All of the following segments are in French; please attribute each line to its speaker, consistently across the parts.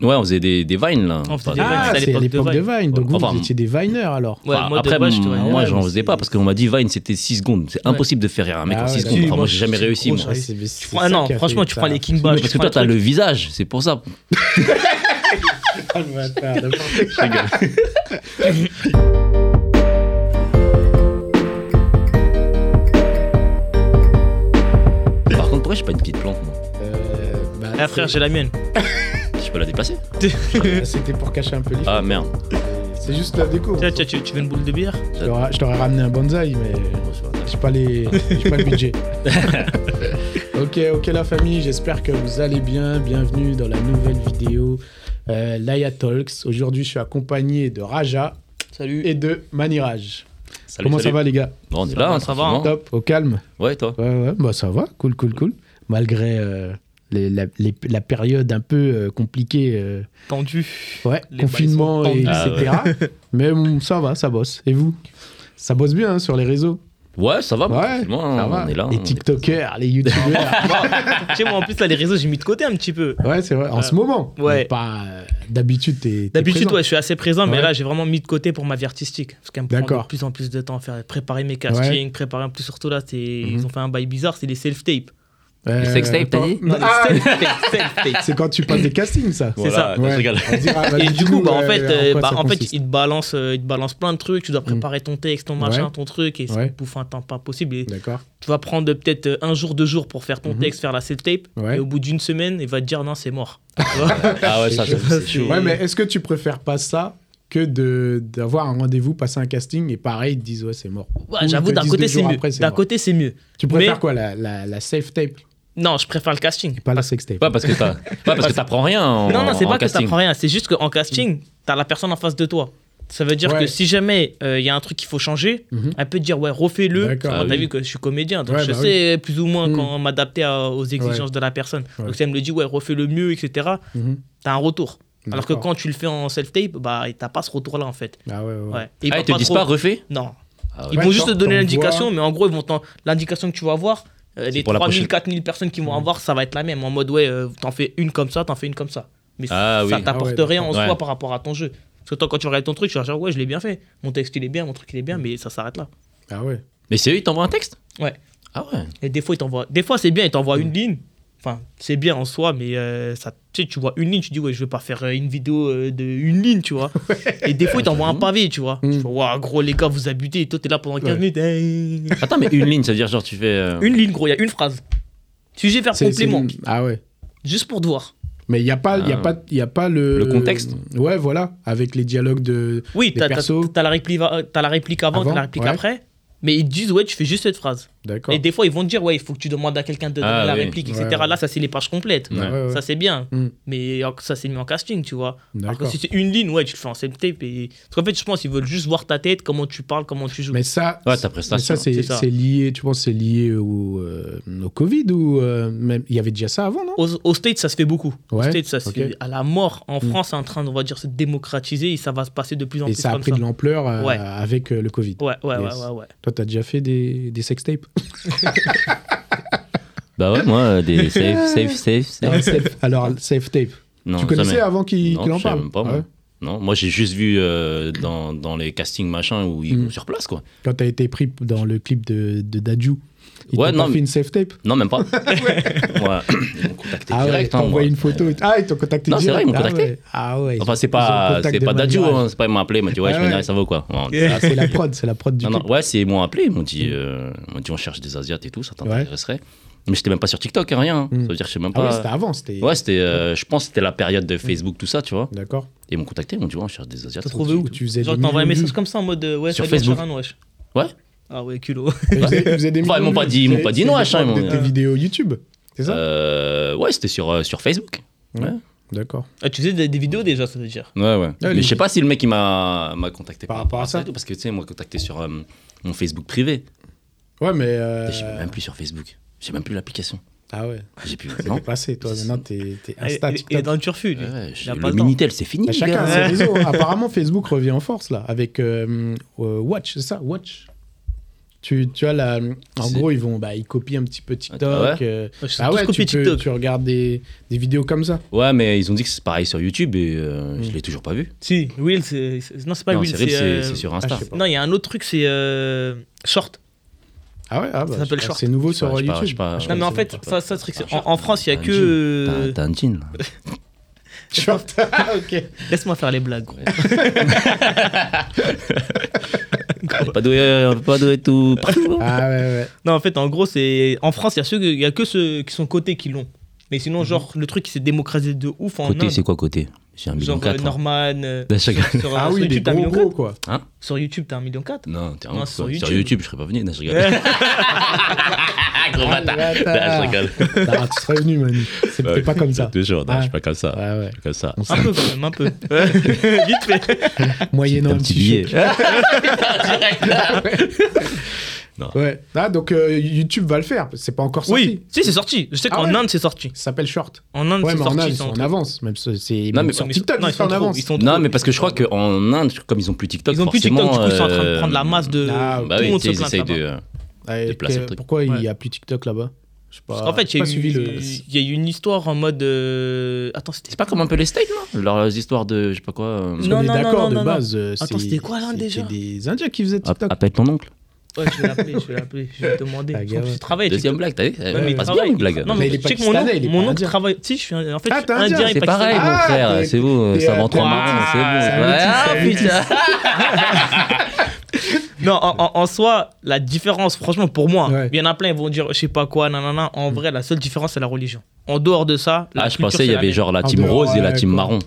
Speaker 1: Ouais, on faisait des, des vines là.
Speaker 2: On
Speaker 1: Enfin,
Speaker 2: faisait des vines.
Speaker 3: Ah,
Speaker 2: c'est à
Speaker 3: c'est à
Speaker 2: l'époque de
Speaker 3: l'époque de
Speaker 2: Vine.
Speaker 3: Vine. Donc vous,
Speaker 1: Enfin,
Speaker 3: vous étiez des Viners alors.
Speaker 1: Enfin,
Speaker 2: moi, de
Speaker 1: après,
Speaker 2: base, je te-
Speaker 1: moi,
Speaker 2: ouais,
Speaker 1: j'en
Speaker 2: mais
Speaker 1: faisais
Speaker 2: c'est-
Speaker 1: pas parce qu'on m'a dit Vine c'était 6 secondes. C'est
Speaker 2: Ouais. Bah
Speaker 1: impossible de faire rire un mec
Speaker 3: Ah
Speaker 1: en
Speaker 3: ouais,
Speaker 1: 6
Speaker 3: là,
Speaker 1: secondes.
Speaker 3: oui,
Speaker 1: Enfin, moi,
Speaker 2: moi,
Speaker 1: j'ai jamais
Speaker 2: c'est
Speaker 1: réussi.
Speaker 2: gros,
Speaker 1: moi.
Speaker 2: ça. Ouais,
Speaker 3: c'est- c'est
Speaker 2: prends- ah
Speaker 3: ça
Speaker 2: non,
Speaker 3: qui a
Speaker 2: franchement,
Speaker 3: fait
Speaker 2: tu
Speaker 3: que
Speaker 2: prends
Speaker 3: ça-
Speaker 2: les King Bash.
Speaker 1: Parce que toi, t'as le visage, c'est pour ça.
Speaker 3: Ah, le bâtard, d'accord.
Speaker 1: Par contre, pourquoi j'ai pas une petite plante moi
Speaker 3: Euh, bah,
Speaker 2: Ah, frère, j'ai la mienne.
Speaker 1: Je peux la déplacer
Speaker 3: c'est- C'était pour cacher un peu les.
Speaker 1: Ah merde.
Speaker 3: C'est juste la déco.
Speaker 2: Tiens, tiens, tu, tu veux une boule de bière
Speaker 3: Je t'aurais- Je t'aurais ramené un bonsaï, mais j'ai pas les, j'ai pas le budget. ok, ok la famille, j'espère que vous allez bien. Bienvenue dans la nouvelle vidéo euh, Laya Talks. Aujourd'hui, je suis accompagné de Raja
Speaker 2: Salut.
Speaker 3: et de Maniraj.
Speaker 1: Salut,
Speaker 3: Comment
Speaker 1: salut.
Speaker 3: ça va les gars
Speaker 1: Bon, On est
Speaker 2: Ça
Speaker 1: là,
Speaker 2: va,
Speaker 1: hein,
Speaker 2: ça va,
Speaker 1: tranquillement.
Speaker 3: Top, au calme.
Speaker 1: Ouais, toi
Speaker 3: Ouais, ouais, bah ça va, cool, cool, cool. Malgré euh, les- la, les- la période un peu euh, compliquée, euh,
Speaker 2: Tendu.
Speaker 3: ouais,
Speaker 2: Les ah,
Speaker 3: confinement, et,
Speaker 2: bails sont
Speaker 3: etc.
Speaker 1: tendus.
Speaker 3: Mais bon, ça va, ça bosse. Et vous Ça bosse bien hein, sur les réseaux.
Speaker 1: Ouais, ça va.
Speaker 3: Ouais,
Speaker 1: tranquillement,
Speaker 3: ça
Speaker 1: on
Speaker 3: va.
Speaker 1: est là.
Speaker 3: les
Speaker 1: on est-
Speaker 3: TikTokers, les YouTubers.
Speaker 2: Tu sais, moi, en plus, là, les réseaux, j'ai mis de côté un petit peu.
Speaker 3: ouais, c'est vrai. En
Speaker 2: Euh,
Speaker 3: ce moment.
Speaker 2: ouais.
Speaker 3: Mais Pas euh, d'habitude, t'es. t'es
Speaker 2: D'habitude,
Speaker 3: présent.
Speaker 2: ouais, je suis assez présent, mais
Speaker 3: Ouais.
Speaker 2: là, j'ai vraiment mis de côté pour ma vie artistique. Parce qu'elle me prend
Speaker 3: D'accord.
Speaker 2: de plus en plus de temps à faire préparer mes castings, préparer en plus, surtout là, c'est-
Speaker 3: Mhm.
Speaker 2: ils ont fait un bail bizarre, c'est les self-tapes.
Speaker 3: Euh,
Speaker 1: Les sextapes, t'as dit
Speaker 3: non,
Speaker 2: Ah,
Speaker 3: ah,
Speaker 2: les self-tapes, self-tapes.
Speaker 3: C'est quand tu passes des castings, ça.
Speaker 2: Ouais. ça.
Speaker 1: je
Speaker 3: Ouais.
Speaker 1: rigole.
Speaker 3: Vas-y, ah, vas-y,
Speaker 2: Et du
Speaker 3: dis-nous,
Speaker 2: coup, bah, en
Speaker 3: euh,
Speaker 2: fait, euh,
Speaker 3: quoi
Speaker 2: bah,
Speaker 3: ça
Speaker 2: en fait
Speaker 3: consiste. Mhm.
Speaker 2: ils, te balancent, euh, ils te balancent plein de trucs, tu dois préparer ton texte, ton machin,
Speaker 3: Ouais.
Speaker 2: ton truc, et ça
Speaker 3: Ouais.
Speaker 2: te bouffe un temps pas possible. Et
Speaker 3: D'accord.
Speaker 2: tu vas prendre euh, peut-être euh, un jour, deux jours pour faire ton
Speaker 3: Mhm.
Speaker 2: texte, faire la self-tape,
Speaker 3: Ouais.
Speaker 2: et au bout d'une semaine, il va te dire non, c'est mort. Tu vois
Speaker 1: Ah ouais, ça,
Speaker 3: C'est
Speaker 1: ça, c'est chaud.
Speaker 3: Ouais, mais est-ce que tu préfères pas ça que de d'avoir un rendez-vous, passer un casting et pareil, ils te disent ouais, c'est mort.
Speaker 2: Ouais,
Speaker 3: Ou ils
Speaker 2: J'avoue,
Speaker 3: te
Speaker 2: d'un
Speaker 3: disent
Speaker 2: côté,
Speaker 3: deux
Speaker 2: c'est
Speaker 3: jours
Speaker 2: mieux.
Speaker 3: après, c'est
Speaker 2: D'un
Speaker 3: mort.
Speaker 2: côté, c'est mieux.
Speaker 3: Tu préfères
Speaker 2: mais-
Speaker 3: quoi la, la, la safe tape,
Speaker 2: Non, je préfère le casting.
Speaker 3: pas la sex tape
Speaker 1: Pas parce que t'as- pas parce que t'apprends rien. En,
Speaker 2: Non, non, c'est
Speaker 1: en
Speaker 2: pas que
Speaker 1: casting.
Speaker 2: t'apprends rien, c'est juste qu'en casting, t'as la personne en face de toi. Ça veut dire
Speaker 3: Ouais.
Speaker 2: que si jamais il y a un truc qu'il faut changer,
Speaker 3: Mhm.
Speaker 2: elle peut te dire ouais, refais-le.
Speaker 3: D'accord.
Speaker 2: Parce que
Speaker 1: Ah
Speaker 2: T'as
Speaker 1: oui.
Speaker 2: vu que je suis comédien, donc
Speaker 3: Ouais,
Speaker 2: je
Speaker 3: bah
Speaker 2: sais plus ou moins
Speaker 3: Mhm.
Speaker 2: quand m'adapter à- aux exigences de la personne.
Speaker 3: Ouais.
Speaker 2: Donc si elle me le dit ouais, refais-le mieux, etc.,
Speaker 3: Mhm.
Speaker 2: t'as un retour. Alors que
Speaker 3: D'accord.
Speaker 2: quand tu le fais en self-tape, bah t'as pas ce retour-là en fait.
Speaker 3: Ah ouais, ouais.
Speaker 2: Ouais.
Speaker 3: ouais.
Speaker 2: Et
Speaker 1: Ah,
Speaker 2: va
Speaker 1: ils te disent
Speaker 2: trop-
Speaker 1: pas refais
Speaker 2: Non.
Speaker 1: Ah
Speaker 2: Ils
Speaker 3: ouais.
Speaker 2: vont
Speaker 3: Ouais,
Speaker 2: juste te
Speaker 3: t'en-
Speaker 2: donner
Speaker 3: t'en
Speaker 2: l'indication, mais en gros, ils vont t'en- l'indication que tu vas avoir, euh, les
Speaker 1: pour la
Speaker 2: 3000,
Speaker 1: prochaine.
Speaker 2: 4000 personnes qui
Speaker 3: Mhm.
Speaker 2: vont avoir, ça va être la même. En mode, ouais, euh, t'en fais une comme ça, t'en fais une comme ça. Mais
Speaker 1: Ah
Speaker 2: ça
Speaker 1: oui.
Speaker 2: t'apporte
Speaker 3: Ah ouais,
Speaker 2: rien en
Speaker 1: d'accord.
Speaker 2: soi
Speaker 1: Ouais.
Speaker 2: par rapport à ton jeu. Parce que toi, quand tu regardes ton truc, tu vas dire, ouais, je l'ai bien fait. Mon texte, il est bien, mon truc, il est bien, mais ça s'arrête là.
Speaker 3: Ah ouais.
Speaker 1: Mais c'est eux, ils t'envoient un texte
Speaker 2: Ouais.
Speaker 1: Ah ouais.
Speaker 2: Et des fois, ils t'envoient- des fois c'est bien, ils t'envoient
Speaker 1: Mhm.
Speaker 2: une ligne. Enfin, c'est bien en soi, mais euh, ça, tu, sais, tu vois une ligne, tu dis, ouais, je vais pas faire euh, une vidéo euh, de une ligne, tu vois. Et des fois, ils t'envoient un pavé, tu vois.
Speaker 3: Mm.
Speaker 2: Tu fais, Ouah, gros, les gars, vous abutez, et toi, t'es là pendant 15
Speaker 3: Ouais.
Speaker 2: minutes. Hey.
Speaker 1: Attends, mais une ligne, ça veut dire genre tu fais. euh,
Speaker 2: Une ligne, gros, il y a une phrase. Sujet vers
Speaker 3: Ah. C'est- c'est-
Speaker 2: complément,
Speaker 3: Ah ouais.
Speaker 2: juste pour te voir.
Speaker 3: Mais il n'y a, pas- y a,
Speaker 1: Ah.
Speaker 3: pas- y a pas le...
Speaker 1: Le contexte
Speaker 3: Ouais, voilà, avec les dialogues de...
Speaker 2: Oui,
Speaker 3: Les
Speaker 2: t'as t'as-
Speaker 3: persos.
Speaker 2: t'as la, réplique va- t'as la réplique avant, t'as
Speaker 3: Avant,
Speaker 2: la réplique
Speaker 3: ouais.
Speaker 2: après. Mais ils te disent, ouais, tu fais juste cette phrase.
Speaker 3: D'accord.
Speaker 2: Et des fois, ils vont te dire, ouais, il faut que tu demandes à quelqu'un de donner
Speaker 1: Ah,
Speaker 2: la
Speaker 1: oui.
Speaker 2: réplique, etc.
Speaker 3: Ouais, ouais.
Speaker 2: Là, ça, c'est les pages complètes.
Speaker 1: Ouais.
Speaker 3: Ah Ouais, ouais.
Speaker 2: Ça, c'est bien.
Speaker 3: Mm.
Speaker 2: Mais en- ça, c'est mis en casting, tu vois. Alors que
Speaker 3: D'accord.
Speaker 2: si c'est une ligne, ouais, tu le fais en self-tape. Et... Parce qu'en fait, je pense qu'ils veulent juste voir ta tête, comment tu parles, comment tu joues.
Speaker 3: Mais ça,
Speaker 1: Ouais, ta
Speaker 3: mais
Speaker 1: prestation.
Speaker 3: ça c'est
Speaker 2: c'est ça.
Speaker 3: c'est lié, tu penses que c'est lié au, euh, au Covid ou euh, même... Il y avait déjà ça avant, non
Speaker 2: Au, au States, ça se fait beaucoup.
Speaker 3: Ouais,
Speaker 2: au States, ça se
Speaker 3: ok. Mm.
Speaker 2: fait à la mort. En France, c'est en train, on va dire, se démocratiser et ça va se passer de plus en
Speaker 3: Et
Speaker 2: plus
Speaker 3: ça a
Speaker 2: comme
Speaker 3: pris
Speaker 2: ça.
Speaker 3: de l'ampleur euh,
Speaker 2: Ouais.
Speaker 3: avec euh, le Covid.
Speaker 2: Ouais, ouais,
Speaker 3: Yes.
Speaker 2: ouais, ouais, ouais.
Speaker 3: Toi, t'as déjà fait des, des sextapes
Speaker 1: Bah ouais, moi, euh, des safe, safe, safe, safe.
Speaker 3: Alors, safe tape.
Speaker 1: Non,
Speaker 3: tu connaissais
Speaker 1: jamais.
Speaker 3: avant qu'il
Speaker 1: Non,
Speaker 3: qu'il en
Speaker 1: je savais
Speaker 3: parle
Speaker 1: même pas,
Speaker 3: Ah
Speaker 1: moi.
Speaker 3: ouais.
Speaker 1: Non, moi j'ai juste vu euh, dans, dans les castings machin où ils
Speaker 3: Mm.
Speaker 1: vont sur place quoi.
Speaker 3: Quand t'as été pris dans le clip de, de Dadju, il
Speaker 1: Ouais,
Speaker 3: t'a
Speaker 1: non,
Speaker 3: pas fait
Speaker 1: mais-
Speaker 3: une safe tape
Speaker 1: Non, même pas. Ouais. Ils m'ont contacté
Speaker 3: Ah ouais,
Speaker 1: direct.
Speaker 3: t'as
Speaker 1: hein, moi.
Speaker 3: envoyé une photo. et- Ah, ils t'ont contacté
Speaker 1: Non, c'est vrai,
Speaker 3: direct.
Speaker 1: ils m'ont
Speaker 3: Ah
Speaker 1: contacté.
Speaker 3: ouais. Ah ouais. ils
Speaker 1: Enfin,
Speaker 3: ont-
Speaker 1: c'est
Speaker 3: ils ont
Speaker 1: pas,
Speaker 3: le contact
Speaker 1: c'est
Speaker 3: de
Speaker 1: pas Dadju,
Speaker 3: Maniraj.
Speaker 1: hein, c'est pas ils m'ont appelé, ils m'ont dit ouais,
Speaker 3: Ah
Speaker 1: je
Speaker 3: ouais.
Speaker 1: m'énerve, ça vaut quoi. Ouais, on dit,
Speaker 3: Ah, c'est la prod, c'est la prod du
Speaker 1: Non, non,
Speaker 3: clip.
Speaker 1: ouais, c'est, ils m'ont appelé, ils m'ont dit, euh, ils m'ont dit, on cherche des Asiates et tout, ça t'intéresserait. Mais j'étais même pas sur TikTok, hein, rien. hein.
Speaker 3: Mm.
Speaker 1: Ça veut dire que je sais même
Speaker 3: Ah
Speaker 1: pas.
Speaker 3: ouais, c'était avant, c'était.
Speaker 1: ouais, c'était, euh, je pense que c'était la période de Facebook, tout ça, tu vois.
Speaker 3: D'accord.
Speaker 1: Et ils m'ont contacté, ils m'ont dit, ouais, on cherche des Asiates.
Speaker 2: T'as trouvé où
Speaker 3: Où Tu faisais
Speaker 2: Genre,
Speaker 3: des
Speaker 2: t'envoies un
Speaker 3: millions de
Speaker 2: message
Speaker 3: vues.
Speaker 2: comme ça en mode euh, ouais,
Speaker 1: Sur
Speaker 2: salut, on cherche
Speaker 1: Facebook.
Speaker 2: un wesh.
Speaker 1: Ouais.
Speaker 2: Ah ouais, culot.
Speaker 3: Ils faisaient- ils faisaient des
Speaker 1: Enfin, ils
Speaker 3: millions
Speaker 1: m'ont pas
Speaker 3: de
Speaker 1: dit- ils m'ont
Speaker 3: vues.
Speaker 1: pas
Speaker 3: C'est-
Speaker 1: dit
Speaker 3: c'est
Speaker 1: non,
Speaker 3: les
Speaker 1: H1,
Speaker 3: prods
Speaker 1: ils m'ont-
Speaker 3: de tes vidéos YouTube, c'est ça
Speaker 1: Euh, ouais, c'était sur, euh, sur Facebook. Ouais.
Speaker 3: Ouais. D'accord.
Speaker 2: Ah, tu faisais des, des vidéos déjà, ça veut dire.
Speaker 1: Ouais, ouais. Mais
Speaker 3: Ah, les-
Speaker 1: je sais pas si le mec il m'a, m'a contacté
Speaker 3: Par rapport à ça.
Speaker 1: et tout, parce que tu sais, ils m'ont contacté sur euh, mon Facebook privé.
Speaker 3: Ouais, mais.
Speaker 1: Je
Speaker 3: euh,
Speaker 1: Je suis même plus sur Facebook. J'ai même plus l'application.
Speaker 3: Ah ouais.
Speaker 1: J'ai plus.
Speaker 3: C'est
Speaker 1: Non.
Speaker 3: passé, toi. Maintenant, t'es t'es
Speaker 2: Ah, Il,
Speaker 3: Insta,
Speaker 2: il- il est
Speaker 3: TikTok.
Speaker 2: dans le turfu, lui.
Speaker 1: Ouais, j'ai-
Speaker 2: a pas
Speaker 1: le
Speaker 2: le temps.
Speaker 1: Minitel, c'est fini.
Speaker 3: Bah,
Speaker 1: les
Speaker 3: chacun
Speaker 1: gars.
Speaker 3: a
Speaker 2: Ouais.
Speaker 3: ses réseaux. Apparemment, Facebook revient en force là, avec euh, euh, Watch, c'est ça Watch Tu, tu vois, là, en
Speaker 1: C'est-
Speaker 3: gros, ils vont, bah, ils copient un petit peu TikTok.
Speaker 1: Ah ouais
Speaker 3: euh,
Speaker 2: Ils sont
Speaker 3: ah
Speaker 2: tous
Speaker 3: ouais, tu,
Speaker 2: copiés
Speaker 3: peux-
Speaker 2: TikTok.
Speaker 3: tu regardes des, des vidéos comme ça.
Speaker 1: Ouais, mais ils ont dit que c'est pareil sur YouTube et euh, je
Speaker 3: Mm.
Speaker 1: l'ai toujours pas vu.
Speaker 2: Si, Will, c'est. c'est- Non, c'est pas
Speaker 1: non,
Speaker 2: Will,
Speaker 1: c'est Reels,
Speaker 2: c'est.
Speaker 1: c'est
Speaker 2: euh,
Speaker 1: c'est sur
Speaker 3: Ah,
Speaker 1: Insta.
Speaker 3: je sais pas.
Speaker 2: Non, il y a un autre truc, c'est euh, Short.
Speaker 3: Ah ouais, ah bah,
Speaker 2: Ça s'appelle
Speaker 3: c'est-
Speaker 2: Short.
Speaker 3: c'est nouveau
Speaker 1: Je sais
Speaker 3: sur
Speaker 1: pas, je sais pas,
Speaker 3: YouTube.
Speaker 1: je sais pas. Non,
Speaker 3: Ah,
Speaker 2: Non, mais en
Speaker 3: connaissais
Speaker 2: fait,
Speaker 3: même
Speaker 2: ça, ça, c'est
Speaker 1: Short,
Speaker 2: en, en France, il y a
Speaker 1: un
Speaker 2: que.
Speaker 1: jean.
Speaker 2: euh,
Speaker 1: T'as- T'as un jean, là.
Speaker 3: pas. Short. Ah, ok.
Speaker 2: euh, Laisse-moi faire les blagues. gros.
Speaker 1: On peut pas doué, on peut pas doué tout. partout. hein.
Speaker 3: Ah ouais, ouais.
Speaker 2: Non, en fait, en gros, c'est. En France, il y, a ceux que- il y a que ceux qui sont cotés qui l'ont. Mais sinon, genre, le truc qui s'est démocratisé de ouf
Speaker 3: Ah,
Speaker 2: en
Speaker 1: Côté,
Speaker 2: Inde.
Speaker 1: c'est quoi côté J'ai un million
Speaker 2: Genre euh,
Speaker 1: quatre. hein.
Speaker 2: Norman. euh,
Speaker 1: Là, je rigole.
Speaker 2: sur,
Speaker 3: Ah
Speaker 2: sur
Speaker 3: oui, des
Speaker 2: YouTube, t'as un
Speaker 3: gros
Speaker 2: million
Speaker 3: gros, quoi.
Speaker 2: quatre. Sur YouTube, t'as un million quatre.
Speaker 1: Non, t'es un
Speaker 2: Non,
Speaker 1: ouf,
Speaker 2: sur
Speaker 1: quoi. sur
Speaker 2: YouTube.
Speaker 1: YouTube, je serais pas venu. Non, je rigole. Gros
Speaker 3: Ah,
Speaker 1: bâtard.
Speaker 3: le bâtard.
Speaker 1: Non, je rigole.
Speaker 3: Ah, tu serais venu, Manu. C'est peut-être pas comme ça.
Speaker 1: Toujours, non, je
Speaker 3: Ouais.
Speaker 1: suis pas comme ça.
Speaker 3: Ouais, ouais.
Speaker 1: Je suis Comme ça.
Speaker 2: Un peu, quand même, un peu. Vite fait.
Speaker 3: Moyennant
Speaker 1: T'as
Speaker 3: un petit billet. Ouais. Ah, donc euh, YouTube va le faire. C'est pas encore sorti.
Speaker 2: Oui, si, c'est sorti. Je sais
Speaker 3: Ah
Speaker 2: qu'en
Speaker 3: ouais
Speaker 2: Inde, c'est sorti.
Speaker 3: Ça s'appelle Short.
Speaker 2: En Inde,
Speaker 3: Ouais,
Speaker 2: c'est
Speaker 3: mais en
Speaker 2: sorti.
Speaker 3: Inde,
Speaker 2: ils
Speaker 3: ils
Speaker 2: sont
Speaker 3: sont en
Speaker 2: trop-
Speaker 3: avance. Même si c'est
Speaker 1: Non, mais
Speaker 3: sur
Speaker 2: mais
Speaker 3: TikTok,
Speaker 2: non,
Speaker 3: ils sont en
Speaker 2: trop-
Speaker 3: avance.
Speaker 2: ils sont
Speaker 1: Non,
Speaker 2: trop-
Speaker 1: mais parce que je crois qu'en Inde, comme ils ont plus TikTok,
Speaker 2: Ils ont plus TikTok, du coup, ils sont en train de
Speaker 1: forcément,
Speaker 2: prendre la masse de.
Speaker 3: Ah,
Speaker 1: Bah
Speaker 2: tout le
Speaker 1: oui,
Speaker 2: monde
Speaker 1: tu sais, ils
Speaker 2: se plaint
Speaker 1: essayent
Speaker 2: là-bas.
Speaker 1: de.
Speaker 3: Ouais,
Speaker 1: déplacer
Speaker 3: que-
Speaker 1: le truc.
Speaker 3: Pourquoi il
Speaker 2: Ouais.
Speaker 3: n'y a plus TikTok là-bas Je sais pas.
Speaker 2: En fait,
Speaker 3: j'ai
Speaker 2: il y, a
Speaker 3: pas
Speaker 2: eu-
Speaker 3: suivi le.
Speaker 2: il y a eu une histoire en mode. euh, Attends, c'était
Speaker 1: C'est pas comme un peu les States, non Leurs histoires de, je sais pas quoi. euh,
Speaker 3: Parce
Speaker 2: Non,
Speaker 3: qu'on est
Speaker 2: non, non,
Speaker 3: d'accord
Speaker 2: non,
Speaker 3: de
Speaker 2: non.
Speaker 3: base. euh,
Speaker 2: Attends,
Speaker 3: c'est-
Speaker 2: c'était quoi, là,
Speaker 3: c'était
Speaker 2: déjà
Speaker 3: des Indiens qui faisaient
Speaker 1: app-
Speaker 3: TikTok.
Speaker 1: Appelle ton oncle.
Speaker 2: Ouais, je vais l'appeler, je vais l'appeler, je vais demander.
Speaker 3: La
Speaker 2: Je trouve que
Speaker 3: gueule.
Speaker 2: je travaille. avec
Speaker 1: Deuxième
Speaker 2: lui.
Speaker 1: blague, t'as vu
Speaker 2: Ouais,
Speaker 1: Elle
Speaker 2: mais
Speaker 1: passe
Speaker 2: il
Speaker 1: bien une
Speaker 2: travaille.
Speaker 1: blague.
Speaker 2: Non,
Speaker 3: Mais
Speaker 2: mais,
Speaker 3: il est
Speaker 2: tu sais que mon
Speaker 3: pakistanais, il
Speaker 2: oncle,
Speaker 3: est
Speaker 2: mon
Speaker 3: pas
Speaker 2: oncle
Speaker 3: indien.
Speaker 2: travaille. Si, je suis un- en fait,
Speaker 3: Ah,
Speaker 2: je suis
Speaker 3: t'es
Speaker 2: indien,
Speaker 3: indien,
Speaker 2: et
Speaker 1: C'est pareil,
Speaker 2: pakistanais.
Speaker 1: mon
Speaker 3: Ah,
Speaker 1: frère,
Speaker 3: t'es-
Speaker 1: c'est vous,
Speaker 3: t'es
Speaker 1: ça
Speaker 3: un
Speaker 1: rentre en marron, c'est vous. Ouais, ah, putain
Speaker 2: Non, en, en- en soi, la différence, franchement, pour moi,
Speaker 3: Ouais.
Speaker 2: il y en a plein, ils vont dire je sais pas quoi, nanana. En vrai, la seule différence, c'est la religion. En dehors de ça, la
Speaker 1: Ah, je
Speaker 2: culture, Ah,
Speaker 1: pensais, il
Speaker 2: c'est
Speaker 1: y
Speaker 2: la
Speaker 1: avait
Speaker 2: même.
Speaker 1: genre la
Speaker 3: En
Speaker 1: team
Speaker 3: dehors,
Speaker 1: rose et la
Speaker 3: ouais,
Speaker 1: team
Speaker 3: quoi.
Speaker 1: marron.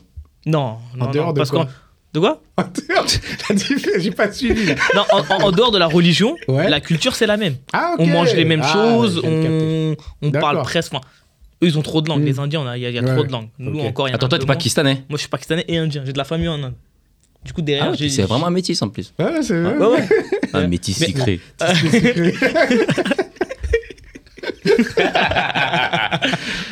Speaker 2: Non, non,
Speaker 3: En dehors
Speaker 2: non,
Speaker 3: de
Speaker 2: parce
Speaker 3: quoi
Speaker 2: qu'en- De quoi
Speaker 3: En dehors de- la diff- J'ai pas suivi.
Speaker 2: Non, en, en- en dehors de la religion,
Speaker 3: Ouais.
Speaker 2: la culture, c'est la même.
Speaker 3: Ah, ok.
Speaker 2: On mange les mêmes
Speaker 3: Ah,
Speaker 2: choses,
Speaker 3: j'ai capté.
Speaker 2: on, on
Speaker 3: D'accord.
Speaker 2: parle presque. enfin, Eux, ils ont trop de langues,
Speaker 3: Mm.
Speaker 2: les Indiens, on a- il y a, il y a
Speaker 3: Ouais.
Speaker 2: trop de langues. Nous,
Speaker 3: Ok.
Speaker 2: encore, il y en a
Speaker 1: Attends, toi,
Speaker 2: un
Speaker 1: t'es
Speaker 2: peu moins.
Speaker 1: pakistanais
Speaker 2: Moi, je suis pakistanais et indien. J'ai de la famille en Inde. Du coup,
Speaker 1: Ah,
Speaker 2: derrière,
Speaker 1: ouais,
Speaker 2: j'ai.
Speaker 1: c'est vraiment un métis en plus.
Speaker 3: Ouais, c'est vrai.
Speaker 2: Ouais, ouais.
Speaker 1: Un métis
Speaker 2: Mais-
Speaker 1: sucré.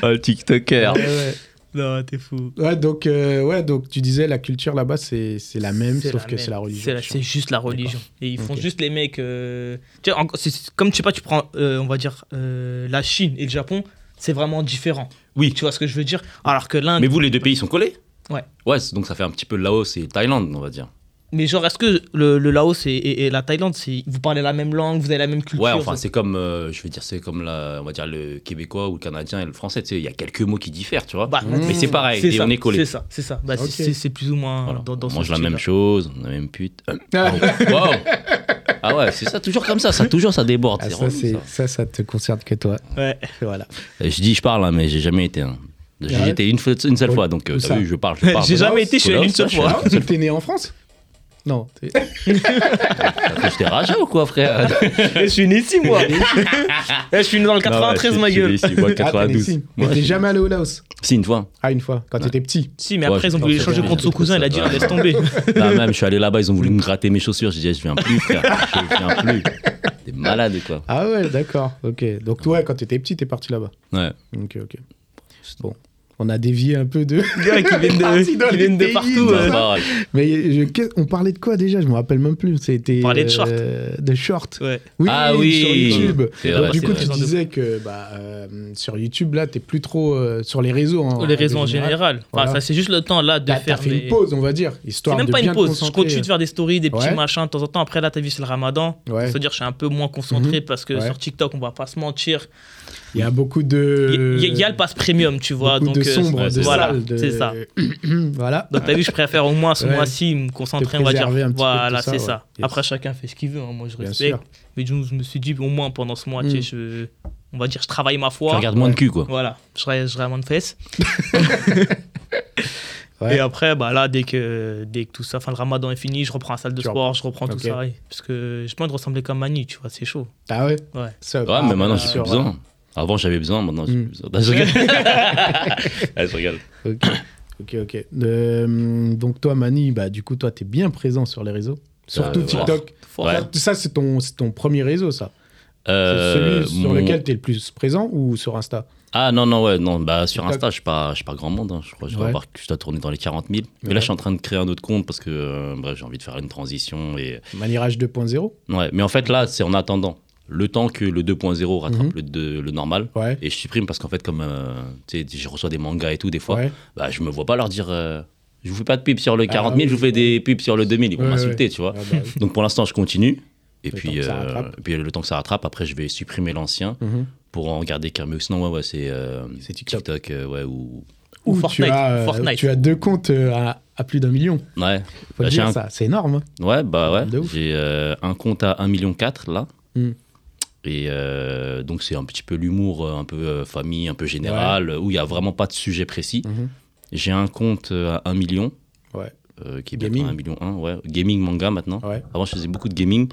Speaker 1: Oh, le TikToker.
Speaker 3: Ouais, ouais.
Speaker 2: non, t'es fou.
Speaker 3: Ouais, donc, euh, ouais, donc tu disais la culture là-bas, c'est c'est la même,
Speaker 2: C'est
Speaker 3: sauf
Speaker 2: la
Speaker 3: que c'est la religion.
Speaker 2: C'est la- C'est juste la religion. Et ils font
Speaker 3: Ok.
Speaker 2: juste les mecs. euh, Tu sais, en- c'est- comme tu sais pas, tu prends, euh, on va dire, euh, la Chine et le Japon, c'est vraiment différent.
Speaker 1: Oui.
Speaker 2: Tu vois ce que je veux dire Alors que l'Inde.
Speaker 1: Mais vous, les deux pays sont collés
Speaker 2: Ouais.
Speaker 1: Ouais, c'est- donc ça fait un petit peu Laos et Thaïlande, on va dire.
Speaker 2: Mais genre, est-ce que le, le Laos et, et- et la Thaïlande, c'est- vous parlez la même langue, vous avez la même culture
Speaker 1: Ouais, enfin,
Speaker 2: vous-
Speaker 1: c'est comme, euh, je veux dire, c'est comme la, on va dire le québécois ou le canadien et le français. Tu sais, il y a quelques mots qui diffèrent, tu vois.
Speaker 2: Bah,
Speaker 1: Mais c'est pareil, et
Speaker 2: ça,
Speaker 1: on est collés.
Speaker 2: C'est ça, c'est ça. Bah, c'est-
Speaker 3: Ok.
Speaker 2: c'est- C'est plus ou moins
Speaker 1: Voilà.
Speaker 2: dans, dans
Speaker 1: on
Speaker 2: ce
Speaker 1: mange la
Speaker 2: style-là.
Speaker 1: même chose, on a la même pute. Euh,
Speaker 3: Ah,
Speaker 1: Wow. Ah ouais, c'est ça, toujours comme ça, ça toujours ça déborde.
Speaker 3: ah,
Speaker 1: c'est
Speaker 3: ça,
Speaker 1: relou,
Speaker 3: c'est-
Speaker 1: ça.
Speaker 3: ça, ça te concerne que toi.
Speaker 2: Ouais.
Speaker 3: Voilà.
Speaker 1: Euh, Je dis, je parle, hein, mais j'ai jamais été. hein. J'ai
Speaker 3: Ah ouais
Speaker 1: été une, fois- une seule
Speaker 3: Où-
Speaker 1: fois, donc euh,
Speaker 3: où
Speaker 1: t'as
Speaker 3: ça
Speaker 1: vu, je parle. Je parle
Speaker 2: J'ai jamais été chez
Speaker 1: Voilà,
Speaker 2: une seule
Speaker 1: ça, je suis
Speaker 2: fois.
Speaker 1: là.
Speaker 3: Ah, ouais, t'es né en France Non. t'es-
Speaker 1: Après, J'étais raja ou quoi, frère
Speaker 2: Eh, Je suis né ici, moi. Eh, Je suis né dans le 93, ma gueule.
Speaker 1: Moi,
Speaker 3: Ah, t'es né ici. Mais t'es jamais allé au Laos
Speaker 1: Si, une fois.
Speaker 3: Ah, une fois, quand t'étais petit.
Speaker 2: Si, mais
Speaker 1: Ouais,
Speaker 2: après, ils ont
Speaker 1: je
Speaker 2: voulu
Speaker 1: pense que
Speaker 2: échanger
Speaker 1: c'est
Speaker 2: contre son
Speaker 1: bien.
Speaker 2: cousin. Il a dit,
Speaker 1: Ouais.
Speaker 2: laisse tomber.
Speaker 1: Non, Bah, même, je suis allé là-bas, ils ont voulu me gratter mes chaussures. J'ai dit, je viens plus, frère. Je viens plus. T'es malade, quoi.
Speaker 3: Ah ouais, d'accord. Ok. Donc, toi, quand t'étais petit, t'es parti là-bas.
Speaker 1: Ouais.
Speaker 3: Ok, ok. Bon. On a dévié un peu de.
Speaker 2: Les gars qui viennent
Speaker 3: Parti dans
Speaker 2: de, qui
Speaker 3: les
Speaker 2: viennent de
Speaker 3: pays.
Speaker 2: partout.
Speaker 1: Bah,
Speaker 2: euh.
Speaker 1: bah,
Speaker 3: Mais je- qu'est- on parlait de quoi déjà Je me rappelle même plus. C'était.
Speaker 2: On parlait de short.
Speaker 3: euh, de short.
Speaker 2: Ouais.
Speaker 3: Oui,
Speaker 1: Ah oui.
Speaker 3: sur YouTube.
Speaker 1: C'est
Speaker 3: Donc,
Speaker 1: vrai,
Speaker 3: du
Speaker 1: c'est
Speaker 3: coup,
Speaker 1: vrai.
Speaker 3: tu disais que bah, euh, sur YouTube, là, t'es plus trop euh, sur les réseaux. En,
Speaker 2: Les raisons en
Speaker 3: règle générale.
Speaker 2: général. Enfin,
Speaker 3: Voilà.
Speaker 2: ça, c'est juste le temps là de
Speaker 3: T'as t'as
Speaker 2: faire.
Speaker 3: fait
Speaker 2: des-
Speaker 3: une pause, on va dire,
Speaker 2: C'est
Speaker 3: histoire
Speaker 2: même
Speaker 3: de
Speaker 2: pas
Speaker 3: bien
Speaker 2: une pause.
Speaker 3: te
Speaker 2: Je continue de faire des stories, des petits
Speaker 3: Ouais.
Speaker 2: machins de temps en temps. Après, là, t'as vu, c'est le ramadan.
Speaker 3: Ouais. Mhm.
Speaker 2: C'est-à-dire, je suis un peu moins concentré parce que
Speaker 3: Ouais.
Speaker 2: sur TikTok, on va pas se mentir.
Speaker 3: Il y a beaucoup
Speaker 2: Il
Speaker 3: de.
Speaker 2: y, a- il y a le pass premium, tu vois.
Speaker 3: Euh, beaucoup
Speaker 2: Donc,
Speaker 3: de
Speaker 2: euh,
Speaker 3: sombres,
Speaker 1: ouais,
Speaker 3: de
Speaker 1: c'est
Speaker 2: voilà,
Speaker 3: sales, de-
Speaker 2: c'est ça.
Speaker 3: voilà.
Speaker 2: Donc t'as vu, je préfère au moins ce
Speaker 3: Ouais.
Speaker 2: mois-ci me concentrer,
Speaker 3: Te
Speaker 2: on va dire.
Speaker 3: préserver un petit peu de
Speaker 2: Voilà,
Speaker 3: tout ça,
Speaker 2: c'est
Speaker 3: ouais.
Speaker 2: ça.
Speaker 3: Yes.
Speaker 2: Après, chacun fait ce qu'il veut. hein. Moi, je
Speaker 3: Bien
Speaker 2: respecte.
Speaker 3: sûr.
Speaker 2: Mais je je me suis dit, au moins pendant ce mois,
Speaker 3: Mm.
Speaker 2: tu sais, je, on va dire, je travaille ma foi.
Speaker 1: Tu regardes moins de cul, quoi.
Speaker 2: Voilà, je reste je reste à moins de fesses.
Speaker 3: Ouais.
Speaker 2: Et après, bah là, dès que, dès que tout ça, enfin le ramadan est fini, je reprends la salle de
Speaker 3: Tu
Speaker 2: sport, je reprends
Speaker 3: Ok.
Speaker 2: tout ça. et- Parce que j'ai pas envie de ressembler comme Manu, tu vois, c'est chaud.
Speaker 3: Ah ouais
Speaker 2: Ouais.
Speaker 3: Ça,
Speaker 1: Ouais,
Speaker 3: ah,
Speaker 1: mais maintenant,
Speaker 3: bah,
Speaker 1: j'ai plus
Speaker 3: sur-
Speaker 1: besoin. Avant, j'avais besoin, maintenant, j'ai
Speaker 3: Mm.
Speaker 1: plus besoin. Non, je rigole. Ah, je rigole.
Speaker 3: Ok, ok. ok. Euh, donc, toi, Mani, bah, du coup, toi, t'es bien présent sur les réseaux. Surtout
Speaker 1: ouais.
Speaker 3: TikTok.
Speaker 2: Fort.
Speaker 1: Euh, Ouais.
Speaker 3: Ça, c'est ton, c'est ton premier réseau, ça. C'est
Speaker 1: Euh,
Speaker 3: celui sur
Speaker 1: mon-
Speaker 3: lequel t'es le plus présent ou sur Insta
Speaker 1: Ah non, non, ouais, non, bah sur
Speaker 3: TikTok.
Speaker 1: Insta, je suis pas, je suis pas grand monde, hein. je crois, je dois,
Speaker 3: Ouais.
Speaker 1: avoir- je dois tourner dans les 40 000. Mais
Speaker 3: Ouais.
Speaker 1: là, je suis en train de créer un autre compte parce que euh, bref, j'ai envie de faire une transition. Et...
Speaker 3: Manirage 2.0
Speaker 1: Ouais, mais en fait, là, c'est en attendant. Le temps que le 2.0 rattrape
Speaker 3: Mhm.
Speaker 1: le, deux- le normal.
Speaker 3: Ouais.
Speaker 1: Et je supprime parce qu'en fait, comme euh, tu sais, je reçois des mangas et tout, des fois,
Speaker 3: Ouais.
Speaker 1: bah, je me vois pas leur dire euh, je vous fais pas de pub sur le
Speaker 3: Ah,
Speaker 1: 40 000, je vous fais des pubs sur le 2000. Ils vont
Speaker 3: Ouais,
Speaker 1: m'insulter,
Speaker 3: ouais.
Speaker 1: tu vois.
Speaker 3: Ah bah oui.
Speaker 1: Donc pour l'instant, je continue. Et
Speaker 3: Le
Speaker 1: puis,
Speaker 3: temps que ça
Speaker 1: euh,
Speaker 3: rattrape.
Speaker 1: et puis le temps que ça rattrape, après je vais supprimer l'ancien
Speaker 3: Mhm.
Speaker 1: pour en garder qu'un. Mais sinon, ouais, ouais, c'est euh,
Speaker 3: C'est TikTok.
Speaker 1: TikTok, euh, ouais, ou
Speaker 2: Ou
Speaker 3: Où
Speaker 2: Fortnite.
Speaker 3: Tu as, euh,
Speaker 2: Fortnite.
Speaker 3: tu as deux comptes euh, à, à plus d'un million.
Speaker 1: ouais,
Speaker 3: Faut
Speaker 1: Bah, j'ai
Speaker 3: dire
Speaker 1: un-
Speaker 3: ça, c'est énorme. hein.
Speaker 1: ouais, bah
Speaker 3: De
Speaker 1: ouais.
Speaker 3: ouf.
Speaker 1: J'ai euh, un compte à 1,4 million là.
Speaker 3: Mm.
Speaker 1: Et euh, donc c'est un petit peu l'humour, euh, un peu euh, famille, un peu général, où il y a vraiment pas de sujet précis.
Speaker 3: Mhm.
Speaker 1: J'ai un compte euh, à 1 million.
Speaker 3: Ouais.
Speaker 1: euh, qui est
Speaker 3: Gaming. Ah.
Speaker 1: bientôt à 1 million 1, ouais. Gaming manga maintenant.
Speaker 3: Ouais.
Speaker 1: Avant, je faisais beaucoup de gaming.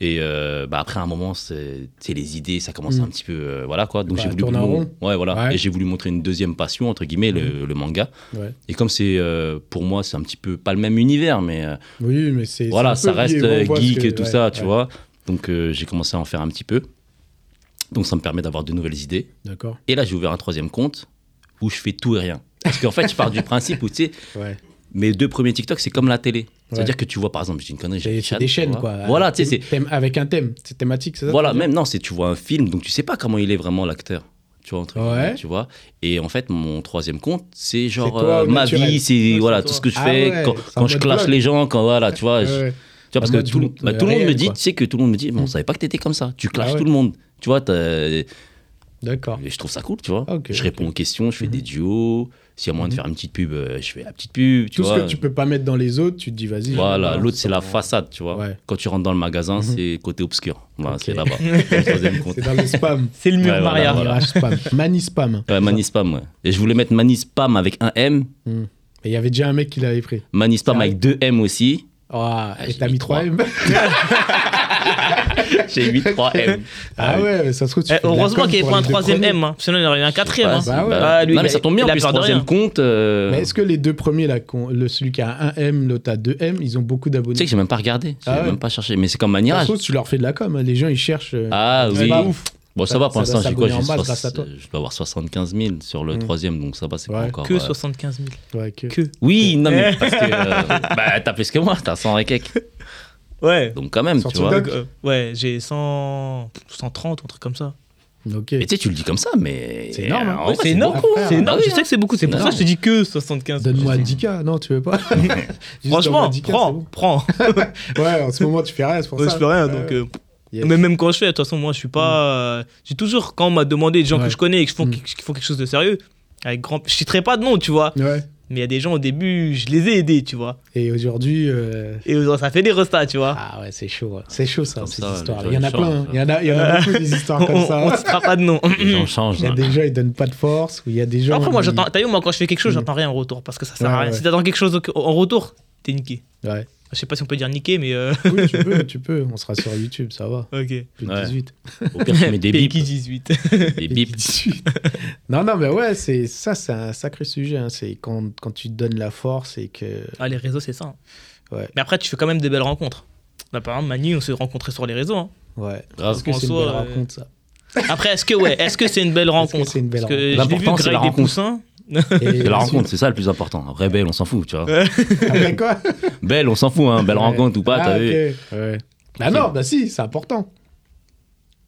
Speaker 1: Et euh, bah, après, à un moment, c'est tu sais, les idées, ça commence
Speaker 3: Mm.
Speaker 1: un petit peu. euh, voilà quoi. Donc
Speaker 3: Bah,
Speaker 1: j'ai voulu.
Speaker 3: tourne en
Speaker 1: mon-
Speaker 3: rond.
Speaker 1: Ouais, voilà.
Speaker 3: Ouais. Hmm.
Speaker 1: Et j'ai voulu montrer une deuxième passion, entre guillemets, le, le manga.
Speaker 3: Ouais.
Speaker 1: Et comme c'est, euh, pour moi, c'est un petit peu pas le même univers, mais euh,
Speaker 3: Oui, mais c'est.
Speaker 1: voilà,
Speaker 3: c'est
Speaker 1: ça
Speaker 3: un peu
Speaker 1: reste
Speaker 3: lié, on
Speaker 1: euh,
Speaker 3: voit ce
Speaker 1: geek
Speaker 3: que-
Speaker 1: et tout
Speaker 3: ouais,
Speaker 1: ça, tu
Speaker 3: ouais.
Speaker 1: vois. Donc euh, j'ai commencé à en faire un petit peu. Donc ça me permet d'avoir de nouvelles idées.
Speaker 3: D'accord.
Speaker 1: Et là, j'ai ouvert un troisième compte où je fais tout et rien. Parce qu'en fait, je pars du principe où, tu sais,
Speaker 3: Ouais.
Speaker 1: mes deux premiers TikTok, c'est comme la télé. C'est-à-dire que tu vois, par exemple, j'ai une connerie, j'ai Jackie
Speaker 3: C'est c'est
Speaker 1: Chan,
Speaker 3: des
Speaker 1: tu
Speaker 3: chaînes,
Speaker 1: vois.
Speaker 3: quoi.
Speaker 1: Voilà, tu sais, c'est.
Speaker 3: Thème- Avec un thème, c'est thématique, c'est ça
Speaker 1: Voilà,
Speaker 3: tu veux dire
Speaker 1: même non, c'est tu vois un film, donc tu sais pas comment il est vraiment l'acteur. Tu vois, entre
Speaker 3: Ouais.
Speaker 1: guillemets, tu vois. Et en fait, mon troisième compte, c'est genre
Speaker 3: toi,
Speaker 1: euh,
Speaker 3: au
Speaker 1: ma
Speaker 3: naturel.
Speaker 1: vie, c'est
Speaker 2: Ouais,
Speaker 1: voilà
Speaker 2: c'est
Speaker 1: tout
Speaker 2: toi.
Speaker 1: ce que je
Speaker 3: Ah
Speaker 1: fais,
Speaker 3: ouais,
Speaker 1: quand,
Speaker 3: c'est un
Speaker 1: quand je
Speaker 3: mode
Speaker 1: clash
Speaker 3: blog.
Speaker 1: les gens, quand voilà, tu vois. je-
Speaker 3: Ouais, ouais.
Speaker 1: Tu vois, parce
Speaker 3: Un
Speaker 1: que
Speaker 3: mode
Speaker 1: tout, le-
Speaker 3: monde,
Speaker 1: bah,
Speaker 3: euh,
Speaker 1: tout le monde me
Speaker 3: réel,
Speaker 1: dit,
Speaker 3: quoi. Hmm.
Speaker 1: tu sais que tout le monde me dit, mais on savait pas que t'étais comme ça. Tu clashes
Speaker 3: Ah ouais.
Speaker 1: tout le monde. Tu vois, t'as-
Speaker 3: D'accord.
Speaker 1: et je trouve ça cool, tu vois.
Speaker 3: Ah, ok, Hmm.
Speaker 1: je
Speaker 3: ok.
Speaker 1: réponds aux questions, je fais des duos. S'il y a moyen de faire une petite pub, euh, je fais la petite pub, tu
Speaker 3: Tout
Speaker 1: vois.
Speaker 3: ce que tu peux pas mettre dans les autres, tu te dis, vas-y.
Speaker 1: Voilà,
Speaker 3: je-
Speaker 1: l'autre c'est la
Speaker 3: Ouais.
Speaker 1: façade, tu vois.
Speaker 3: Ouais. Hmm.
Speaker 1: Quand tu rentres dans le magasin, c'est côté obscur. Voilà,
Speaker 3: Ok.
Speaker 1: C'est là-bas. C'est le troisième compte.
Speaker 3: C'est dans le spam.
Speaker 2: C'est le mur
Speaker 1: Ouais, voilà,
Speaker 2: Maria.
Speaker 1: voilà.
Speaker 3: Mirage spam. Mani spam.
Speaker 1: Ouais, Manispam, ouais. Et je voulais mettre Manispam avec un M,
Speaker 3: Hmm. Et il y avait déjà un mec qui l'avait pris.
Speaker 1: Manispam
Speaker 3: Sérieux
Speaker 1: avec deux M aussi.
Speaker 3: Ah, et
Speaker 1: j'ai
Speaker 3: t'as
Speaker 1: mis
Speaker 3: mis 3 M.
Speaker 1: J'ai mis trois M.
Speaker 3: Ah ouais, mais ça se trouve, tu
Speaker 2: Eh,
Speaker 3: fais de la
Speaker 2: heureusement
Speaker 3: com
Speaker 2: qu'il n'y
Speaker 3: pour
Speaker 2: avait pas un
Speaker 3: les deux
Speaker 2: troisième
Speaker 3: premiers.
Speaker 2: M, hein. sinon il y aurait eu un quatrième.
Speaker 1: Ouais,
Speaker 2: hein.
Speaker 3: bah ouais.
Speaker 2: Ah, lui,
Speaker 1: non, mais
Speaker 2: il a-
Speaker 1: ça tombe bien,
Speaker 2: il
Speaker 1: en
Speaker 2: a
Speaker 1: plus,
Speaker 2: peur de
Speaker 1: troisième
Speaker 2: rien.
Speaker 1: compte. euh,
Speaker 3: Mais est-ce que les deux premiers, là, qu'on- le, celui qui a 1 M, l'autre a 2 M, ils ont beaucoup
Speaker 1: Tu sais
Speaker 3: d'abonnés
Speaker 1: que j'ai même pas regardé, j'ai
Speaker 3: Ah ouais.
Speaker 1: même pas cherché, mais c'est comme
Speaker 3: Ça se
Speaker 1: Manirage.
Speaker 3: trouve, tu leur fais de la com. hein. Les gens, ils cherchent. euh,
Speaker 1: Ah
Speaker 3: c'est
Speaker 1: oui.
Speaker 3: pas ouf.
Speaker 1: Bon, ça,
Speaker 3: Ça-
Speaker 1: va pour
Speaker 3: ça
Speaker 1: l'instant,
Speaker 3: doit
Speaker 1: j'ai quoi
Speaker 3: s'abonner en
Speaker 1: j'ai
Speaker 3: masse
Speaker 1: soix-
Speaker 3: grâce à toi.
Speaker 1: Je dois avoir 75 000 sur le
Speaker 3: Mm.
Speaker 1: troisième, donc ça va, c'est
Speaker 3: Ouais.
Speaker 1: pas encore.
Speaker 2: Que
Speaker 1: euh,
Speaker 2: 75 000.
Speaker 3: Ouais, que-
Speaker 2: Que.
Speaker 1: Oui, non, mais parce que. euh, bah, t'as plus que moi, t'as 100 et quelques.
Speaker 2: Ouais.
Speaker 1: Donc, quand même, tu
Speaker 3: Sorti
Speaker 1: vois.
Speaker 3: d'un-
Speaker 2: Donc, euh, ouais, j'ai 100... 130 ou un truc comme ça.
Speaker 3: Ok.
Speaker 1: Et tu sais, tu le dis comme ça, mais.
Speaker 3: C'est énorme, hein.
Speaker 1: En
Speaker 3: Ouais,
Speaker 1: vrai,
Speaker 2: c'est énorme.
Speaker 3: beaucoup,
Speaker 2: C'est
Speaker 3: hein.
Speaker 2: énorme.
Speaker 1: Ah
Speaker 2: Je
Speaker 1: oui,
Speaker 2: sais que c'est beaucoup. C'est pour ça que je te dis que 75 000.
Speaker 3: Donne-moi 10K. Non, tu veux pas Juste
Speaker 2: Franchement,
Speaker 3: donne-moi 10K, c'est
Speaker 2: prends,
Speaker 3: bon.
Speaker 2: prends.
Speaker 3: Ouais, en ce moment, tu fais rien, c'est pour
Speaker 2: Ouais,
Speaker 3: ça.
Speaker 2: je fais rien,
Speaker 3: Ouais,
Speaker 2: donc.
Speaker 3: ouais.
Speaker 2: euh,
Speaker 3: Yes.
Speaker 2: Mais même quand je fais, de toute façon, moi, je suis pas. euh, J'ai toujours, quand on m'a demandé des gens
Speaker 3: Mm. Ouais.
Speaker 2: que je connais et qui font,
Speaker 3: Mm.
Speaker 2: qui, qui font quelque chose de sérieux, avec grand. Je citerai pas de nom, tu vois.
Speaker 3: Ouais.
Speaker 2: Mais il y a des gens au début, je les ai aidés, tu vois.
Speaker 3: Et aujourd'hui. euh,
Speaker 2: Et euh, ça fait des restats, tu vois.
Speaker 3: Ah ouais, c'est chaud. ouais. C'est chaud, ça,
Speaker 1: Comme
Speaker 3: ces
Speaker 1: ça, les
Speaker 3: histoires.
Speaker 1: gens,
Speaker 3: Il y en a
Speaker 1: ils
Speaker 3: plein. hein.
Speaker 1: changent.
Speaker 3: Il y en a, il y en a beaucoup des histoires
Speaker 2: on,
Speaker 3: Ah, comme ça.
Speaker 2: on- on citera pas de nom.
Speaker 1: Les gens changent.
Speaker 3: Il y a
Speaker 1: là.
Speaker 3: des gens, ils donnent pas de force. Ou il y a des gens.
Speaker 2: Après, moi,
Speaker 3: ils-
Speaker 2: j'attends. T'as vu, moi, quand je fais quelque chose,
Speaker 3: Mm.
Speaker 2: j'attends rien en retour parce que ça sert
Speaker 3: Ouais,
Speaker 2: à rien.
Speaker 3: ouais.
Speaker 2: Si t'attends quelque chose au- en retour, t'es niqué.
Speaker 3: Ouais.
Speaker 2: Je sais pas si on peut dire niqué, mais. euh,
Speaker 3: Oui, tu peux, tu peux. On sera sur YouTube, ça va.
Speaker 2: Ok.
Speaker 3: Plus de
Speaker 1: Ouais.
Speaker 3: 18.
Speaker 1: hein. Au pire, tu mets des bips.
Speaker 2: Peggy 18.
Speaker 1: Des
Speaker 3: Plus de
Speaker 1: bips.
Speaker 3: 18. non, non, mais ouais, c'est ça, c'est un sacré sujet. hein. C'est quand, quand tu te donnes la force et que.
Speaker 2: Ah, les réseaux, c'est ça. hein.
Speaker 3: Ouais.
Speaker 2: Mais après, tu fais quand même des belles rencontres. Là, par exemple, Manu, on s'est rencontrés sur les réseaux. hein.
Speaker 3: Ouais.
Speaker 1: Grave.
Speaker 3: Parce que c'est une
Speaker 2: François,
Speaker 3: belle
Speaker 2: euh,
Speaker 3: rencontre, ça.
Speaker 2: Après, est-ce que ouais, est-ce que c'est une belle
Speaker 3: Est-ce que
Speaker 2: rencontre
Speaker 3: c'est une belle
Speaker 2: Parce que
Speaker 1: rencontre
Speaker 2: j'ai vu
Speaker 1: L'important, c'est la
Speaker 2: Greg des
Speaker 1: rencontre.
Speaker 2: Poussins.
Speaker 1: C'est la rencontre, c'est ça le plus important. Après, belle, on s'en fout, tu vois.
Speaker 3: Après quoi
Speaker 1: Belle, on s'en fout, hein. Belle
Speaker 3: Ouais.
Speaker 1: rencontre ou pas,
Speaker 3: Ah,
Speaker 1: t'as vu.
Speaker 3: ok. Ouais. Bah non, bah si, c'est important.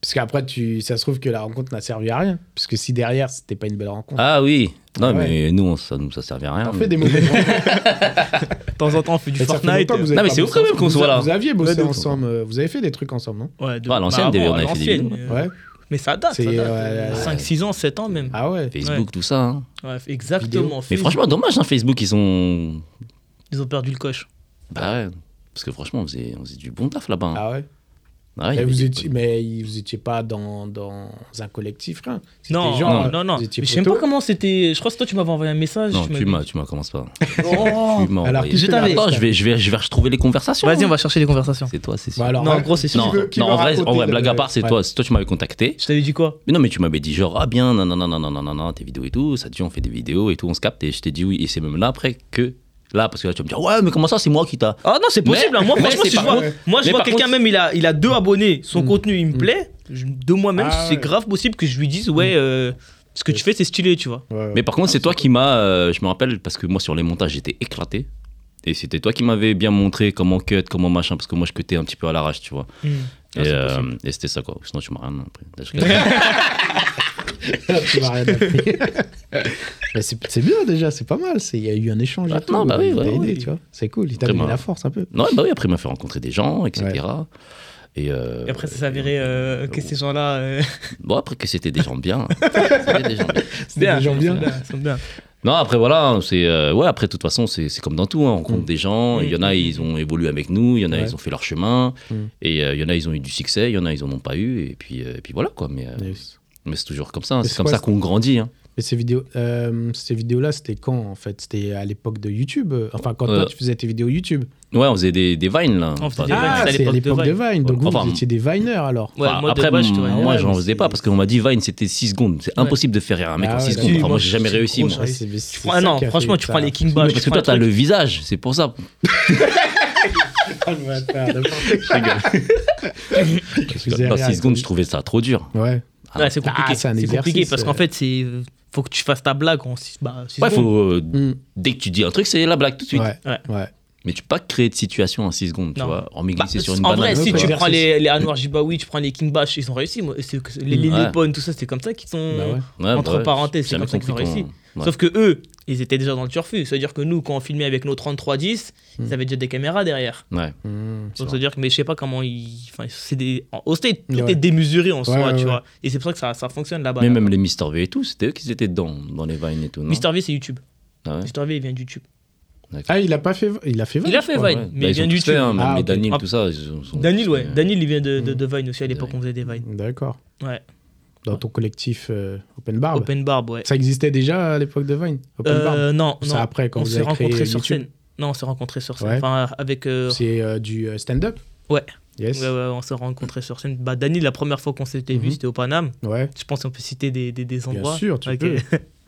Speaker 3: Parce qu'après, tu... ça se trouve que la rencontre n'a servi à rien. Parce que si derrière, c'était pas une belle rencontre.
Speaker 1: Ah oui. Non,
Speaker 3: Ouais.
Speaker 1: mais nous, on- ça nous ça servait à rien.
Speaker 3: T'as
Speaker 1: mais-
Speaker 3: fait des mauvaises rencontres.
Speaker 2: De temps en temps, on fait du
Speaker 3: Ça fait
Speaker 2: Fortnite.
Speaker 3: longtemps que vous avez
Speaker 1: Non, mais
Speaker 3: pas
Speaker 1: c'est
Speaker 3: bossé
Speaker 1: ouf quand même
Speaker 3: ensemble.
Speaker 1: qu'on soit
Speaker 3: Vous a-
Speaker 1: là.
Speaker 3: Vous aviez bossé
Speaker 2: Ouais, de ouf.
Speaker 3: ensemble. euh, Vous avez fait des trucs ensemble, non
Speaker 2: Ouais, de...
Speaker 1: Ouais, Ah, à l'ancienne,
Speaker 2: bah,
Speaker 1: d'ailleurs,
Speaker 2: avant,
Speaker 1: on avait fait des
Speaker 2: à
Speaker 1: vidéos.
Speaker 2: l'ancienne, euh,
Speaker 3: Ouais.
Speaker 2: Mais ça date, ça
Speaker 3: C'est,
Speaker 2: date.
Speaker 3: euh,
Speaker 2: 5, 6 ans, 7 ans même.
Speaker 3: Ah ouais.
Speaker 1: Facebook, tout ça. hein.
Speaker 2: Ouais, exactement.
Speaker 1: Mais
Speaker 2: Facebook,
Speaker 1: franchement, dommage, hein, Facebook, ils sont.
Speaker 2: Ils ont perdu le coche.
Speaker 1: Bah ouais. Parce que franchement, on faisait, on faisait du bon taf là-bas. hein.
Speaker 3: Ah ouais.
Speaker 1: Ah ouais, il y
Speaker 3: Mais
Speaker 1: avait
Speaker 3: vous
Speaker 1: des-
Speaker 3: étiez, mais y- vous étiez pas dans, dans un collectif, rien. C'était
Speaker 2: Non,
Speaker 3: genre, euh,
Speaker 2: non, non.
Speaker 3: vous
Speaker 2: Mais
Speaker 3: étiez
Speaker 2: je sais même
Speaker 3: potos.
Speaker 2: pas comment c'était. Je crois que toi, tu m'avais envoyé un message.
Speaker 1: Non,
Speaker 2: m'avais
Speaker 1: tu
Speaker 2: dit-
Speaker 1: m'as, tu m'as, commence pas.
Speaker 3: Oh
Speaker 1: tu m'as
Speaker 3: Alors,
Speaker 1: envoyé.
Speaker 3: qui
Speaker 2: Je
Speaker 3: fait la
Speaker 2: t'avais-
Speaker 3: reste,
Speaker 1: Attends, je vais, je vais, je vais retrouver les conversations.
Speaker 2: Vas-y, on va chercher les conversations.
Speaker 1: C'est toi, c'est sûr.
Speaker 3: Bah alors,
Speaker 2: Non, en
Speaker 3: ouais.
Speaker 2: gros, c'est
Speaker 3: Qui
Speaker 1: non,
Speaker 3: veut- qui
Speaker 1: non,
Speaker 3: veut
Speaker 1: en vrai,
Speaker 3: raconter
Speaker 1: en vrai,
Speaker 3: le-
Speaker 1: blague à part, c'est
Speaker 3: Ouais.
Speaker 1: toi, c'est toi, tu m'avais contacté.
Speaker 2: Je t'avais dit quoi
Speaker 1: Mais non, mais tu m'avais dit genre, ah bien, non, non, non, non, non, non, non, non, tes vidéos et tout, ça te dit, on fait des vidéos et tout, on se capte. Et je t'ai dit oui. Et c'est même là après que, là, parce que là, tu vas me dire, ouais, mais comment ça, c'est moi qui t'a.
Speaker 2: Ah non, c'est possible.
Speaker 1: Mais-
Speaker 2: hein. Moi,
Speaker 1: mais
Speaker 2: franchement,
Speaker 1: c'est
Speaker 2: si je
Speaker 1: par
Speaker 2: vois,
Speaker 1: contre-
Speaker 2: moi, je
Speaker 1: mais
Speaker 2: vois
Speaker 1: par
Speaker 2: quelqu'un
Speaker 1: contre-
Speaker 2: même, il a, il a deux abonnés, son contenu, il me plaît. je- de moi-même,
Speaker 3: Ah
Speaker 2: c'est
Speaker 3: ouais.
Speaker 2: grave possible que je lui dise, ouais, euh, Ce que tu fais, c'est stylé, tu vois.
Speaker 3: Ouais, ouais.
Speaker 1: Mais par contre, c'est toi qui m'as. euh, je me rappelle parce que moi, sur les montages, j'étais éclaté. Et c'était toi qui m'avais bien montré comment cut, comment machin, parce que moi, je cutais un petit peu à l'arrache, tu vois.
Speaker 2: Ah,
Speaker 1: et
Speaker 2: c'est
Speaker 1: euh,
Speaker 2: possible.
Speaker 1: et c'était ça, quoi. Sinon, tu m'as rien appris. Je rigole.
Speaker 3: Tu m'as rien appris. Mais c'est c'est bien déjà, c'est pas mal. c'est- Il y a eu un échange. et
Speaker 1: Ah,
Speaker 3: tout,
Speaker 1: non, bah oui,
Speaker 3: il t'a
Speaker 1: ouais,
Speaker 3: aidé,
Speaker 1: ouais.
Speaker 3: tu vois. C'est cool, il t'a
Speaker 1: Vraiment.
Speaker 3: donné la force un peu.
Speaker 1: non, bah oui, après, il m'a fait rencontrer des gens, etc. Et, euh,
Speaker 2: Et après, ça s'est avéré euh, que ces gens-là. euh,
Speaker 1: Bon, après, que c'était des gens bien. C'était des gens bien.
Speaker 3: C'est des gens bien.
Speaker 2: bien, ils sont bien.
Speaker 1: Non, après voilà, c'est euh, ouais, après de toute façon, c'est c'est comme dans tout, hein, on rencontre des gens, il y en a ils ont évolué avec nous, il y en a
Speaker 3: Ouais.
Speaker 1: ils ont fait leur chemin
Speaker 3: Mm.
Speaker 1: et euh, il y en a ils ont eu du succès, il y en a ils en ont pas eu et puis euh, et puis voilà quoi, mais euh,
Speaker 3: Yes.
Speaker 1: mais c'est toujours comme ça, hein,
Speaker 3: Et
Speaker 1: c'est
Speaker 3: c'est
Speaker 1: comme
Speaker 3: quoi,
Speaker 1: ça qu'on grandit hein.
Speaker 3: Et ces vidéos, euh, ces vidéos-là, c'était quand en fait C'était à l'époque de YouTube. euh, Enfin, quand toi
Speaker 1: Euh.
Speaker 3: tu faisais tes vidéos YouTube.
Speaker 1: Ouais, on faisait des, des vines là.
Speaker 2: On
Speaker 1: Enfin,
Speaker 2: faisait des vines,
Speaker 3: Ah,
Speaker 2: Ah, c'était à
Speaker 3: c'est à
Speaker 2: l'époque de
Speaker 3: l'époque de Vine. Donc vous,
Speaker 1: Enfin,
Speaker 3: vous étiez des Viners alors.
Speaker 2: Ouais,
Speaker 1: enfin,
Speaker 2: moi, de
Speaker 1: après,
Speaker 2: base, je te vois.
Speaker 1: moi,
Speaker 3: Ouais,
Speaker 1: j'en
Speaker 3: mais
Speaker 1: faisais
Speaker 3: c'est-
Speaker 1: pas parce qu'on m'a dit Vine c'était 6 secondes. C'est
Speaker 2: Ouais.
Speaker 1: impossible de faire rire un mec
Speaker 3: Ah
Speaker 1: en
Speaker 3: ouais,
Speaker 1: 6
Speaker 3: d'accord.
Speaker 1: secondes. Enfin,
Speaker 2: Si,
Speaker 1: moi,
Speaker 2: moi,
Speaker 1: j'ai jamais
Speaker 2: c'est
Speaker 1: réussi.
Speaker 2: gros,
Speaker 1: moi.
Speaker 2: j'aurais-
Speaker 3: c'est- Bah, c'est
Speaker 2: Tu prends- ah
Speaker 3: ça
Speaker 2: non,
Speaker 3: qui a
Speaker 2: franchement,
Speaker 3: fait
Speaker 2: tu
Speaker 3: que
Speaker 2: prends
Speaker 3: ça-
Speaker 2: les King Bash.
Speaker 1: Parce que toi, t'as le visage, c'est pour ça.
Speaker 3: Ah, le bâtard, n'importe quoi. Je vous ai
Speaker 2: Bah,
Speaker 1: Dans 6
Speaker 3: rien
Speaker 1: secondes,
Speaker 3: dit.
Speaker 1: je trouvais ça trop dur.
Speaker 3: Ouais.
Speaker 2: Ouais, c'est compliqué.
Speaker 3: Ah, c'est un
Speaker 2: c'est compliqué
Speaker 3: exercice,
Speaker 2: parce
Speaker 3: euh.
Speaker 2: qu'en fait, c'est faut que tu fasses ta blague en 6 bah, six
Speaker 1: Ouais,
Speaker 2: secondes.
Speaker 1: faut, euh,
Speaker 3: Hmm.
Speaker 1: dès que tu dis un truc, c'est la blague tout de suite.
Speaker 3: Ouais. Bah
Speaker 2: Ouais.
Speaker 3: Ouais.
Speaker 1: Mais tu peux pas créer de situation en 6 secondes, tu
Speaker 2: Non.
Speaker 1: vois. Hormis
Speaker 2: Bah,
Speaker 1: glisser sur une
Speaker 2: en
Speaker 1: banane.
Speaker 2: vrai, si
Speaker 3: quoi.
Speaker 2: tu
Speaker 3: Exercice.
Speaker 2: prends les, les Anwar Jibawi, tu prends les King Bash, ils ont réussi. moi. C'est que- Les, les
Speaker 1: Ouais.
Speaker 2: Lépone, tout ça, c'est comme ça qu'ils sont.
Speaker 3: Bah ouais.
Speaker 1: Ouais,
Speaker 2: entre
Speaker 1: ouais,
Speaker 2: parenthèses,
Speaker 1: j'ai
Speaker 2: c'est
Speaker 1: jamais
Speaker 2: comme ça qu'ils ont
Speaker 1: compris
Speaker 2: réussi.
Speaker 1: qu'on- ouais.
Speaker 2: Sauf que eux, ils étaient déjà dans le turfu. C'est-à-dire que nous, quand on filmait avec nos 3310,
Speaker 3: Mm.
Speaker 2: ils avaient déjà des caméras derrière.
Speaker 1: Ouais.
Speaker 3: Hmm.
Speaker 1: C'est vrai.
Speaker 2: Donc, c'est-à-dire que, mais je sais pas comment ils. Enfin, c'est des. en- Au state, tout
Speaker 3: Ouais.
Speaker 2: est démesuré en soi,
Speaker 3: ouais,
Speaker 2: tu
Speaker 3: ouais.
Speaker 2: vois. Et c'est pour ça que ça, ça fonctionne là-bas.
Speaker 1: Mais
Speaker 2: là.
Speaker 1: même les Mister V et tout, c'était eux qui étaient dedans, dans les vines et tout. non
Speaker 2: Mister V, c'est YouTube.
Speaker 1: Ah ouais.
Speaker 2: Mister V, il vient de YouTube.
Speaker 3: Ah, il a pas fait. Il a fait.
Speaker 2: Il a fait
Speaker 1: Ouais,
Speaker 2: Vine,
Speaker 1: ouais.
Speaker 2: mais
Speaker 1: Bah,
Speaker 2: il
Speaker 1: ils
Speaker 2: vient
Speaker 1: ont
Speaker 2: de
Speaker 1: tous
Speaker 2: YouTube.
Speaker 1: fait, hein,
Speaker 3: Ah,
Speaker 1: mais
Speaker 3: ok.
Speaker 1: Danil,
Speaker 2: Ah.
Speaker 1: tout ça. ils ont- sont-
Speaker 2: Danil, ouais.
Speaker 1: euh,
Speaker 2: Danil, il vient de, de,
Speaker 3: Mm.
Speaker 2: de Vine aussi. À l'époque,
Speaker 1: Dingue.
Speaker 2: on faisait des Vines.
Speaker 3: D'accord.
Speaker 2: Ouais.
Speaker 3: Dans ton collectif euh, Open Barb.
Speaker 2: Open Barb, ouais.
Speaker 3: Ça existait déjà à l'époque de Vine. Open Barb.
Speaker 2: Euh, non,
Speaker 3: C'est
Speaker 2: non.
Speaker 3: après quand
Speaker 2: on
Speaker 3: vous
Speaker 2: s'est
Speaker 3: avez créé
Speaker 2: rencontrés sur
Speaker 3: YouTube.
Speaker 2: scène. Non, on s'est rencontrés sur scène.
Speaker 3: Ouais.
Speaker 2: Enfin, avec. euh,
Speaker 3: C'est euh, du euh, stand-up.
Speaker 2: Ouais.
Speaker 3: Yes.
Speaker 2: ouais, ouais, on s'est rencontrés sur scène. Bah, Danil, la première fois qu'on s'était vu,
Speaker 3: Mhm.
Speaker 2: c'était au Paname.
Speaker 3: Ouais.
Speaker 2: Je pense qu'on peut citer des, des, des
Speaker 3: Bien
Speaker 2: endroits.
Speaker 3: sûr, tu
Speaker 2: Ok.
Speaker 3: peux.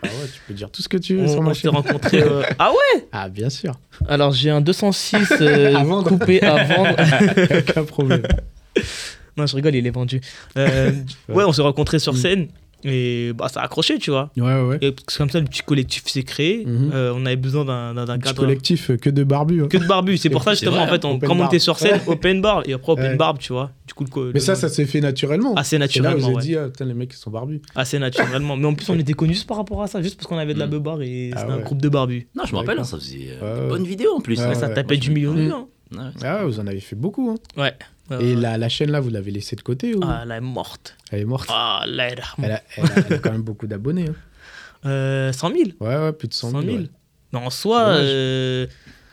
Speaker 3: Ah ouais, tu peux dire tout ce que tu veux sur
Speaker 2: On,
Speaker 3: ma
Speaker 2: on s'est
Speaker 3: chaîne.
Speaker 2: rencontrés. euh, Ah ouais
Speaker 3: Ah bien sûr.
Speaker 2: Alors j'ai un 206 euh,
Speaker 3: À vendre.
Speaker 2: coupé à vendre.
Speaker 3: Aucun problème.
Speaker 2: non, je rigole, il est vendu. Euh, ouais, on s'est rencontrés sur scène et bah, ça a accroché, tu vois.
Speaker 3: Ouais ouais. ouais.
Speaker 2: Et c'est comme ça, le petit collectif s'est créé.
Speaker 3: Mhm.
Speaker 2: Euh, on avait besoin d'un- d'un d'un
Speaker 3: Petit
Speaker 2: cadre.
Speaker 3: collectif euh, que de barbus. hein.
Speaker 2: Que de barbu. C'est pour ça,
Speaker 1: C'est
Speaker 2: justement,
Speaker 1: vrai,
Speaker 2: en fait, on,
Speaker 3: open
Speaker 2: comme on
Speaker 3: bar.
Speaker 2: était sur scène, open bar et après open
Speaker 3: Ouais.
Speaker 2: barb, tu vois. Du coup, le co- le-
Speaker 3: Mais ça, ça s'est fait naturellement.
Speaker 2: Assez
Speaker 3: C'est là où
Speaker 2: Ah, naturellement,
Speaker 3: j'ai
Speaker 2: ouais.
Speaker 3: dit, ah, putain, les mecs ils sont barbus.
Speaker 2: Assez naturellement. Mais en plus, on était connus juste par rapport à ça, juste parce qu'on avait de la
Speaker 1: Mm.
Speaker 2: beubar et
Speaker 3: Ah
Speaker 2: c'était un
Speaker 3: ouais.
Speaker 2: groupe de barbus.
Speaker 1: Non, je me rappelle,
Speaker 3: D'accord.
Speaker 1: hein, ça faisait euh,
Speaker 3: Ouais,
Speaker 1: une
Speaker 3: ouais.
Speaker 1: bonne vidéo en plus.
Speaker 3: Ouais,
Speaker 1: hein.
Speaker 3: ouais.
Speaker 2: Ça tapait
Speaker 1: Moi, je
Speaker 2: du
Speaker 1: me
Speaker 2: million de vues,
Speaker 1: rappelle.
Speaker 2: hein.
Speaker 1: Ouais, c'est-
Speaker 3: Ah, vous en avez fait beaucoup. hein.
Speaker 2: Ouais. Ouais, Ah,
Speaker 3: Et
Speaker 2: ouais.
Speaker 3: la, la chaîne là, vous l'avez laissée de côté ou
Speaker 2: Ah, elle est morte.
Speaker 3: Elle est morte.
Speaker 2: Ah, là, elle est
Speaker 3: Elle, a, elle a- elle a quand même beaucoup d'abonnés. hein.
Speaker 2: Euh, 100 000
Speaker 3: Ouais, ouais, plus de 100 000.
Speaker 2: 100 000.
Speaker 3: ouais.
Speaker 2: Mais en soi,
Speaker 3: Dommage.
Speaker 2: euh,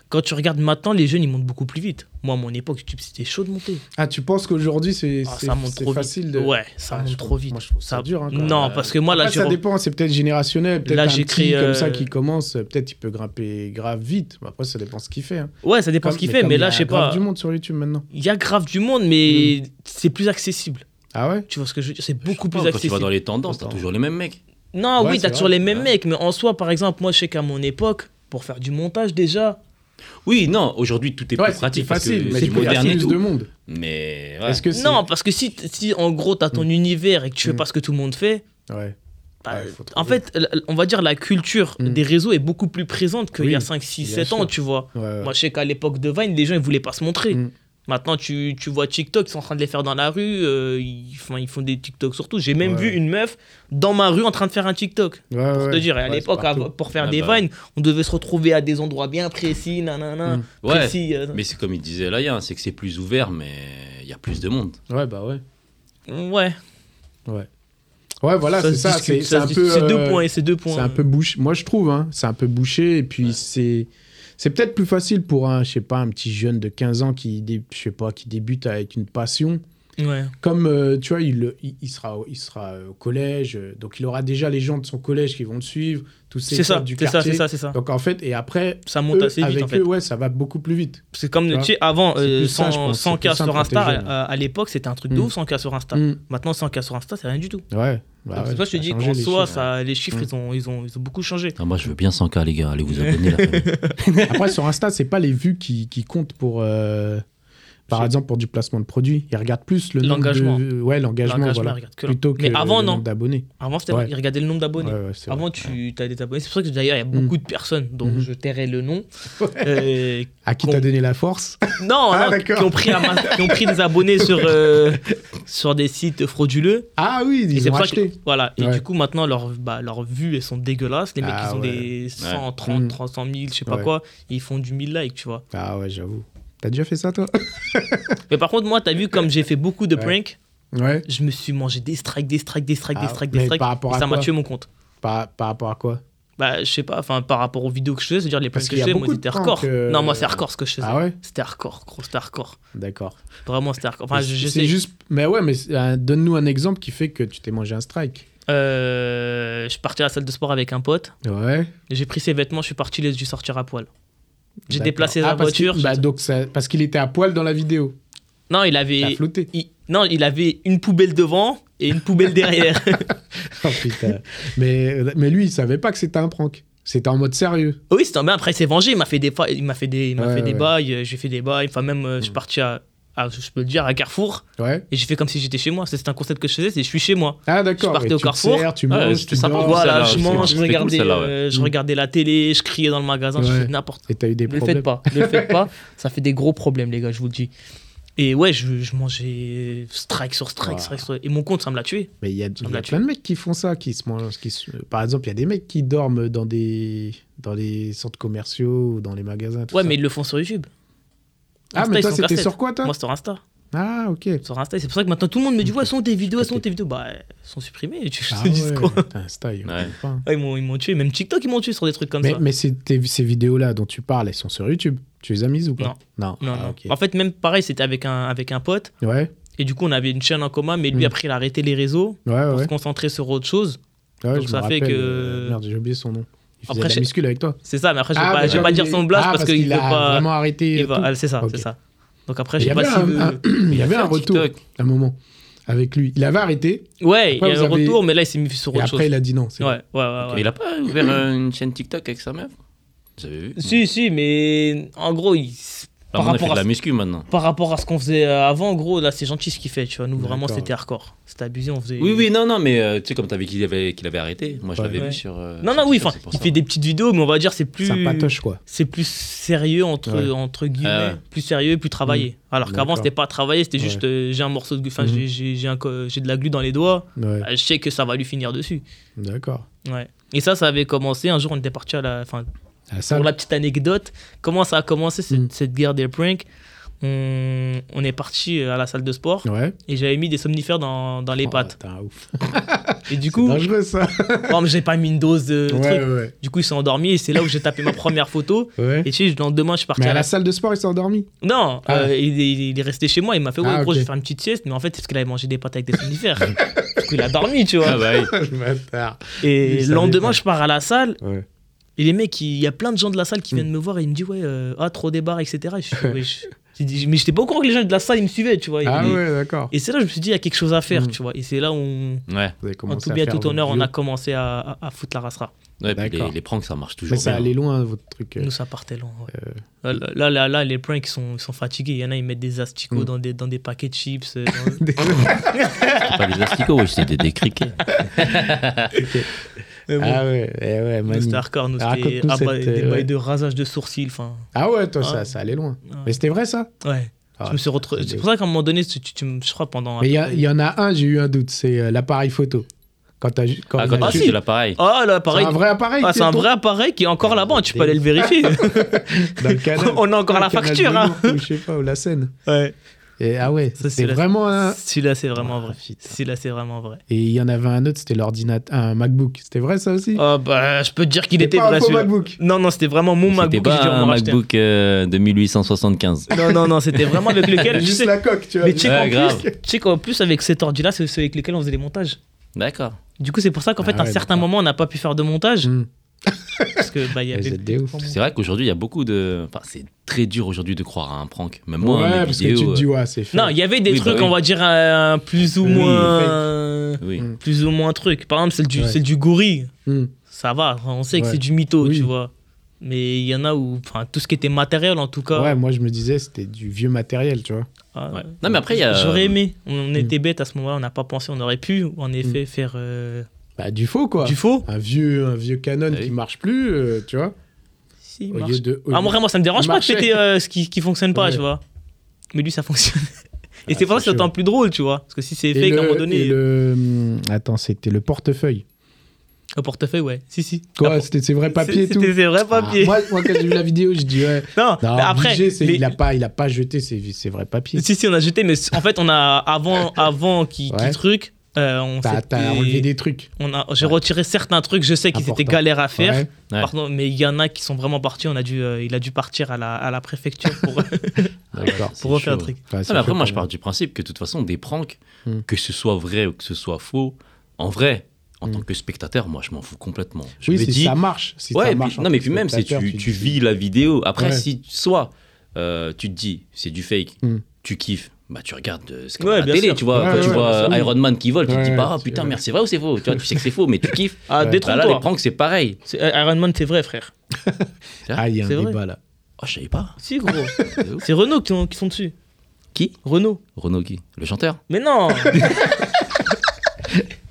Speaker 2: quand tu regardes maintenant, les jeunes, ils montent beaucoup plus vite. Moi, à mon époque, YouTube, c'était chaud de monter.
Speaker 3: Ah, tu penses qu'aujourd'hui c'est
Speaker 2: Ah,
Speaker 3: c'est-
Speaker 2: ça monte
Speaker 3: c'est
Speaker 2: trop vite.
Speaker 3: facile de.
Speaker 2: Ouais, ça
Speaker 3: Ah, je
Speaker 2: monte
Speaker 3: trouve-
Speaker 2: trop vite.
Speaker 3: Moi, je trouve ça, dur. hein, quand
Speaker 2: Non,
Speaker 3: même.
Speaker 2: parce que moi, là,
Speaker 3: Après,
Speaker 2: j'ai
Speaker 3: ça
Speaker 2: re-
Speaker 3: dépend, c'est peut-être générationnel. Peut-être
Speaker 2: Là,
Speaker 3: un
Speaker 2: j'ai
Speaker 3: petit
Speaker 2: créé, euh,
Speaker 3: comme ça qui commence, euh, peut-être il peut grimper grave vite. Mais Après, ça dépend ce qu'il fait. hein.
Speaker 2: Ouais, ça dépend ce qu'il
Speaker 3: Comme-
Speaker 2: fait,
Speaker 3: comme
Speaker 2: mais
Speaker 3: il y
Speaker 2: là,
Speaker 3: a
Speaker 2: je sais
Speaker 3: grave
Speaker 2: pas.
Speaker 3: du monde Mm. sur YouTube maintenant.
Speaker 2: Il y a grave du monde, mais c'est plus accessible.
Speaker 3: Ah ouais
Speaker 2: Tu vois ce que je veux dire C'est
Speaker 1: Je sais
Speaker 2: beaucoup
Speaker 1: pas,
Speaker 2: plus
Speaker 1: Quand tu
Speaker 2: accessible.
Speaker 1: vas dans les tendances, t'as
Speaker 3: Attends.
Speaker 1: toujours les mêmes mecs.
Speaker 2: Non,
Speaker 3: Ouais,
Speaker 2: oui,
Speaker 3: c'est
Speaker 2: t'as toujours
Speaker 3: vrai.
Speaker 2: les mêmes
Speaker 1: Ouais.
Speaker 2: mecs, mais en soi, par exemple, moi, je sais qu'à mon époque, pour faire du montage déjà,
Speaker 1: Oui, non, aujourd'hui, tout est
Speaker 3: Ouais,
Speaker 1: plus pratique. parce que
Speaker 3: facile, mais
Speaker 1: C'est
Speaker 3: c'est
Speaker 2: plus
Speaker 1: moderne et
Speaker 3: plus de
Speaker 1: tout.
Speaker 3: monde.
Speaker 1: Mais. ouais.
Speaker 3: Est-ce que c'est-
Speaker 2: non, parce que si, si en gros, t'as ton univers et que tu fais
Speaker 3: Mm.
Speaker 2: pas ce que tout le monde fait,
Speaker 3: Ouais.
Speaker 2: bah,
Speaker 3: Ouais, faut
Speaker 2: en
Speaker 3: trouver.
Speaker 2: fait, la- on va dire la culture
Speaker 3: Mm.
Speaker 2: des réseaux est beaucoup plus présente qu'il y a
Speaker 3: Oui,
Speaker 2: 5, 6,
Speaker 3: bien
Speaker 2: 7 ans,
Speaker 3: sûr.
Speaker 2: tu vois.
Speaker 3: Ouais, ouais.
Speaker 2: Moi, je sais qu'à l'époque de Vine, les gens, ils voulaient pas se montrer.
Speaker 3: Mm.
Speaker 2: Maintenant, tu, tu vois TikTok, ils sont en train de les faire dans la rue, euh, ils, font, ils font des TikTok surtout. J'ai même
Speaker 3: Ouais.
Speaker 2: vu une meuf dans ma rue en train de faire un TikTok.
Speaker 3: Ouais,
Speaker 2: Pour te
Speaker 3: ouais.
Speaker 2: dire, et à
Speaker 3: Ouais, c'est
Speaker 2: l'époque,
Speaker 3: partout.
Speaker 2: avant- pour faire
Speaker 1: Ah
Speaker 2: des
Speaker 1: bah.
Speaker 2: vines, on devait se retrouver à des endroits bien précis, nanana,
Speaker 3: Mm.
Speaker 1: Ouais.
Speaker 2: précis. euh,
Speaker 1: Mais c'est comme il disait Laïa, c'est que c'est plus ouvert, mais il y a plus de monde.
Speaker 3: Ouais, bah ouais.
Speaker 2: ouais,
Speaker 3: Ouais. Ouais, voilà,
Speaker 2: ça
Speaker 3: c'est
Speaker 2: se
Speaker 3: ça.
Speaker 2: discute,
Speaker 3: C'est c'est un
Speaker 2: se discute.
Speaker 3: peu.
Speaker 2: C'est deux
Speaker 3: euh,
Speaker 2: points, c'est deux points.
Speaker 3: C'est un peu bouché. Moi, je trouve, hein, c'est un peu bouché. Et puis, c'est. C'est peut-être plus facile pour un, je sais pas, un petit jeune de 15 ans qui, dé- je sais pas, qui débute avec une passion.
Speaker 2: Ouais.
Speaker 3: Comme, euh, tu vois, il, il, il sera, au- il sera au collège, euh, donc il aura déjà les gens de son collège qui vont le suivre, tous ces
Speaker 2: C'est ça,
Speaker 3: potes du
Speaker 2: c'est ça,
Speaker 3: quartier.
Speaker 2: c'est ça, c'est ça.
Speaker 3: Donc en fait, et après,
Speaker 2: Ça monte
Speaker 3: eux,
Speaker 2: assez vite,
Speaker 3: avec
Speaker 2: en fait.
Speaker 3: eux, ouais, ça va beaucoup plus vite.
Speaker 2: C'est comme,
Speaker 3: Tu
Speaker 2: tu
Speaker 3: vois,
Speaker 2: sais, avant,
Speaker 3: c'est
Speaker 2: euh,
Speaker 3: plus ça, je
Speaker 2: 100,
Speaker 3: pense, c'est
Speaker 2: 100
Speaker 3: plus
Speaker 2: cas
Speaker 3: simple
Speaker 2: sur
Speaker 3: quand
Speaker 2: Insta, euh,
Speaker 3: t'es jeune.
Speaker 2: à, à l'époque, c'était un truc de
Speaker 3: Mm.
Speaker 2: ouf, 100 cas sur Insta.
Speaker 3: Mm.
Speaker 2: Maintenant, 100 cas sur Insta, c'est rien du tout.
Speaker 3: Ouais. Bah
Speaker 2: Donc, c'est
Speaker 3: ouais,
Speaker 2: pour ça que je
Speaker 3: a
Speaker 2: te dis
Speaker 3: changé
Speaker 2: qu'en
Speaker 3: les
Speaker 2: soi,
Speaker 3: chiffres.
Speaker 2: ça, les chiffres,
Speaker 3: Mm.
Speaker 2: ils, ont, ils, ont, ils ont beaucoup changé.
Speaker 1: Ah, moi, je veux bien 100K, les gars. Allez vous abonner, la famille.
Speaker 3: Après, sur Insta, c'est pas les vues qui, qui comptent pour. euh, Par exemple, pour du placement de produit, ils regardent plus le nombre
Speaker 2: L'engagement.
Speaker 3: de- Ouais, l'engagement,
Speaker 2: L'engagement,
Speaker 3: voilà.
Speaker 2: ils regardent que là.
Speaker 3: Plutôt que
Speaker 2: Mais avant,
Speaker 3: le
Speaker 2: non.
Speaker 3: nombre d'abonnés.
Speaker 2: Avant, c'était
Speaker 3: Ouais.
Speaker 2: ils regardaient le nombre d'abonnés.
Speaker 3: Ouais, ouais, c'est vrai. Mm.
Speaker 2: Avant, tu as des abonnés. C'est pour ça que d'ailleurs, il y a beaucoup de personnes dont
Speaker 3: Mhm.
Speaker 2: je tairai le nom. euh,
Speaker 3: À qui
Speaker 2: Bon.
Speaker 3: t'as donné la force
Speaker 2: non,
Speaker 3: Ah,
Speaker 2: non,
Speaker 3: d'accord.
Speaker 2: qui ont, pris la ma- qui ont pris des abonnés sur, euh, sur des sites frauduleux.
Speaker 3: Ah oui,
Speaker 2: Et
Speaker 3: ils
Speaker 2: c'est
Speaker 3: ont
Speaker 2: pour ça que-
Speaker 3: acheté.
Speaker 2: voilà. Et
Speaker 3: Ouais.
Speaker 2: du coup, maintenant, leurs bah, leurs vues, elles sont dégueulasses. Les mecs,
Speaker 3: Ah
Speaker 2: ils ont
Speaker 3: ouais.
Speaker 2: des 130,
Speaker 3: Mhm.
Speaker 2: 300 000, je sais pas
Speaker 3: Ouais.
Speaker 2: quoi. Ils font du 1000 likes, tu vois.
Speaker 3: Ah ouais, j'avoue. T'as déjà fait ça, toi
Speaker 2: Mais par contre, moi, t'as vu, comme j'ai fait beaucoup de
Speaker 3: Ouais.
Speaker 2: pranks,
Speaker 3: Ouais.
Speaker 2: je me suis mangé des strikes, des strikes, des strikes,
Speaker 3: Ah,
Speaker 2: des strikes,
Speaker 3: mais
Speaker 2: des strikes.
Speaker 3: par rapport
Speaker 2: et
Speaker 3: à
Speaker 2: ça m'a
Speaker 3: quoi
Speaker 2: tué mon compte.
Speaker 3: Par, par rapport à quoi
Speaker 2: Bah, je sais pas, enfin, par rapport aux vidéos que je faisais, c'est-à-dire les
Speaker 3: Parce
Speaker 2: pranks que
Speaker 3: qu'il y
Speaker 2: je
Speaker 3: a
Speaker 2: faisais, moi,
Speaker 3: beaucoup de
Speaker 2: c'était
Speaker 3: pranks,
Speaker 2: hardcore.
Speaker 3: euh,
Speaker 2: Non, moi, c'est hardcore ce que je faisais.
Speaker 3: Ah ouais
Speaker 2: C'était hardcore, gros, c'était hardcore.
Speaker 3: D'accord.
Speaker 2: Vraiment, c'était hardcore. Enfin, je, je
Speaker 3: C'est
Speaker 2: sais.
Speaker 3: juste. Mais ouais, mais c'est un- donne-nous un exemple qui fait que tu t'es mangé un strike.
Speaker 2: Euh, je suis parti à la salle de sport avec un pote.
Speaker 3: Ouais.
Speaker 2: J'ai pris ses vêtements, je suis parti les yeux sortir à poil. J'ai
Speaker 3: D'accord.
Speaker 2: déplacé
Speaker 3: Ah,
Speaker 2: la
Speaker 3: parce qu'il-
Speaker 2: voiture.
Speaker 3: bah,
Speaker 2: j'ai-
Speaker 3: donc ça- parce qu'il était à poil dans la vidéo.
Speaker 2: Non, il
Speaker 3: T'as
Speaker 2: avait.
Speaker 3: flotté.
Speaker 2: il- Non, il avait une poubelle devant et une poubelle derrière.
Speaker 3: Oh, putain. mais, mais lui, il savait pas que c'était un prank. C'était en mode sérieux.
Speaker 2: oui, c'était. Mais après, il s'est vengé. Il m'a fait des, fa- il m'a fait des, il m'a
Speaker 3: Ouais,
Speaker 2: fait des
Speaker 3: ouais. Mm.
Speaker 2: bails. euh, J'ai fait des bails. Enfin, même, euh, je suis parti à, à- je peux le dire, à Carrefour
Speaker 3: Ouais.
Speaker 2: et j'ai fait comme si j'étais chez moi. C'est c'est un concept que je faisais. C'est je suis chez moi.
Speaker 3: Ah d'accord.
Speaker 2: Je partais
Speaker 3: Et
Speaker 2: au
Speaker 3: tu te
Speaker 2: Carrefour.
Speaker 3: sers, tu
Speaker 1: Ouais,
Speaker 3: manges,
Speaker 1: c'était
Speaker 3: tu
Speaker 1: sympa.
Speaker 3: dors.
Speaker 2: Voilà,
Speaker 1: celle-là,
Speaker 2: je
Speaker 1: c'est cool,
Speaker 2: mange, je
Speaker 1: c'était cool,
Speaker 2: regardais,
Speaker 1: celle-là, ouais.
Speaker 2: euh, je
Speaker 3: Mm.
Speaker 2: regardais la télé, je criais dans le magasin, je
Speaker 3: Ouais.
Speaker 2: faisais n'importe
Speaker 3: Et t'as eu des
Speaker 2: Ne le
Speaker 3: problèmes.
Speaker 2: faites pas, ne le faites pas. Ça fait des gros problèmes, les gars, je vous le dis. Et ouais, je, je mangeais strike sur strike,
Speaker 3: Wow.
Speaker 2: strike sur... Et mon compte, ça me l'a tué.
Speaker 3: Mais il y a, il y a
Speaker 2: l'a tué.
Speaker 3: plein de mecs qui font ça, qui se mangent, qui se- Par exemple, il y a des mecs qui dorment dans des dans les centres commerciaux ou dans les magasins. tout
Speaker 2: Ouais,
Speaker 3: ça.
Speaker 2: mais ils le font sur YouTube.
Speaker 3: ah
Speaker 2: Insta,
Speaker 3: mais
Speaker 2: ils
Speaker 3: toi
Speaker 2: sont
Speaker 3: c'était
Speaker 2: casse-tête.
Speaker 3: sur quoi toi
Speaker 2: Moi, sur Insta.
Speaker 3: Ah ok.
Speaker 2: Sur Insta, et c'est pour ça que maintenant tout le monde me dit Ouais, sont tes vidéos, elles sont tes vidéos. Bah, elles sont supprimées. Tu
Speaker 3: Ah
Speaker 2: te dis
Speaker 3: ouais,
Speaker 2: quoi
Speaker 3: putain, Insta, ils ont
Speaker 1: Ouais.
Speaker 3: pas.
Speaker 2: Ouais, ils m'ont- ils m'ont tué. Même TikTok, ils m'ont tué sur des trucs comme
Speaker 3: Mais,
Speaker 2: ça.
Speaker 3: mais c'est tes- ces vidéos-là dont tu parles, elles sont sur YouTube. Tu les as mises ou pas
Speaker 2: Non,
Speaker 3: Non. Ah,
Speaker 2: non.
Speaker 3: ok.
Speaker 2: En fait, même pareil, c'était avec un, avec un pote.
Speaker 3: Ouais,
Speaker 2: Et du coup, on avait une chaîne en commun, mais lui,
Speaker 3: Mm.
Speaker 2: après, il a arrêté les réseaux
Speaker 3: ouais, ouais.
Speaker 2: pour
Speaker 3: ouais.
Speaker 2: se concentrer sur autre chose.
Speaker 3: Ouais,
Speaker 2: donc
Speaker 3: je
Speaker 2: ça
Speaker 3: me
Speaker 2: fait
Speaker 3: rappelle,
Speaker 2: que-
Speaker 3: euh, Merde, j'ai oublié son nom. Il faisait
Speaker 2: Après,
Speaker 3: de la
Speaker 2: j'ai-
Speaker 3: muscule avec toi.
Speaker 2: C'est ça, mais après, je vais
Speaker 3: Ah,
Speaker 2: pas,
Speaker 3: mais
Speaker 2: je vais
Speaker 3: comme
Speaker 2: pas dire
Speaker 3: il-
Speaker 2: son blast
Speaker 3: Ah,
Speaker 2: parce qu'il veut
Speaker 3: a
Speaker 2: pas.
Speaker 3: vraiment arrêté.
Speaker 2: Et
Speaker 3: euh,
Speaker 2: bah,
Speaker 3: tout.
Speaker 2: ah, c'est ça,
Speaker 3: Ok.
Speaker 2: c'est ça. Donc après,
Speaker 3: Il
Speaker 2: je
Speaker 3: y hein.
Speaker 2: sais pas
Speaker 3: avait
Speaker 2: si.
Speaker 3: un-
Speaker 2: le-
Speaker 3: un- Il y avait
Speaker 1: fait
Speaker 3: un
Speaker 1: un
Speaker 3: retour
Speaker 1: TikTok.
Speaker 3: à un moment avec lui. Il avait arrêté
Speaker 2: Ouais, il
Speaker 3: Après,
Speaker 2: y a
Speaker 3: vous
Speaker 2: un
Speaker 3: avez-
Speaker 2: retour, mais là, il s'est mis sur
Speaker 3: et
Speaker 2: autre
Speaker 3: après
Speaker 2: chose.
Speaker 3: il a dit non. c'est
Speaker 2: Ouais, ouais, ouais. ouais.
Speaker 1: Mais il a pas ouvert euh, une chaîne TikTok avec sa meuf Vous avez vu
Speaker 2: Si, si, mais en gros, il-
Speaker 1: Par
Speaker 2: par,
Speaker 1: rapport fait
Speaker 2: rapport
Speaker 1: de la
Speaker 2: à... ce-
Speaker 1: muscu maintenant.
Speaker 2: par rapport à ce qu'on faisait euh, avant, en gros, là, c'est gentil ce qu'il fait, tu vois. Nous, vraiment,
Speaker 3: D'accord.
Speaker 2: c'était hardcore. C'était abusé, on faisait.
Speaker 1: Oui, oui, non, non, mais euh, tu sais, comme t'avais qu'il avait, qu'il avait arrêté, moi je
Speaker 3: Ouais.
Speaker 1: l'avais
Speaker 2: Ouais.
Speaker 1: vu sur. euh,
Speaker 2: Non,
Speaker 1: sur
Speaker 2: non, oui,
Speaker 1: TikTok,
Speaker 2: enfin,
Speaker 1: c'est pour
Speaker 2: il
Speaker 1: ça.
Speaker 2: fait des petites vidéos, mais on va dire, c'est plus.
Speaker 3: Ça patoche quoi.
Speaker 2: C'est plus sérieux, entre,
Speaker 3: Ouais.
Speaker 2: entre guillemets.
Speaker 1: Ah ouais. Mm.
Speaker 2: Plus sérieux, plus travaillé. Alors qu'avant,
Speaker 3: D'accord.
Speaker 2: c'était pas travaillé, c'était
Speaker 3: Ouais.
Speaker 2: juste euh, j'ai un morceau de. glu- Enfin,
Speaker 3: Mhm.
Speaker 2: j'ai- j'ai j'ai un co- j'ai de la glu dans les doigts.
Speaker 3: Ouais,
Speaker 2: Euh, Je sais que ça va lui finir dessus.
Speaker 3: d'accord.
Speaker 2: Ouais. Et ça, ça avait commencé. Un jour, on était parti à la. Enfin,
Speaker 3: À la salle.
Speaker 2: pour la petite anecdote, comment ça a commencé cette,
Speaker 3: Mm.
Speaker 2: cette guerre des pranks on, on est parti à la salle de sport
Speaker 3: Ouais.
Speaker 2: et j'avais mis des somnifères dans, dans les
Speaker 3: Oh,
Speaker 2: pattes.
Speaker 3: t'es un ouf.
Speaker 2: Et du
Speaker 3: C'est
Speaker 2: coup,
Speaker 3: dangereux ça.
Speaker 2: oh, mais j'ai pas mis une dose de
Speaker 3: ouais,
Speaker 2: truc.
Speaker 3: ouais,
Speaker 2: Du coup, ils sont endormis et c'est là où j'ai tapé ma première photo.
Speaker 3: ouais.
Speaker 2: Et tu sais, le lendemain, je suis parti
Speaker 3: Mais à
Speaker 2: à la.
Speaker 3: la salle de sport, il s'est endormi.
Speaker 2: Non,
Speaker 3: Ah.
Speaker 2: euh, il, est- il est resté chez moi. Il m'a fait, ouais,
Speaker 3: Ah,
Speaker 2: gros,
Speaker 3: ok.
Speaker 2: je vais faire une petite sieste. Mais en fait, c'est parce qu'il avait mangé des pâtes avec des somnifères. du coup, il a dormi, tu vois.
Speaker 1: Ah, bah oui.
Speaker 3: Le bâtard. Il
Speaker 2: et
Speaker 3: savait
Speaker 2: le lendemain,
Speaker 3: pas.
Speaker 2: je pars à la salle.
Speaker 3: Ouais.
Speaker 2: Et les mecs, il y a plein de gens de la salle
Speaker 3: Hmm.
Speaker 2: qui viennent me voir et ils me disent, ouais, euh, ah, trop des bars, etc. Et je suis- ouais, je- j'ai dit, mais j'étais pas au courant que les gens de la salle, ils me suivaient, tu vois. Et-
Speaker 3: Ah
Speaker 2: et-
Speaker 3: ouais, d'accord.
Speaker 2: Et c'est là, que je me suis dit, il y a quelque chose à faire,
Speaker 3: Mm.
Speaker 2: tu vois. Et c'est là, où on,
Speaker 1: Ouais,
Speaker 3: Vous avez
Speaker 2: en
Speaker 3: commencé
Speaker 2: tout
Speaker 3: à
Speaker 2: bien,
Speaker 3: faire
Speaker 2: tout
Speaker 3: votre
Speaker 2: honneur, on
Speaker 3: vieux.
Speaker 2: a commencé à, à, à foutre la rasera.
Speaker 1: ouais puis
Speaker 3: D'accord.
Speaker 1: les, les pranks ça marche toujours.
Speaker 3: Mais ça
Speaker 1: bien.
Speaker 3: allait loin, votre truc. euh.
Speaker 2: Nous, ça partait loin. ouais.
Speaker 3: Euh.
Speaker 2: Là, Là, là, là, les pranks, ils sont, ils sont fatigués. Il y en a, ils mettent des asticots
Speaker 3: Mm.
Speaker 2: dans, des, dans des paquets de chips. euh, dans-
Speaker 1: C'était pas des asticots, ouais, c'était des, des criquets.
Speaker 2: Mais bon,
Speaker 3: Ah ouais, eh ouais,
Speaker 2: nous,
Speaker 3: Mani.
Speaker 2: c'était hardcore, nous, c'était
Speaker 3: Raconte-nous
Speaker 2: ah, bah,
Speaker 3: cette, euh,
Speaker 2: des bails
Speaker 3: ouais.
Speaker 2: de rasage de sourcils. Enfin,
Speaker 3: Ah ouais, toi, ça,
Speaker 2: Ah.
Speaker 3: ça allait loin.
Speaker 2: ouais.
Speaker 3: Mais c'était vrai, ça
Speaker 2: Ouais.
Speaker 3: Ah,
Speaker 2: je me suis retrouvé.
Speaker 3: c'est
Speaker 2: C'est pour ça qu'à un moment donné, tu, tu, tu me- je crois pendant. à
Speaker 3: Mais il y,
Speaker 2: peu
Speaker 3: a-
Speaker 2: près-
Speaker 3: il y en a un, j'ai eu un doute, c'est euh, l'appareil photo. Quand t'as ju- quand
Speaker 1: Ah,
Speaker 3: on
Speaker 1: quand
Speaker 3: a
Speaker 1: t'as
Speaker 3: ju-
Speaker 1: juste de l'appareil.
Speaker 2: Ah là,
Speaker 3: C'est
Speaker 2: pareil.
Speaker 3: un vrai appareil.
Speaker 2: Ah,
Speaker 3: qui
Speaker 2: c'est
Speaker 3: est Ah,
Speaker 2: un
Speaker 3: ton-
Speaker 2: vrai appareil qui est encore
Speaker 3: Ouais,
Speaker 2: là-bas, tu peux aller le vérifier.
Speaker 3: Dans le canal.
Speaker 2: On a encore la
Speaker 3: Le canal
Speaker 2: facture.
Speaker 3: de
Speaker 2: hein.
Speaker 3: Lourdes, ou Je sais pas, ou la scène.
Speaker 2: Ouais.
Speaker 3: Et, ah ouais,
Speaker 2: Ça, c'est
Speaker 3: c'est
Speaker 2: la-
Speaker 3: vraiment un.
Speaker 2: Celui-là, c'est vraiment
Speaker 3: Ah,
Speaker 2: vrai.
Speaker 3: putain.
Speaker 2: Celui-là, c'est vraiment vrai.
Speaker 3: Et il y en avait un autre, c'était l'ordinateur, un MacBook. C'était vrai, ça aussi
Speaker 2: Ah bah, je peux te dire qu'il
Speaker 3: C'était
Speaker 2: était
Speaker 3: pas un
Speaker 2: vrai
Speaker 3: faux
Speaker 2: celui-là.
Speaker 3: MacBook.
Speaker 2: Non, non, c'était vraiment mon
Speaker 1: C'était
Speaker 2: MacBook. j'ai
Speaker 1: pas
Speaker 2: dû en
Speaker 1: un
Speaker 2: racheter
Speaker 1: MacBook euh, de 1875.
Speaker 2: Non, non, non, c'était vraiment avec lequel. tu
Speaker 3: Juste
Speaker 2: sais,
Speaker 3: la coque, tu vois.
Speaker 2: mais tu sais
Speaker 1: Ouais,
Speaker 2: qu'en
Speaker 1: grave.
Speaker 2: plus, tu sais qu'en plus, avec cet ordi-là, c'est celui avec lequel on faisait les montages.
Speaker 1: D'accord.
Speaker 2: Du coup, c'est pour ça qu'en
Speaker 3: Ah
Speaker 2: fait, à un
Speaker 3: ouais,
Speaker 2: certain
Speaker 3: d'accord.
Speaker 2: moment, on n'a pas pu faire de montage.
Speaker 3: Hmm.
Speaker 2: Parce que, bah, il y
Speaker 3: Vous
Speaker 2: avait.
Speaker 3: êtes des ouf.
Speaker 1: C'est vrai qu'aujourd'hui, il y a beaucoup de. Enfin, c'est très dur aujourd'hui de croire à un prank. Même moi,
Speaker 3: Ouais,
Speaker 1: hein, mes
Speaker 3: parce que tu
Speaker 1: vidéos.
Speaker 3: te dis, ouais, c'est fait.
Speaker 2: Non, il y avait des
Speaker 1: Oui, bah
Speaker 2: trucs,
Speaker 1: oui.
Speaker 2: on va dire, euh, plus ou
Speaker 3: Oui,
Speaker 2: moins.
Speaker 1: euh, Oui.
Speaker 3: Mm.
Speaker 2: Plus ou moins truc. Par exemple, celle du,
Speaker 3: Ouais.
Speaker 2: celle du gorille.
Speaker 3: Hmm.
Speaker 2: ça va, on sait que
Speaker 3: Ouais.
Speaker 2: c'est du mytho,
Speaker 3: Oui.
Speaker 2: tu vois. Mais il y en a où, enfin, tout ce qui était matériel en tout cas.
Speaker 3: Ouais, moi je me disais c'était du vieux matériel, tu vois.
Speaker 2: ah,
Speaker 1: Ouais. Non, mais après, il y a.
Speaker 2: J'aurais aimé. On,
Speaker 3: Hmm.
Speaker 2: on était bête à ce moment-là, on n'a pas pensé. On aurait pu, en effet, faire euh,
Speaker 3: Bah du faux Hmm. quoi.
Speaker 2: du faux.
Speaker 3: Un vieux, un vieux Canon
Speaker 1: Ah oui.
Speaker 3: qui marche plus, euh, tu vois.
Speaker 2: Si,
Speaker 3: Au
Speaker 2: marche.
Speaker 3: lieu de. au
Speaker 2: Ah,
Speaker 3: lieu-
Speaker 2: moi, vraiment, ça me dérange
Speaker 3: Il
Speaker 2: pas de
Speaker 3: marchait.
Speaker 2: péter euh, ce qui, qui fonctionne pas,
Speaker 3: Ouais.
Speaker 2: tu vois. Mais lui, ça fonctionne. Et
Speaker 3: Ah,
Speaker 2: c'est pour ça que
Speaker 3: c'est
Speaker 2: c'est d'autant plus drôle, tu vois. Parce que si c'est
Speaker 3: Et
Speaker 2: fake,
Speaker 3: le-
Speaker 2: à un moment donné.
Speaker 3: et le- hum, Attends, c'était le portefeuille.
Speaker 2: Un portefeuille, ouais. Si, si.
Speaker 3: Quoi
Speaker 2: La-
Speaker 3: C'était ses vrais
Speaker 2: Ah,
Speaker 3: papiers et
Speaker 2: C'était
Speaker 3: tout.
Speaker 2: des vrais
Speaker 3: Ah,
Speaker 2: papiers.
Speaker 3: moi, moi, quand j'ai vu la vidéo, je dis ouais.
Speaker 2: non,
Speaker 3: Non,
Speaker 2: mais après.
Speaker 3: obligé, c'est-
Speaker 2: les-
Speaker 3: il, a pas, il a pas jeté ses, ses vrais papiers.
Speaker 2: Si, si, on a jeté, mais en fait, on a. Avant, avant qui, qui
Speaker 3: Ouais.
Speaker 2: truc. euh, on
Speaker 3: T'as
Speaker 2: s'était-
Speaker 3: t'as enlevé des trucs.
Speaker 2: on a- J'ai retiré certains trucs, je sais qu'ils étaient
Speaker 3: Important.
Speaker 2: galères à faire.
Speaker 3: Ouais.
Speaker 1: Ouais.
Speaker 2: Pardon, mais il y en a qui sont vraiment partis. On a dû, euh, il a dû partir à la, à la préfecture pour,
Speaker 3: D'accord.
Speaker 1: C'est
Speaker 2: pour refaire un
Speaker 1: chaud.
Speaker 2: truc.
Speaker 3: Enfin, c'est
Speaker 1: Non, Ah, mais
Speaker 3: fait
Speaker 1: après, moi,
Speaker 3: pour-
Speaker 1: je pars du principe que de toute façon, des pranks,
Speaker 3: Hmm.
Speaker 1: que ce soit vrai ou que ce soit faux, en vrai, en
Speaker 3: Hmm.
Speaker 1: tant que spectateur, moi, je m'en fous complètement. Je
Speaker 3: Oui,
Speaker 1: me
Speaker 3: si
Speaker 1: dis,
Speaker 3: ça marche. Si
Speaker 1: ouais,
Speaker 3: ça
Speaker 1: puis-
Speaker 3: marche en
Speaker 1: non, mais
Speaker 3: tant
Speaker 1: puis
Speaker 3: que
Speaker 1: même si tu,
Speaker 3: spectateur,
Speaker 1: tu
Speaker 3: te dis-
Speaker 1: vis la vidéo, après,
Speaker 3: Ouais.
Speaker 1: si soit euh, tu te dis c'est du fake,
Speaker 3: Hmm.
Speaker 1: tu kiffes. Bah, tu regardes euh, ce qu'on
Speaker 2: Ouais,
Speaker 1: voit à la
Speaker 2: bien
Speaker 1: télé,
Speaker 2: sûr.
Speaker 1: tu vois.
Speaker 3: Ouais,
Speaker 1: quand tu
Speaker 3: ouais,
Speaker 1: vois
Speaker 3: absolument.
Speaker 1: Iron Man qui vole, tu te dis
Speaker 3: Ouais,
Speaker 1: pas, ah
Speaker 3: c'est-
Speaker 1: putain,
Speaker 3: ouais.
Speaker 1: merde, c'est vrai ou c'est faux Tu vois, tu sais que c'est faux, mais tu kiffes. Bah,
Speaker 2: Ah,
Speaker 3: Ouais.
Speaker 1: là, les
Speaker 2: détrompe-toi.
Speaker 1: pranks, c'est pareil.
Speaker 2: C'est- Iron Man, c'est vrai, frère.
Speaker 3: Ah, il y a un
Speaker 2: C'est vrai.
Speaker 3: débat là.
Speaker 1: Oh, je savais pas.
Speaker 2: Si, gros.
Speaker 1: De ouf.
Speaker 2: c'est Renault qui, qui sont dessus.
Speaker 1: Qui
Speaker 2: Renault.
Speaker 1: Renaud qui Le chanteur
Speaker 2: Mais non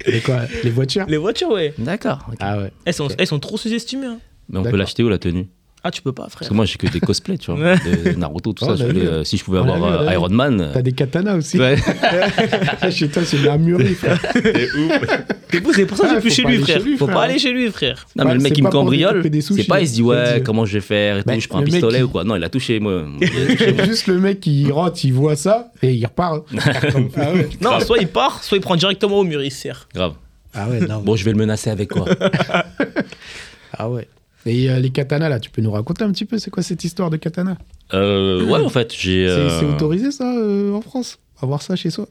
Speaker 3: Les quoi Les voitures
Speaker 2: Les voitures, ouais.
Speaker 1: D'accord. ok.
Speaker 3: Ah ouais.
Speaker 2: Elles sont,
Speaker 3: Ok.
Speaker 2: elles sont trop sous-estimées. hein.
Speaker 1: Mais on peut
Speaker 3: D'accord.
Speaker 1: l'acheter où la tenue
Speaker 2: Ah, tu peux pas,
Speaker 1: Parce
Speaker 2: frère.
Speaker 1: que moi, j'ai que des cosplays, tu vois. de Naruto, tout ça.
Speaker 3: Oh,
Speaker 1: je
Speaker 3: on l'a
Speaker 1: voulais,
Speaker 3: vu.
Speaker 1: euh, si je pouvais
Speaker 3: On l'a
Speaker 1: avoir
Speaker 3: vu, on l'a
Speaker 1: euh,
Speaker 3: vu.
Speaker 1: Iron Man.
Speaker 3: T'as des katanas aussi.
Speaker 1: Ouais.
Speaker 3: Ah, Chez toi, c'est de l'armurerie, frère.
Speaker 2: C'est pour- C'est pour ça que
Speaker 3: Ouais,
Speaker 2: j'ai plus
Speaker 3: faut
Speaker 2: chez
Speaker 3: pas
Speaker 2: lui,
Speaker 3: aller
Speaker 2: frère.
Speaker 3: chez lui,
Speaker 2: faut
Speaker 3: frère.
Speaker 2: pas aller chez lui, frère.
Speaker 1: Non,
Speaker 3: Ouais,
Speaker 1: mais le mec
Speaker 3: c'est
Speaker 1: qui me
Speaker 3: pas pour
Speaker 1: cambriole,
Speaker 3: développer des
Speaker 1: c'est
Speaker 3: sushis,
Speaker 1: pas, il se dit,
Speaker 3: c'est
Speaker 1: ouais,
Speaker 3: dit.
Speaker 1: comment je vais faire et
Speaker 3: Mais
Speaker 1: tout, je prends un
Speaker 3: le mec
Speaker 1: pistolet
Speaker 3: qui-
Speaker 1: ou quoi. Non, il a touché, moi.
Speaker 3: Juste le mec qui rentre, il voit ça et il repart. ah ouais.
Speaker 2: Non, soit il part, soit il prend directement au mur, il se serre.
Speaker 1: Grave.
Speaker 3: Ah ouais, non.
Speaker 1: Bon, je vais le menacer avec quoi
Speaker 3: Ah ouais. Et euh, les katanas là, tu peux nous raconter un petit peu c'est quoi cette histoire de katana
Speaker 1: Euh, ouais, en fait, j'ai.
Speaker 3: C'est-
Speaker 1: euh,
Speaker 3: C'est autorisé ça euh, en France Avoir ça chez soi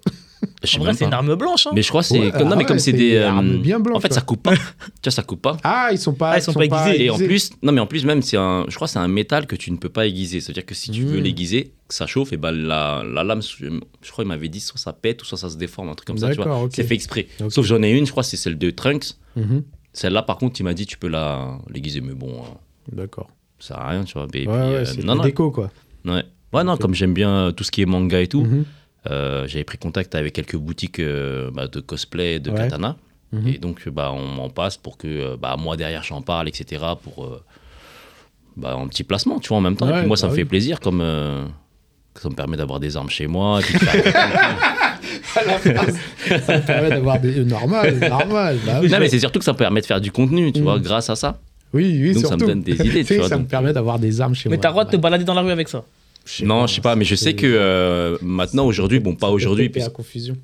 Speaker 1: je sais
Speaker 2: En vrai,
Speaker 1: même
Speaker 2: c'est une
Speaker 1: pas.
Speaker 2: arme blanche. Hein.
Speaker 1: Mais je crois que c'est.
Speaker 3: Ouais,
Speaker 1: comme- non,
Speaker 3: ah
Speaker 1: mais comme
Speaker 3: ouais,
Speaker 1: c'est
Speaker 3: c'est
Speaker 1: des. euh,
Speaker 3: une arme bien blanche,
Speaker 1: en fait, ça
Speaker 3: ouais.
Speaker 1: coupe pas. tu vois, ça coupe pas.
Speaker 3: Ah, ils sont pas
Speaker 2: Ah, ils sont pas aiguisés.
Speaker 1: Et en plus, non, mais en plus, même, c'est un. Je crois que c'est un métal que tu ne peux pas aiguiser. C'est-à-dire que si tu veux
Speaker 3: Mm.
Speaker 1: l'aiguiser, que ça chauffe, et ben la, la lame, je je crois, il m'avait dit soit ça pète ou soit ça se déforme, un truc comme ça, tu vois.
Speaker 3: D'accord, ok.
Speaker 1: C'est fait exprès.
Speaker 3: Ok.
Speaker 1: Sauf j'en ai une, je crois, c'est celle de Trunks.
Speaker 3: Mhm.
Speaker 1: Celle-là, par contre, il m'a dit, tu peux la l'aiguiser, mais bon, euh,
Speaker 3: D'accord.
Speaker 1: ça sert à rien, tu vois. Et puis,
Speaker 3: Ouais, ouais,
Speaker 1: euh,
Speaker 3: c'est
Speaker 1: non,
Speaker 3: de la
Speaker 1: non,
Speaker 3: déco quoi.
Speaker 1: ouais. Ouais, non,
Speaker 3: Ok.
Speaker 1: comme j'aime bien euh, tout ce qui est manga et tout,
Speaker 3: Mhm.
Speaker 1: euh, j'avais pris contact avec quelques boutiques euh, bah, de cosplay et de
Speaker 3: Ouais.
Speaker 1: katana.
Speaker 3: Mhm.
Speaker 1: Et donc, bah, on m'en passe pour que euh, bah, moi derrière j'en parle, etc. pour euh, bah, un petit placement, tu vois, en même temps. et
Speaker 3: Ouais,
Speaker 1: puis moi, ça
Speaker 3: bah
Speaker 1: me
Speaker 3: oui.
Speaker 1: fait plaisir comme. euh, ça me permet d'avoir des armes chez moi. et puis de faire-
Speaker 3: permet d'avoir des euh, normal, normal. bah oui.
Speaker 1: non, mais c'est surtout que ça me permet de faire du contenu, tu vois,
Speaker 3: Mhm.
Speaker 1: grâce à ça.
Speaker 3: oui, oui,
Speaker 1: donc ça
Speaker 3: surtout.
Speaker 1: me donne des idées, tu
Speaker 3: sais,
Speaker 1: vois,
Speaker 3: ça
Speaker 1: donc.
Speaker 3: me permet d'avoir des armes chez
Speaker 2: Mais
Speaker 3: moi.
Speaker 2: t'as le droit de te balader dans la rue avec ça.
Speaker 1: non, je sais pas, mais je sais que euh, maintenant, aujourd'hui, bon, pas aujourd'hui.
Speaker 3: puis
Speaker 1: Puis...
Speaker 3: à confusion.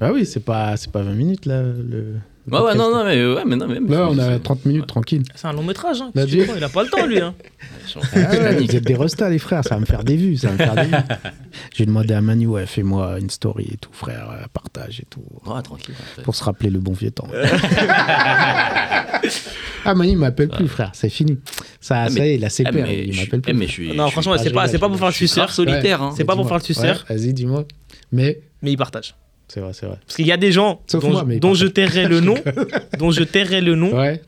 Speaker 3: Bah oui, c'est pas c'est pas 20 minutes là le le
Speaker 1: Ouais, ouais, non,
Speaker 3: podcast.
Speaker 1: non, mais, euh, ouais, mais non, mais.
Speaker 3: Là, on a 30 minutes tranquille.
Speaker 2: C'est un long métrage. Hein.
Speaker 3: Bah,
Speaker 2: Qu'est-ce que
Speaker 3: Dieu.
Speaker 2: tu crois Il a pas le temps, lui. Hein.
Speaker 3: Ah ouais, vous êtes des restas, les frères, ça va me faire des vues, ça va me faire des vues. J'ai demandé à Manu, ouais, fais-moi une story et tout, frère, euh, partage et tout,
Speaker 1: Ouais, tranquille. en fait.
Speaker 3: pour se rappeler le bon vieux temps. ah, Manu, il m'appelle plus, frère, c'est fini. Ça,
Speaker 1: Ah,
Speaker 3: ça
Speaker 1: mais-
Speaker 3: y est, il a ses
Speaker 1: Eh,
Speaker 3: pères,
Speaker 1: mais
Speaker 3: il
Speaker 1: je suis-
Speaker 3: m'appelle
Speaker 1: eh,
Speaker 3: plus.
Speaker 1: mais je suis.
Speaker 2: Non,
Speaker 1: je suis-
Speaker 2: franchement,
Speaker 3: pas-
Speaker 2: c'est pas,
Speaker 3: je
Speaker 2: c'est pas pour
Speaker 3: rigole,
Speaker 2: faire le
Speaker 3: je suis
Speaker 1: grave
Speaker 2: suceur.
Speaker 1: solitaire. hein.
Speaker 2: C'est pas pour
Speaker 3: Dis-moi.
Speaker 2: faire le suceur.
Speaker 3: Ouais, Vas-y, dis-moi. Mais,
Speaker 2: Mais il partage.
Speaker 3: c'est vrai, c'est vrai.
Speaker 2: Parce qu'il y a des gens
Speaker 3: Sauf
Speaker 2: dont,
Speaker 3: moi, mais
Speaker 2: je,
Speaker 3: il
Speaker 2: dont
Speaker 3: partage.
Speaker 2: je tairai le nom, dont je tairai le
Speaker 1: Hmm
Speaker 2: nom,
Speaker 3: Ouais.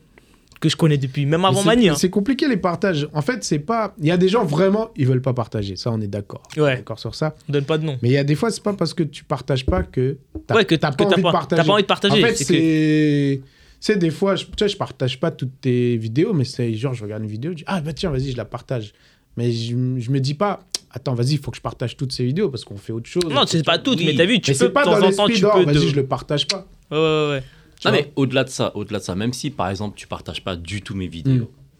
Speaker 2: que je connais depuis même avant
Speaker 3: Mais c'est-
Speaker 2: Mani. hein.
Speaker 3: C'est compliqué, les partages. En fait, c'est pas. Il y a des gens vraiment, ils veulent pas partager. Ça, on est d'accord.
Speaker 2: Ouais.
Speaker 3: D'accord sur ça.
Speaker 2: On donne pas de nom.
Speaker 3: Mais il y a des fois, c'est pas parce que tu partages pas que t'as
Speaker 2: Ouais, que
Speaker 3: t'as
Speaker 2: que
Speaker 3: pas, envie de
Speaker 2: t'as
Speaker 3: partager.
Speaker 2: pas envie de partager.
Speaker 3: En fait,
Speaker 2: c'est que-
Speaker 3: c'est. C'est des fois, je, tu sais, je partage pas toutes tes vidéos, mais c'est genre, je regarde une vidéo, je dis, ah bah tiens, vas-y, je la partage. Mais je, je me dis pas, attends, vas-y, il faut que je partage toutes ces vidéos parce qu'on fait autre chose.
Speaker 2: Non, c'est pas toutes,
Speaker 1: Oui.
Speaker 2: mais t'as vu, tu
Speaker 3: Mais
Speaker 2: peux
Speaker 3: c'est
Speaker 2: de
Speaker 3: pas dans
Speaker 2: temps en temps,
Speaker 3: l'esprit
Speaker 2: tu
Speaker 3: d'or,
Speaker 2: peux. Ah, te-
Speaker 3: vas-y, je le partage pas.
Speaker 2: Ouais, ouais, ouais.
Speaker 3: tu
Speaker 1: Non,
Speaker 3: vois.
Speaker 1: mais au-delà de ça, au-delà de ça, même si par exemple tu partages pas du tout mes vidéos, tu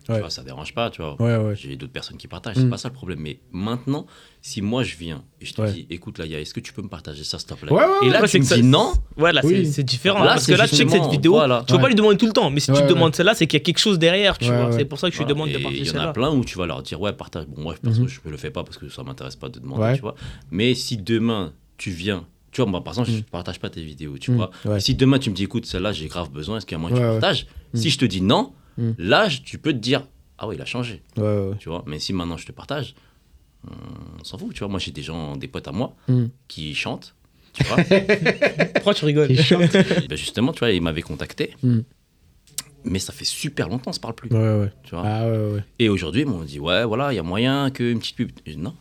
Speaker 3: Mm. Ouais.
Speaker 1: vois, ça dérange pas, tu vois.
Speaker 3: Ouais, ouais.
Speaker 1: J'ai d'autres personnes qui partagent,
Speaker 3: Mm.
Speaker 1: c'est pas ça le problème. Mais maintenant, si moi je viens et je te
Speaker 3: Ouais.
Speaker 1: dis, écoute, là, est-ce que tu peux me partager ça, s'il te plaît
Speaker 3: Ouais, ouais,
Speaker 1: Et là,
Speaker 2: ouais,
Speaker 1: tu
Speaker 2: c'est
Speaker 1: me
Speaker 2: que ça-
Speaker 1: dis non,
Speaker 2: Ouais, là, c'est-
Speaker 3: Oui.
Speaker 2: c'est différent.
Speaker 1: Là,
Speaker 2: parce que
Speaker 1: c'est
Speaker 2: là, tu sais que cette
Speaker 1: justement-
Speaker 2: vidéo,
Speaker 1: voilà.
Speaker 2: tu peux
Speaker 3: Ouais.
Speaker 2: pas lui demander tout le temps. Mais si
Speaker 3: Ouais,
Speaker 2: tu
Speaker 3: ouais.
Speaker 2: demandes celle-là, c'est qu'il y a quelque chose derrière, tu
Speaker 3: Ouais,
Speaker 2: vois.
Speaker 3: ouais.
Speaker 2: C'est pour ça que je lui
Speaker 1: Voilà.
Speaker 2: demande de
Speaker 1: Et
Speaker 2: partager
Speaker 1: Il y en a
Speaker 2: celle-là.
Speaker 1: plein où tu vas leur dire, ouais, partage. Bon, moi, perso,
Speaker 3: Mhm.
Speaker 1: je me le fais pas parce que ça m'intéresse pas de demander,
Speaker 3: Ouais.
Speaker 1: tu vois. Mais si demain, tu viens, tu vois, moi, par exemple, je partage pas tes vidéos, tu
Speaker 3: Mm.
Speaker 1: vois.
Speaker 3: Ouais.
Speaker 1: Si demain, tu me dis, écoute, celle-là, j'ai grave besoin, est-ce qu'il y a moyen que
Speaker 3: Ouais,
Speaker 1: tu
Speaker 3: ouais.
Speaker 1: partages Si je te dis non,
Speaker 3: Mm.
Speaker 1: là, je- tu peux te dire, ah ouais, il a changé,
Speaker 3: Ouais, ouais.
Speaker 1: tu vois. Mais si maintenant, je te partage, on s'en fout, tu vois. Moi, j'ai des gens, des potes à moi
Speaker 3: Mm.
Speaker 1: qui chantent, tu vois.
Speaker 2: Pourquoi tu rigoles
Speaker 3: Il chante.
Speaker 1: Ben justement, tu vois, il m'avait contacté.
Speaker 3: Mm.
Speaker 1: mais ça fait super longtemps, on se parle plus.
Speaker 3: Ouais, ouais.
Speaker 1: Tu vois.
Speaker 3: Ah, ouais, ouais.
Speaker 1: Et aujourd'hui, bon, on dit, ouais, voilà, il y a moyen qu'une petite pub. Je dis, non,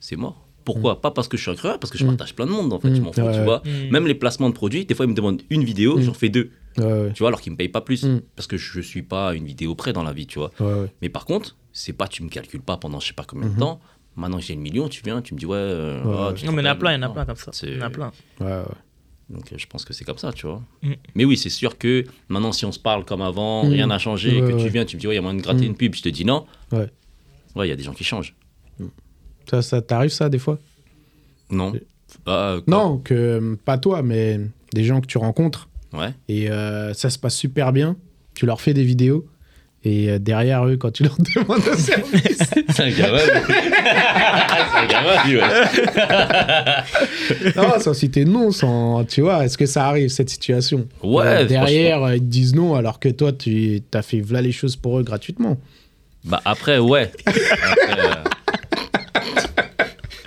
Speaker 1: c'est moi. Pourquoi Pas parce que je suis incroyable, parce que je
Speaker 3: Mm.
Speaker 1: partage plein de monde, en fait,
Speaker 3: Mm.
Speaker 1: je m'en fous,
Speaker 3: Ouais,
Speaker 1: tu
Speaker 3: Hmm.
Speaker 1: vois.
Speaker 3: ouais.
Speaker 2: Mm.
Speaker 1: Même les placements de produits, des fois, ils me demandent une vidéo,
Speaker 3: Mm.
Speaker 1: j'en fais deux,
Speaker 3: Ouais, ouais.
Speaker 1: tu vois, alors qu'ils me payent pas plus,
Speaker 3: Mm.
Speaker 1: parce que je suis pas une vidéo près dans la vie, tu vois.
Speaker 3: Ouais, ouais.
Speaker 1: Mais par contre, c'est pas, tu me calcules pas pendant je sais pas combien
Speaker 3: Mhm.
Speaker 1: de temps. Maintenant que j'ai le million, tu viens, tu me dis, ouais, euh,
Speaker 3: Ouais,
Speaker 1: ah,
Speaker 3: ouais.
Speaker 1: tu te
Speaker 2: Non, mais il y en a
Speaker 1: rappelles,
Speaker 2: plein, il y en a
Speaker 1: non.
Speaker 2: plein comme ça.
Speaker 1: C'est-
Speaker 2: Il y en a plein.
Speaker 3: Ouais, ouais.
Speaker 1: Donc euh, je pense que c'est comme ça, tu vois.
Speaker 2: Mm.
Speaker 1: Mais oui, c'est sûr que maintenant, si on se parle comme avant,
Speaker 3: Mm.
Speaker 1: rien n'a changé,
Speaker 3: Ouais,
Speaker 1: que
Speaker 3: ouais.
Speaker 1: tu viens, tu me dis, ouais, il y a moyen de gratter
Speaker 3: Mm.
Speaker 1: une pub, je te dis non.
Speaker 3: Ouais.
Speaker 1: Ouais, il y a des gens qui changent.
Speaker 3: Ça, ça t'arrive, ça, des fois
Speaker 1: Non.
Speaker 3: Et-
Speaker 1: Ah, euh,
Speaker 3: Non, que euh, pas toi, mais des gens que tu rencontres
Speaker 1: Ouais.
Speaker 3: et euh, ça se passe super bien. Tu leur fais des vidéos et euh, derrière eux, quand tu leur demandes un service,
Speaker 1: C'est un gamin. lui. c'est un gamin, lui, ouais.
Speaker 3: non, sans citer non, sans, tu vois, est-ce que ça arrive cette situation
Speaker 1: Ouais,
Speaker 3: Euh, derrière, euh, ils te disent non alors que toi, tu as fait v'là les choses pour eux gratuitement.
Speaker 1: Bah après, ouais. Après, euh,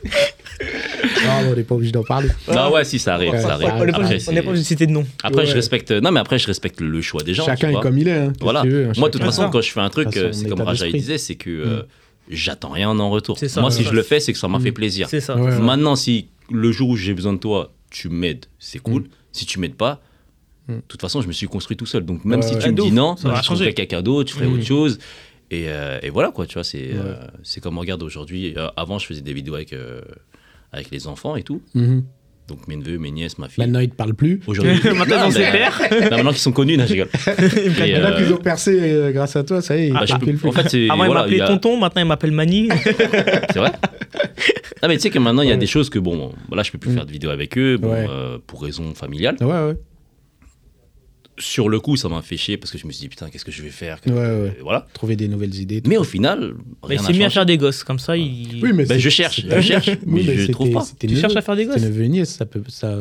Speaker 3: Non, mais on n'est pas obligé d'en parler.
Speaker 1: Non, bah, ouais, si, ça arrive.
Speaker 3: Ouais,
Speaker 1: ça
Speaker 3: ça
Speaker 1: arrive.
Speaker 2: On n'est pas
Speaker 1: Après,
Speaker 2: obligé- on n'est
Speaker 1: c'est-
Speaker 2: pas obligé de citer de nom.
Speaker 1: Après, je
Speaker 3: Ouais.
Speaker 1: respecte. Non, mais après, je respecte le choix des gens. tu
Speaker 3: chacun est
Speaker 1: vois.
Speaker 3: comme il est. hein, qu'est-ce
Speaker 1: Voilà.
Speaker 3: que tu veux, hein,
Speaker 1: Moi, de toute
Speaker 3: chacun-
Speaker 1: façon, quand je fais un truc,
Speaker 3: façon,
Speaker 1: euh, c'est
Speaker 3: on
Speaker 1: comme
Speaker 3: est pas
Speaker 1: Rajaï
Speaker 3: d'esprit.
Speaker 1: disait, c'est que euh, j'attends rien en retour.
Speaker 2: C'est ça,
Speaker 1: Moi,
Speaker 2: ouais.
Speaker 1: si je le fais, c'est que ça m'a
Speaker 3: Mm.
Speaker 1: fait plaisir.
Speaker 2: C'est ça.
Speaker 3: Ouais, ouais.
Speaker 1: Maintenant, si le jour où j'ai besoin de toi, tu m'aides, c'est cool. Si tu m'aides pas,
Speaker 3: Mm.
Speaker 1: de toute façon, je me suis construit tout seul. Donc, même
Speaker 3: Ouais,
Speaker 1: si
Speaker 3: ouais.
Speaker 1: tu me
Speaker 2: Ah, de
Speaker 1: dis
Speaker 2: ouf,
Speaker 1: non,
Speaker 2: ça va
Speaker 1: je trouverais
Speaker 2: changer.
Speaker 1: quelqu'un d'autre, je ferai
Speaker 2: Mm.
Speaker 1: autre chose. Et, euh, et voilà, quoi, tu vois, c'est euh, c'est comme on regarde aujourd'hui. Euh, avant, je faisais des vidéos avec, euh, avec les enfants et tout.
Speaker 3: Mhm.
Speaker 1: Donc, mes neveux, mes nièces, ma fille.
Speaker 3: Maintenant, ils te parlent plus.
Speaker 1: Aujourd'hui,
Speaker 2: Maintenant,
Speaker 1: Non,
Speaker 2: ils sont
Speaker 1: mais-
Speaker 2: pères.
Speaker 1: Non, maintenant qu'ils sont connus, non, je rigole. Et,
Speaker 3: Maintenant
Speaker 1: euh,
Speaker 3: qu'ils ont percé euh, grâce à toi, ça y est, ils
Speaker 1: bah,
Speaker 3: te
Speaker 1: je
Speaker 3: parlent
Speaker 1: peux-
Speaker 3: plus.
Speaker 1: en fait, c'est
Speaker 2: Avant, il
Speaker 1: voilà, il y
Speaker 2: m'appelait
Speaker 1: a-
Speaker 2: tonton, maintenant, il m'appelle Mani.
Speaker 1: C'est vrai Ah mais tu sais que maintenant il y a des choses que bon, là je peux plus
Speaker 3: Mm.
Speaker 1: faire de vidéos avec eux bon,
Speaker 3: Ouais.
Speaker 1: euh, pour raison familiale.
Speaker 3: Ouais, ouais.
Speaker 1: Sur le coup ça m'a fait chier parce que je me suis dit putain qu'est-ce que je vais faire que-
Speaker 3: Ouais, ouais.
Speaker 1: euh, Voilà.
Speaker 3: Trouver des nouvelles idées.
Speaker 1: Mais au final,
Speaker 2: Mais
Speaker 1: rien
Speaker 2: il
Speaker 1: n'a
Speaker 2: s'est mis à
Speaker 1: changé.
Speaker 2: faire des gosses, comme ça, il.
Speaker 3: mais
Speaker 1: Ben,
Speaker 3: c'est-
Speaker 1: je cherche,
Speaker 3: c'est-
Speaker 1: je cherche, mais
Speaker 3: Oui,
Speaker 1: je
Speaker 3: c'était-
Speaker 1: trouve pas.
Speaker 3: c'était
Speaker 2: Tu
Speaker 3: neveu.
Speaker 2: cherches à faire des
Speaker 3: Tes
Speaker 2: gosses
Speaker 3: neveux et nièces, ça peut. Ça...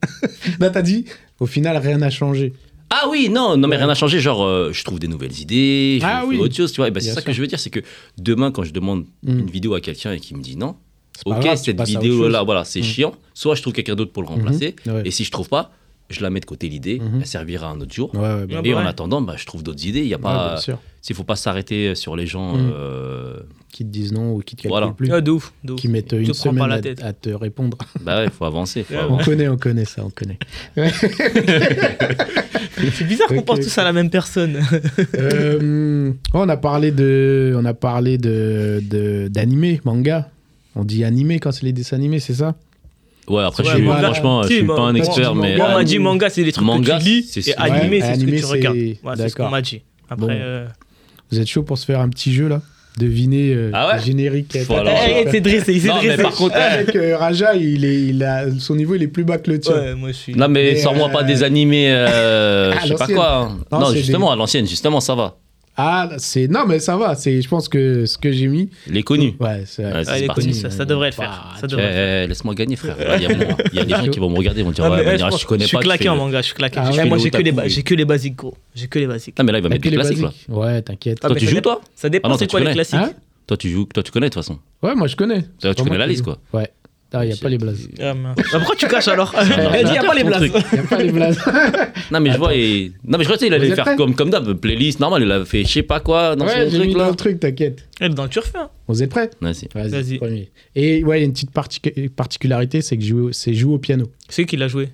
Speaker 3: Là, Bah, t'as dit, au final, rien n'a changé.
Speaker 1: Ah oui, non, non mais
Speaker 3: Ouais.
Speaker 1: rien n'a changé, genre euh, je trouve des nouvelles idées, je
Speaker 3: Ah
Speaker 1: fais
Speaker 3: oui.
Speaker 1: autre chose, tu vois. Et ben, c'est
Speaker 3: Bien
Speaker 1: ça
Speaker 3: sûr.
Speaker 1: que je veux dire, c'est que demain quand je demande
Speaker 3: Mm.
Speaker 1: une vidéo à quelqu'un et qu'il me dit non,
Speaker 3: C'est pas
Speaker 1: OK,
Speaker 3: grave, tu
Speaker 1: cette
Speaker 3: passes à autre
Speaker 1: vidéo là
Speaker 3: chose.
Speaker 1: voilà, c'est
Speaker 3: Mm.
Speaker 1: chiant, soit je trouve quelqu'un d'autre pour le remplacer
Speaker 3: Mhm. Ouais.
Speaker 1: et si je trouve pas, je la mets de côté l'idée,
Speaker 3: Mhm.
Speaker 1: elle servira un autre jour.
Speaker 3: Ouais, ouais, bien,
Speaker 2: Ah
Speaker 1: Et
Speaker 2: bah
Speaker 1: en
Speaker 2: ouais.
Speaker 1: attendant, bah, je trouve d'autres idées. Il y a
Speaker 3: ouais,
Speaker 1: pas,
Speaker 3: bien sûr.
Speaker 1: s'il faut pas s'arrêter sur les gens.
Speaker 3: Mm.
Speaker 1: euh,
Speaker 3: Qui te disent non ou qui te calculent
Speaker 1: Voilà.
Speaker 3: plus.
Speaker 2: Ah, de ouf, de ouf.
Speaker 3: Qui mettent
Speaker 2: Te
Speaker 3: une
Speaker 2: prends pas
Speaker 3: semaine
Speaker 2: la
Speaker 3: à,
Speaker 2: tête.
Speaker 3: à te répondre.
Speaker 1: Bah ouais, faut avancer. faut
Speaker 2: Ouais,
Speaker 1: avancer.
Speaker 3: on connaît, on connaît ça, on connaît.
Speaker 2: C'est bizarre qu'on
Speaker 3: Ok,
Speaker 2: pense
Speaker 3: ok.
Speaker 2: tous à la même personne.
Speaker 3: Euh, oh, on a parlé de, on a parlé de, de- d'animé, manga. On dit animé quand c'est les dessins animés, c'est ça
Speaker 1: Ouais, après,
Speaker 3: Ouais,
Speaker 1: je suis,
Speaker 3: voilà.
Speaker 1: franchement, je
Speaker 2: Si,
Speaker 1: suis
Speaker 2: bah,
Speaker 1: pas un
Speaker 2: bah,
Speaker 1: expert,
Speaker 3: dis-moi,
Speaker 1: mais
Speaker 2: Moi, on m'a
Speaker 1: euh,
Speaker 2: dit manga, c'est des trucs
Speaker 1: Manga,
Speaker 2: que tu lis.
Speaker 1: c'est
Speaker 2: Et
Speaker 1: ça.
Speaker 2: animé,
Speaker 3: Ouais,
Speaker 2: c'est ce que
Speaker 3: animé,
Speaker 2: tu regardes.
Speaker 3: c'est-
Speaker 2: Ouais, c'est ce qu'on
Speaker 3: d'accord.
Speaker 2: m'a dit. Après.
Speaker 3: Bon.
Speaker 2: euh,
Speaker 3: Vous êtes chaud pour se faire un petit jeu là Deviner euh,
Speaker 1: Ah ouais
Speaker 3: le générique.
Speaker 1: Faut
Speaker 3: Attends,
Speaker 1: alors-
Speaker 3: attends,
Speaker 2: Eh, eh,
Speaker 3: attends.
Speaker 2: C'est dressé, il s'est
Speaker 1: Non, mais
Speaker 2: dressé.
Speaker 1: par contre, eh,
Speaker 3: Avec euh, Raja, il est, il a, son niveau il est plus bas que le tien.
Speaker 2: Ouais, moi, je suis.
Speaker 1: non, mais
Speaker 3: Mais,
Speaker 1: sors-moi
Speaker 3: euh,
Speaker 1: pas des animés, euh,
Speaker 3: à
Speaker 1: je sais pas
Speaker 3: l'ancienne.
Speaker 1: quoi. hein.
Speaker 3: Non,
Speaker 1: Non,
Speaker 3: c'est
Speaker 1: justement, à l'ancienne, justement, ça va.
Speaker 3: Ah, c'est non mais ça va. C'est, je pense que ce que j'ai mis.
Speaker 1: Les connus.
Speaker 3: Ouais, c'est.
Speaker 1: Ouais, c'est
Speaker 2: Ah, il est
Speaker 1: parti.
Speaker 2: connu, ça, ça devrait le
Speaker 3: Bah,
Speaker 2: faire. Ça
Speaker 3: tu-
Speaker 1: Eh,
Speaker 2: devrait le faire.
Speaker 1: eh, Laisse-moi gagner, frère. Il y a, mon- il y a des gens qui vont me regarder, ils vont dire,
Speaker 2: Ah,
Speaker 1: ouais,
Speaker 2: mais, eh,
Speaker 1: Manira,
Speaker 2: franchement,
Speaker 1: je connais
Speaker 2: je suis
Speaker 1: pas. tu
Speaker 2: claqué
Speaker 1: fais
Speaker 2: en
Speaker 1: le-
Speaker 2: manga, je suis claqué.
Speaker 3: Ah
Speaker 2: Eh,
Speaker 3: ouais,
Speaker 2: moi,
Speaker 1: le
Speaker 2: j'ai que,
Speaker 1: otaku,
Speaker 2: les ba-
Speaker 1: oui.
Speaker 2: j'ai que les basiques, gros. J'ai que les basiques.
Speaker 1: Non, mais là, il va
Speaker 3: T'as
Speaker 1: mettre
Speaker 3: que
Speaker 1: des
Speaker 3: les
Speaker 1: classiques, là.
Speaker 3: basiques. Ouais, t'inquiète.
Speaker 2: Ah,
Speaker 1: Toi,
Speaker 2: mais
Speaker 1: tu
Speaker 2: ça
Speaker 1: joues,
Speaker 2: dé-
Speaker 1: toi
Speaker 2: Ça
Speaker 1: Ah non,
Speaker 2: dépend,
Speaker 1: toi,
Speaker 2: c'est
Speaker 1: tu
Speaker 2: quoi les
Speaker 1: connais.
Speaker 2: classiques
Speaker 3: Hein
Speaker 1: Toi, tu joues, toi, tu connais, de toute façon.
Speaker 3: ouais, moi je connais.
Speaker 1: Tu
Speaker 3: C'est pas
Speaker 1: connais
Speaker 3: moi
Speaker 1: la
Speaker 3: qui-
Speaker 1: liste, quoi.
Speaker 3: Ouais. Il n'y a pas les blazes.
Speaker 2: Ah, mince. Bah, Pourquoi tu caches alors Elle dit, y a
Speaker 1: ordinateur,
Speaker 2: pas les
Speaker 1: ton
Speaker 2: blagues.
Speaker 1: truc.
Speaker 3: Il n'y a pas les blazes.
Speaker 1: Non mais je vois et non mais je vois tu sais, il
Speaker 3: Vous
Speaker 1: allait
Speaker 3: êtes prêts
Speaker 1: faire comme comme d'hab playlist normal il a fait je sais pas quoi dans son
Speaker 3: ouais, j'ai mis
Speaker 1: truc
Speaker 3: dans
Speaker 1: là.
Speaker 3: le truc, t'inquiète.
Speaker 2: Elle est dans le turfin.
Speaker 3: Vous êtes prêts
Speaker 1: Ouais, c'est-
Speaker 3: Vas-y.
Speaker 2: Vas-y.
Speaker 3: premier. Et ouais, il y a une petite particu- particularité, c'est que jouer- c'est jouer au piano.
Speaker 2: C'est qui l'a joué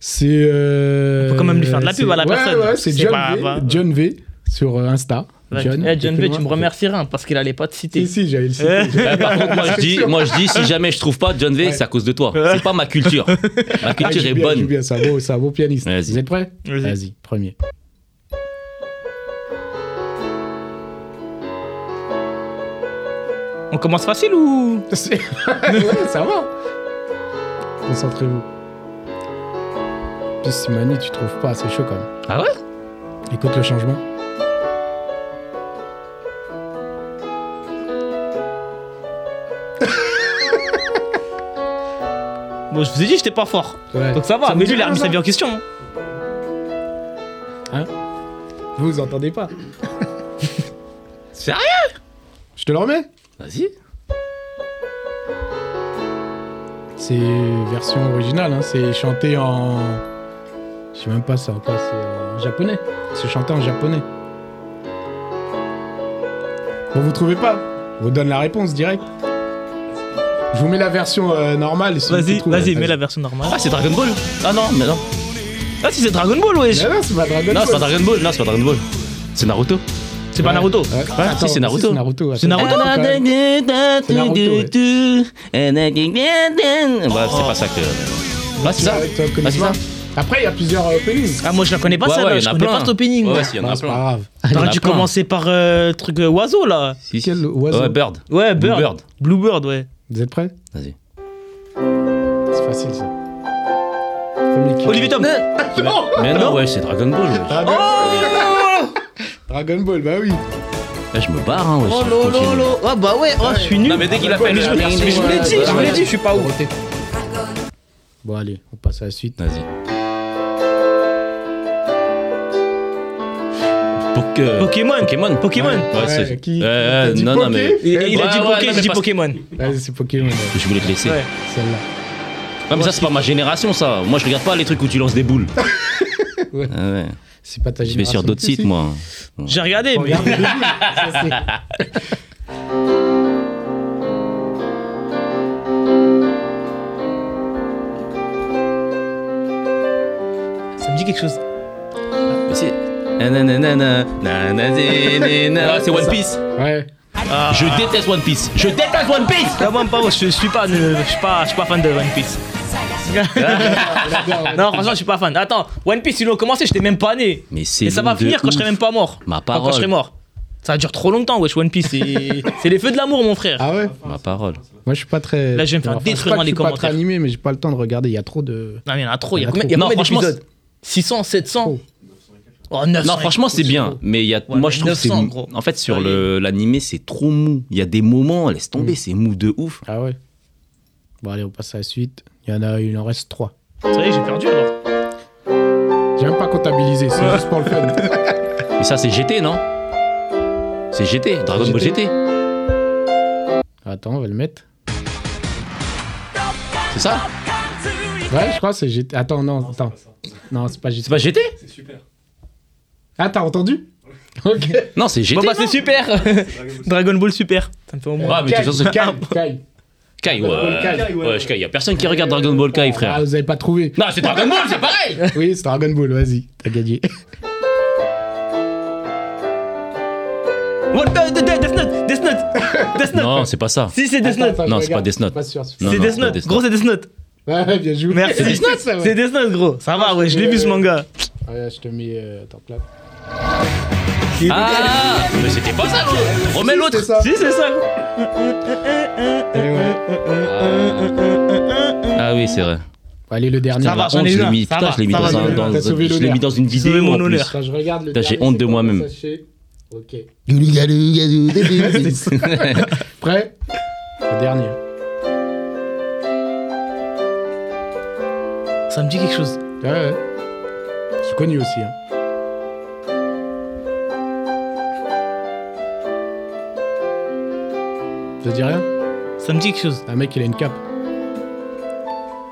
Speaker 3: C'est. euh,
Speaker 2: On peut quand même lui faire de la
Speaker 3: c'est-
Speaker 2: pub à la
Speaker 3: ouais,
Speaker 2: personne.
Speaker 3: Ouais, c'est
Speaker 2: C'est
Speaker 3: John,
Speaker 2: pas-
Speaker 3: V,
Speaker 2: pas-
Speaker 3: John V sur euh, Insta.
Speaker 2: Ouais.
Speaker 3: John,
Speaker 2: Eh, John V, tu me
Speaker 3: écoute-moi.
Speaker 2: remercieras hein, parce qu'il allait pas te citer.
Speaker 3: Si, si, j'avais le site.
Speaker 2: Eh.
Speaker 1: Ouais, Bah, par contre moi je dis moi je dis si jamais je trouve pas John V
Speaker 3: Ouais.
Speaker 1: c'est à cause de toi c'est pas ma culture ma
Speaker 3: Ah, il
Speaker 1: culture
Speaker 3: joue
Speaker 1: est
Speaker 3: bien, il joue
Speaker 1: bonne
Speaker 3: bien, C'est un beau- c'est un beau pianiste.
Speaker 1: Vas-y.
Speaker 3: Vous êtes prêts
Speaker 2: Vas-y.
Speaker 3: Vas-y, premier.
Speaker 2: On commence facile ou
Speaker 3: C'est- ouais, ça va. Concentrez-vous. Puis si Manu, tu trouves pas, c'est chaud quand même.
Speaker 1: ah ouais
Speaker 3: Écoute le changement.
Speaker 2: Bon, je vous ai dit, j'étais pas fort.
Speaker 3: Ouais.
Speaker 2: Donc ça va,
Speaker 3: Ça vous
Speaker 2: mais
Speaker 3: dit
Speaker 2: lui, il a
Speaker 3: rien,
Speaker 2: remis sa
Speaker 3: ça
Speaker 2: vie en question.
Speaker 3: Vous entendez pas
Speaker 1: Sérieux
Speaker 3: Je te le remets
Speaker 1: vas-y
Speaker 3: C'est version originale, hein, c'est chanté en. Je sais même pas, c'est en quoi c'est. en- Japonais. C'est chanté en japonais. Bon, vous trouvez pas Je vous donne la réponse direct. Je vous mets la version euh, normale. si vous
Speaker 2: Vas-y,
Speaker 3: trouvez.
Speaker 2: vas-y, mets la version normale.
Speaker 1: Ah, c'est Dragon Ball Ah non, mais non. Ah, si, c'est Dragon Ball, wesh
Speaker 3: Mais non, c'est pas Dragon
Speaker 1: Non, c'est pas
Speaker 3: Ball.
Speaker 1: Dragon Ball, non, c'est pas Dragon Ball. C'est Naruto. Hein,
Speaker 2: C'est pas
Speaker 3: Ouais.
Speaker 2: Naruto.
Speaker 3: Ouais. Attends,
Speaker 1: c'est Naruto.
Speaker 3: C'est Naruto. Ah,
Speaker 2: C'est Naruto,
Speaker 3: attends, quand même. Naruto, ouais.
Speaker 1: Bref, c'est pas ça que. Ouais, c'est ça.
Speaker 3: Tu vois, tu connais
Speaker 1: Ah, c'est
Speaker 3: pas.
Speaker 1: ça.
Speaker 3: Après, il y a plusieurs euh, openings.
Speaker 2: Ah, moi je la connais pas
Speaker 1: Ouais, ouais,
Speaker 2: celle-là,
Speaker 1: y en
Speaker 2: je
Speaker 1: a
Speaker 2: connais
Speaker 1: plein.
Speaker 2: pas cet opening.
Speaker 1: Ouais, si, y en
Speaker 3: Non,
Speaker 1: a
Speaker 3: Ah, c'est pas
Speaker 1: plein.
Speaker 3: grave.
Speaker 1: y en
Speaker 2: T'aurais
Speaker 1: a
Speaker 2: dû
Speaker 1: plein.
Speaker 2: commencer par euh, le truc euh, oiseau là.
Speaker 1: Si, si.
Speaker 3: Quel oiseau
Speaker 1: Ouais, Bird.
Speaker 2: Ouais, Bird.
Speaker 1: Bird.
Speaker 2: Bluebird, ouais.
Speaker 3: Vous êtes prêts
Speaker 1: Vas-y.
Speaker 3: C'est facile ça. Premier qui-
Speaker 2: Olivier Tom.
Speaker 1: Mais non, ouais, c'est Dragon Ball, wesh.
Speaker 3: Ah, ben, Dragon Ball, bah oui.
Speaker 1: Eh, Je me barre, hein, wesh.
Speaker 2: Oh lolo
Speaker 1: Continue.
Speaker 2: lolo. Ah bah ouais, oh, je suis nul.
Speaker 1: Non, mais dès qu'il a fait
Speaker 3: Mais je vous l'ai dit,
Speaker 2: Mais je vous l'ai dit, je vous l'ai dit, je suis pas ouf.
Speaker 3: Arrêtez. Bon, allez, on passe à la suite.
Speaker 1: Vas-y. Pour que-
Speaker 2: Pokémon.
Speaker 1: Pokémon.
Speaker 2: Pokémon.
Speaker 1: Ouais,
Speaker 3: Ouais, Euh,
Speaker 1: c'est. Ouais,
Speaker 3: qui- qui a
Speaker 1: ouais,
Speaker 3: dit
Speaker 1: non, non,
Speaker 3: Poké
Speaker 1: mais.
Speaker 2: Il, il a
Speaker 1: Ouais,
Speaker 2: dit
Speaker 1: Eh, bah ouais,
Speaker 2: Poké,
Speaker 1: non,
Speaker 2: j'ai
Speaker 1: mais
Speaker 2: dit
Speaker 1: parce-
Speaker 2: Pokémon.
Speaker 3: Vas-y, c'est Pokémon, ouais,
Speaker 1: Je voulais te laisser.
Speaker 2: Ouais.
Speaker 3: celle-là.
Speaker 1: Ouais, mais ça, c'est pas ma génération, ça. Moi, je regarde pas les trucs où tu lances des boules.
Speaker 3: Ouais.
Speaker 1: Ah ouais.
Speaker 3: C'est pas ta
Speaker 1: Je vais
Speaker 3: génération.
Speaker 1: sur d'autres
Speaker 3: Si, si.
Speaker 1: sites, moi.
Speaker 2: J'ai
Speaker 1: Oh,
Speaker 2: regardé, mais.
Speaker 3: Regarde les deux boules, ça, c'est-
Speaker 2: Ça me dit quelque chose.
Speaker 1: Mais C'est Nananana, nananana. Ouais, c'est One Piece.
Speaker 3: Ouais.
Speaker 2: Ah.
Speaker 1: Je déteste One Piece. Je déteste One Piece.
Speaker 2: Ah, moi, pas, moi, je suis pas, euh, je suis pas, je suis pas fan de One Piece.
Speaker 3: Ah
Speaker 2: Non, franchement, je suis pas fan. Attends, One Piece, ils l'ont commencé, j'étais même pas né.
Speaker 1: Mais c'est
Speaker 2: Et ça
Speaker 1: long
Speaker 2: va
Speaker 1: de
Speaker 2: finir quand je
Speaker 1: ouf.
Speaker 2: serai même pas mort.
Speaker 1: Ma
Speaker 2: Enfin, Quand
Speaker 1: parole.
Speaker 2: je serai mort. Ça dure trop longtemps, wesh, One Piece. c'est- C'est les feux de l'amour, mon frère.
Speaker 3: Ah ouais
Speaker 1: Ma parole.
Speaker 3: Moi, je suis pas très.
Speaker 2: Là, je vais me faire
Speaker 3: c'est pas
Speaker 2: détruire
Speaker 3: que
Speaker 2: dans les
Speaker 3: Je suis pas très
Speaker 2: commentaires.
Speaker 3: animé, mais j'ai pas le temps de regarder. Il y a trop de.
Speaker 2: Non, mais il y en a trop. Il y
Speaker 3: Il y
Speaker 2: a
Speaker 3: en a
Speaker 2: combien, il y a
Speaker 1: trop.
Speaker 2: combien
Speaker 1: Non, franchement,
Speaker 2: d'épisodes 600, 700
Speaker 3: Oh.
Speaker 2: Oh, 900.
Speaker 1: Non, franchement, c'est bien. Mais il y a,
Speaker 2: Ouais,
Speaker 1: moi, je trouve que c'est.
Speaker 2: 900, gros.
Speaker 1: En fait, sur le- l'animé, c'est trop mou. Il y a des moments, laisse
Speaker 2: Mm.
Speaker 1: tomber, c'est mou de ouf.
Speaker 3: Ah ouais Bon, allez, on passe à la suite. Il y en a, il en reste trois.
Speaker 2: Ça y est, j'ai perdu alors.
Speaker 3: J'ai même pas comptabilisé, c'est juste pour le fun.
Speaker 1: Mais ça, c'est GT, non C'est GT, Dragon Ball
Speaker 3: GT.
Speaker 1: GT.
Speaker 3: Attends, on va le mettre.
Speaker 1: C'est ça
Speaker 3: Ouais, je crois que c'est GT. Attends, non, attends. Non, c'est pas GT.
Speaker 1: C'est pas GT
Speaker 3: Ah, t'as entendu Ok.
Speaker 1: Non, c'est GT.
Speaker 2: Bon, bah, c'est super. Dragon Ball Super. Ça me fait au moins.
Speaker 1: Ah, mais de toute façon, c'est-
Speaker 3: Kai, Kai.
Speaker 1: Kai,
Speaker 3: Dragon Ball
Speaker 1: ouais.
Speaker 3: Kai, ouais.
Speaker 1: Ouais, je- Kai, il y a personne qui regarde Dragon Ball Kai, frère.
Speaker 3: Ah, vous avez pas trouvé.
Speaker 1: Non, c'est Dragon Ball, c'est pareil
Speaker 3: Oui, c'est Dragon Ball, vas-y, t'as gagné.
Speaker 2: What the, the- the- Death Note Death Note Death Note
Speaker 1: Non, c'est pas ça.
Speaker 2: Si, c'est Death Note.
Speaker 3: Attends, attends,
Speaker 1: Non,
Speaker 3: je
Speaker 1: c'est pas
Speaker 3: regarde.
Speaker 1: Death Note.
Speaker 3: Je suis Pas sûr.
Speaker 1: Non,
Speaker 2: C'est
Speaker 1: non,
Speaker 2: Death
Speaker 1: c'est pas
Speaker 2: Note.
Speaker 1: Death
Speaker 2: Gros, c'est Death Note.
Speaker 3: Ouais, ouais, bien joué.
Speaker 2: Merci.
Speaker 3: C'est Death Note, ça, ouais.
Speaker 2: C'est Death Note, gros. Ça va, ouais, je l'ai vu ce manga.
Speaker 3: Ouais, je te mets. euh, attends, là.
Speaker 1: Ah Mais c'était pas ça, l'autre Remets l'autre
Speaker 3: C'est ça.
Speaker 2: Si, c'est ça, gros.
Speaker 3: Eh ouais.
Speaker 1: Ah oui, c'est vrai.
Speaker 3: Allez, le dernier.
Speaker 2: Ça va,
Speaker 1: Ah,
Speaker 2: j'en ai
Speaker 1: je
Speaker 2: eu
Speaker 1: l'ai
Speaker 2: un,
Speaker 1: mis,
Speaker 2: ça
Speaker 1: putain,
Speaker 2: va,
Speaker 1: je l'ai mis
Speaker 2: ça
Speaker 1: dans,
Speaker 2: va,
Speaker 1: un-
Speaker 2: j'ai eu
Speaker 1: dans-
Speaker 3: un. T'as sauvé
Speaker 1: je l'ai mis
Speaker 3: l'honneur.
Speaker 1: dans une vidéo.
Speaker 2: Sauvé mon
Speaker 1: en plus.
Speaker 2: honneur.
Speaker 3: Quand je regarde le
Speaker 1: Putain, j'ai
Speaker 3: dernier,
Speaker 1: honte de
Speaker 3: c'est
Speaker 1: moi-même.
Speaker 3: comme ça, sachez. Ok. Prêt Le dernier.
Speaker 2: Ça me dit quelque chose.
Speaker 3: Ouais, ouais. C'est connu aussi. Hein. Ça te dit rien
Speaker 2: Ça me dit quelque chose.
Speaker 3: Un mec, il a une cape.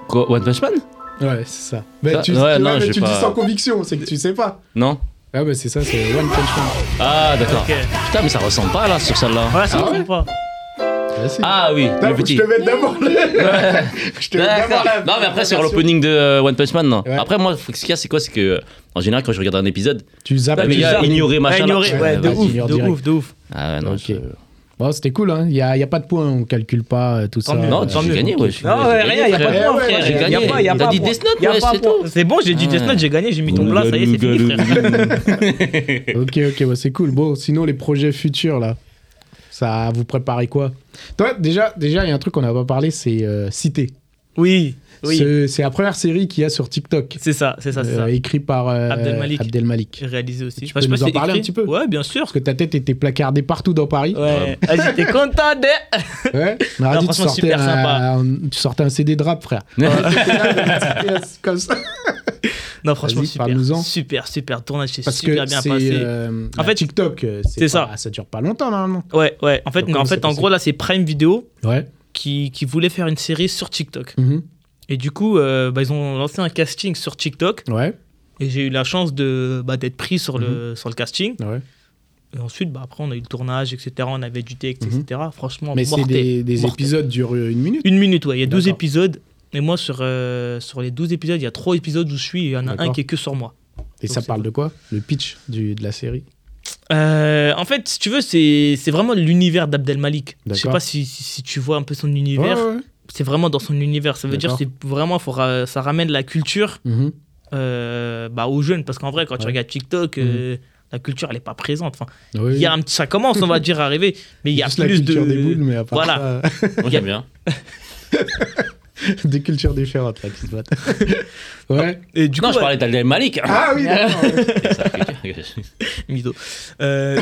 Speaker 1: Quoi, One Punch Man
Speaker 3: Ouais, c'est ça. Mais
Speaker 1: Ça-
Speaker 3: tu,
Speaker 1: ouais,
Speaker 3: tu- ouais,
Speaker 1: non,
Speaker 3: mais
Speaker 1: j'ai
Speaker 3: tu le
Speaker 1: pas-
Speaker 3: dis sans conviction, c'est que tu sais pas.
Speaker 1: Non
Speaker 3: Ah, bah c'est ça, c'est One Punch Man.
Speaker 1: Ah, d'accord.
Speaker 2: Ok.
Speaker 1: Putain, mais ça ressemble pas, là, sur celle-là.
Speaker 2: Voilà, ça
Speaker 3: Ah
Speaker 2: me
Speaker 3: ouais
Speaker 2: trompe pas.
Speaker 3: Ouais, si.
Speaker 1: Ah oui,
Speaker 3: Non,
Speaker 1: le
Speaker 3: faut que
Speaker 1: petit.
Speaker 3: Je te mets d'abord le. je te mets d'abord
Speaker 1: D'accord.
Speaker 3: la-
Speaker 1: Non, mais
Speaker 3: la
Speaker 1: après, sur
Speaker 3: version.
Speaker 1: l'opening de euh, One Punch Man, non.
Speaker 3: Ouais.
Speaker 1: Après, moi, ce qu'il y a, c'est quoi C'est que, euh, en général, quand je regarde un épisode,
Speaker 3: Tu zappes.
Speaker 1: là, mais il y a
Speaker 3: tu zappes.
Speaker 1: ignoré
Speaker 2: Ah,
Speaker 1: machin. là.
Speaker 2: ignoré, ouais, de
Speaker 1: vas-y.
Speaker 3: vas-y,
Speaker 2: ouf,
Speaker 3: ignore
Speaker 2: de
Speaker 3: direct.
Speaker 2: ouf, de ouf.
Speaker 1: Ah ouais, non.
Speaker 3: Ok.
Speaker 1: je-
Speaker 3: Bon, c'était cool, hein. Il n'y a, il y a pas de points, on calcule pas euh, tout ça.
Speaker 2: mieux.
Speaker 1: Non,
Speaker 3: Euh,
Speaker 2: Tant
Speaker 1: j'ai
Speaker 2: mieux,
Speaker 1: gagné,
Speaker 2: ok.
Speaker 1: ouais. je-
Speaker 2: Non, ouais,
Speaker 1: j'ai
Speaker 2: rien,
Speaker 1: gagné,
Speaker 2: y a
Speaker 1: frère.
Speaker 2: pas de
Speaker 3: point,
Speaker 2: point,
Speaker 3: frère.
Speaker 2: frère.
Speaker 1: J'ai
Speaker 2: Y a
Speaker 1: gagné.
Speaker 2: pas, y a
Speaker 1: T'as
Speaker 2: pas
Speaker 1: dit
Speaker 2: point.
Speaker 1: Death Note,
Speaker 2: Y a
Speaker 1: ouais,
Speaker 2: pas
Speaker 1: c'est
Speaker 2: point.
Speaker 1: tout.
Speaker 2: C'est bon, j'ai dit Death Note, j'ai gagné, j'ai mis ton plat, ça y est, c'est fini, frère.
Speaker 3: Ok, ok, bah, c'est cool. Bon, sinon, les projets futurs, là, ça vous préparez quoi Toi, déjà, déjà, il y a un truc qu'on n'a pas parlé, c'est euh, Cité.
Speaker 2: Oui, oui.
Speaker 3: Ce- C'est la première série qu'il y a sur TikTok,
Speaker 2: C'est ça, c'est ça, c'est
Speaker 3: euh,
Speaker 2: ça.
Speaker 3: écrit par euh,
Speaker 2: Abdelmalik.
Speaker 3: Abdelmalik.
Speaker 2: J'ai réalisé aussi. Bah,
Speaker 3: Tu peux nous en parler un petit peu
Speaker 2: Ouais, bien sûr.
Speaker 3: Parce que ta tête était placardée partout dans Paris.
Speaker 2: Ouais. Ah, j'étais content de.
Speaker 3: Ouais. On aurait
Speaker 2: Non,
Speaker 3: dit que
Speaker 2: franchement,
Speaker 3: tu sortais,
Speaker 2: super
Speaker 3: un,
Speaker 2: sympa.
Speaker 3: un- tu sortais un CD de rap, frère. T'étais là, t'étais là, comme ça.
Speaker 2: Non, franchement,
Speaker 3: Vas-y,
Speaker 2: super.
Speaker 3: parle-nous-en.
Speaker 2: Super, super. Tournage, c'est
Speaker 3: Parce
Speaker 2: super
Speaker 3: que
Speaker 2: bien
Speaker 3: c'est,
Speaker 2: passé.
Speaker 3: euh,
Speaker 2: En
Speaker 3: la
Speaker 2: fait,
Speaker 3: TikTok, euh,
Speaker 2: c'est
Speaker 3: pas-
Speaker 2: ça.
Speaker 3: ça dure pas longtemps normalement.
Speaker 2: Ouais, ouais. En fait,
Speaker 3: Donc,
Speaker 2: en,
Speaker 3: comment
Speaker 2: fait,
Speaker 3: c'est
Speaker 2: en
Speaker 3: passé
Speaker 2: gros, là, c'est Prime Video
Speaker 3: Ouais.
Speaker 2: qui, qui voulait faire une série sur TikTok.
Speaker 3: Mhm.
Speaker 2: Et du coup, euh, bah, ils ont lancé un casting sur TikTok.
Speaker 3: Ouais.
Speaker 2: Et j'ai eu la chance de, bah, d'être pris sur,
Speaker 3: Mhm.
Speaker 2: le, sur le casting.
Speaker 3: Ouais.
Speaker 2: Et ensuite, bah, après, on a eu le tournage, etc. On avait du texte,
Speaker 3: Mhm.
Speaker 2: etc. Franchement,
Speaker 3: Mais c'est
Speaker 2: mortel,
Speaker 3: des, des
Speaker 2: mortel.
Speaker 3: épisodes durent une minute.
Speaker 2: Une minute, ouais. Il y a 12
Speaker 3: D'accord.
Speaker 2: épisodes. Et moi, sur, euh, sur les 12 épisodes, il y a 3 épisodes où je suis et il y en a un
Speaker 3: D'accord.
Speaker 2: qui est que sur moi.
Speaker 3: Et
Speaker 2: Donc
Speaker 3: ça
Speaker 2: c'est
Speaker 3: parle
Speaker 2: pas-
Speaker 3: de quoi Le pitch du, de la série
Speaker 2: Euh, en fait, si tu veux, c'est c'est vraiment l'univers d'Abdel Malik. Je sais
Speaker 3: D'accord.
Speaker 2: pas si, si, si tu vois un peu son univers.
Speaker 3: Ouais, ouais, ouais.
Speaker 2: C'est vraiment dans son univers. Ça veut dire
Speaker 3: D'accord.
Speaker 2: c'est vraiment faut ra- ça ramène la culture
Speaker 3: Mhm.
Speaker 2: euh, bah, aux jeunes parce qu'en vrai, quand tu
Speaker 3: Ouais. Mhm.
Speaker 2: regardes TikTok, euh, la culture elle est pas présente. Enfin,
Speaker 3: Oui,
Speaker 2: il y a un petit- ça commence, on va dire, à arriver, mais il y a
Speaker 3: Juste
Speaker 2: plus
Speaker 3: la culture
Speaker 2: de
Speaker 3: des boules, mais à part
Speaker 2: Voilà.
Speaker 1: Moi, j'aime bien.
Speaker 3: ça, des cultures différentes, la petite boîte. ouais.
Speaker 2: Et du
Speaker 1: non,
Speaker 2: coup,
Speaker 1: je
Speaker 2: ouais,
Speaker 1: parlais d'Aldel Malik.
Speaker 3: Ah oui, d'accord. ouais.
Speaker 2: mytho. Euh,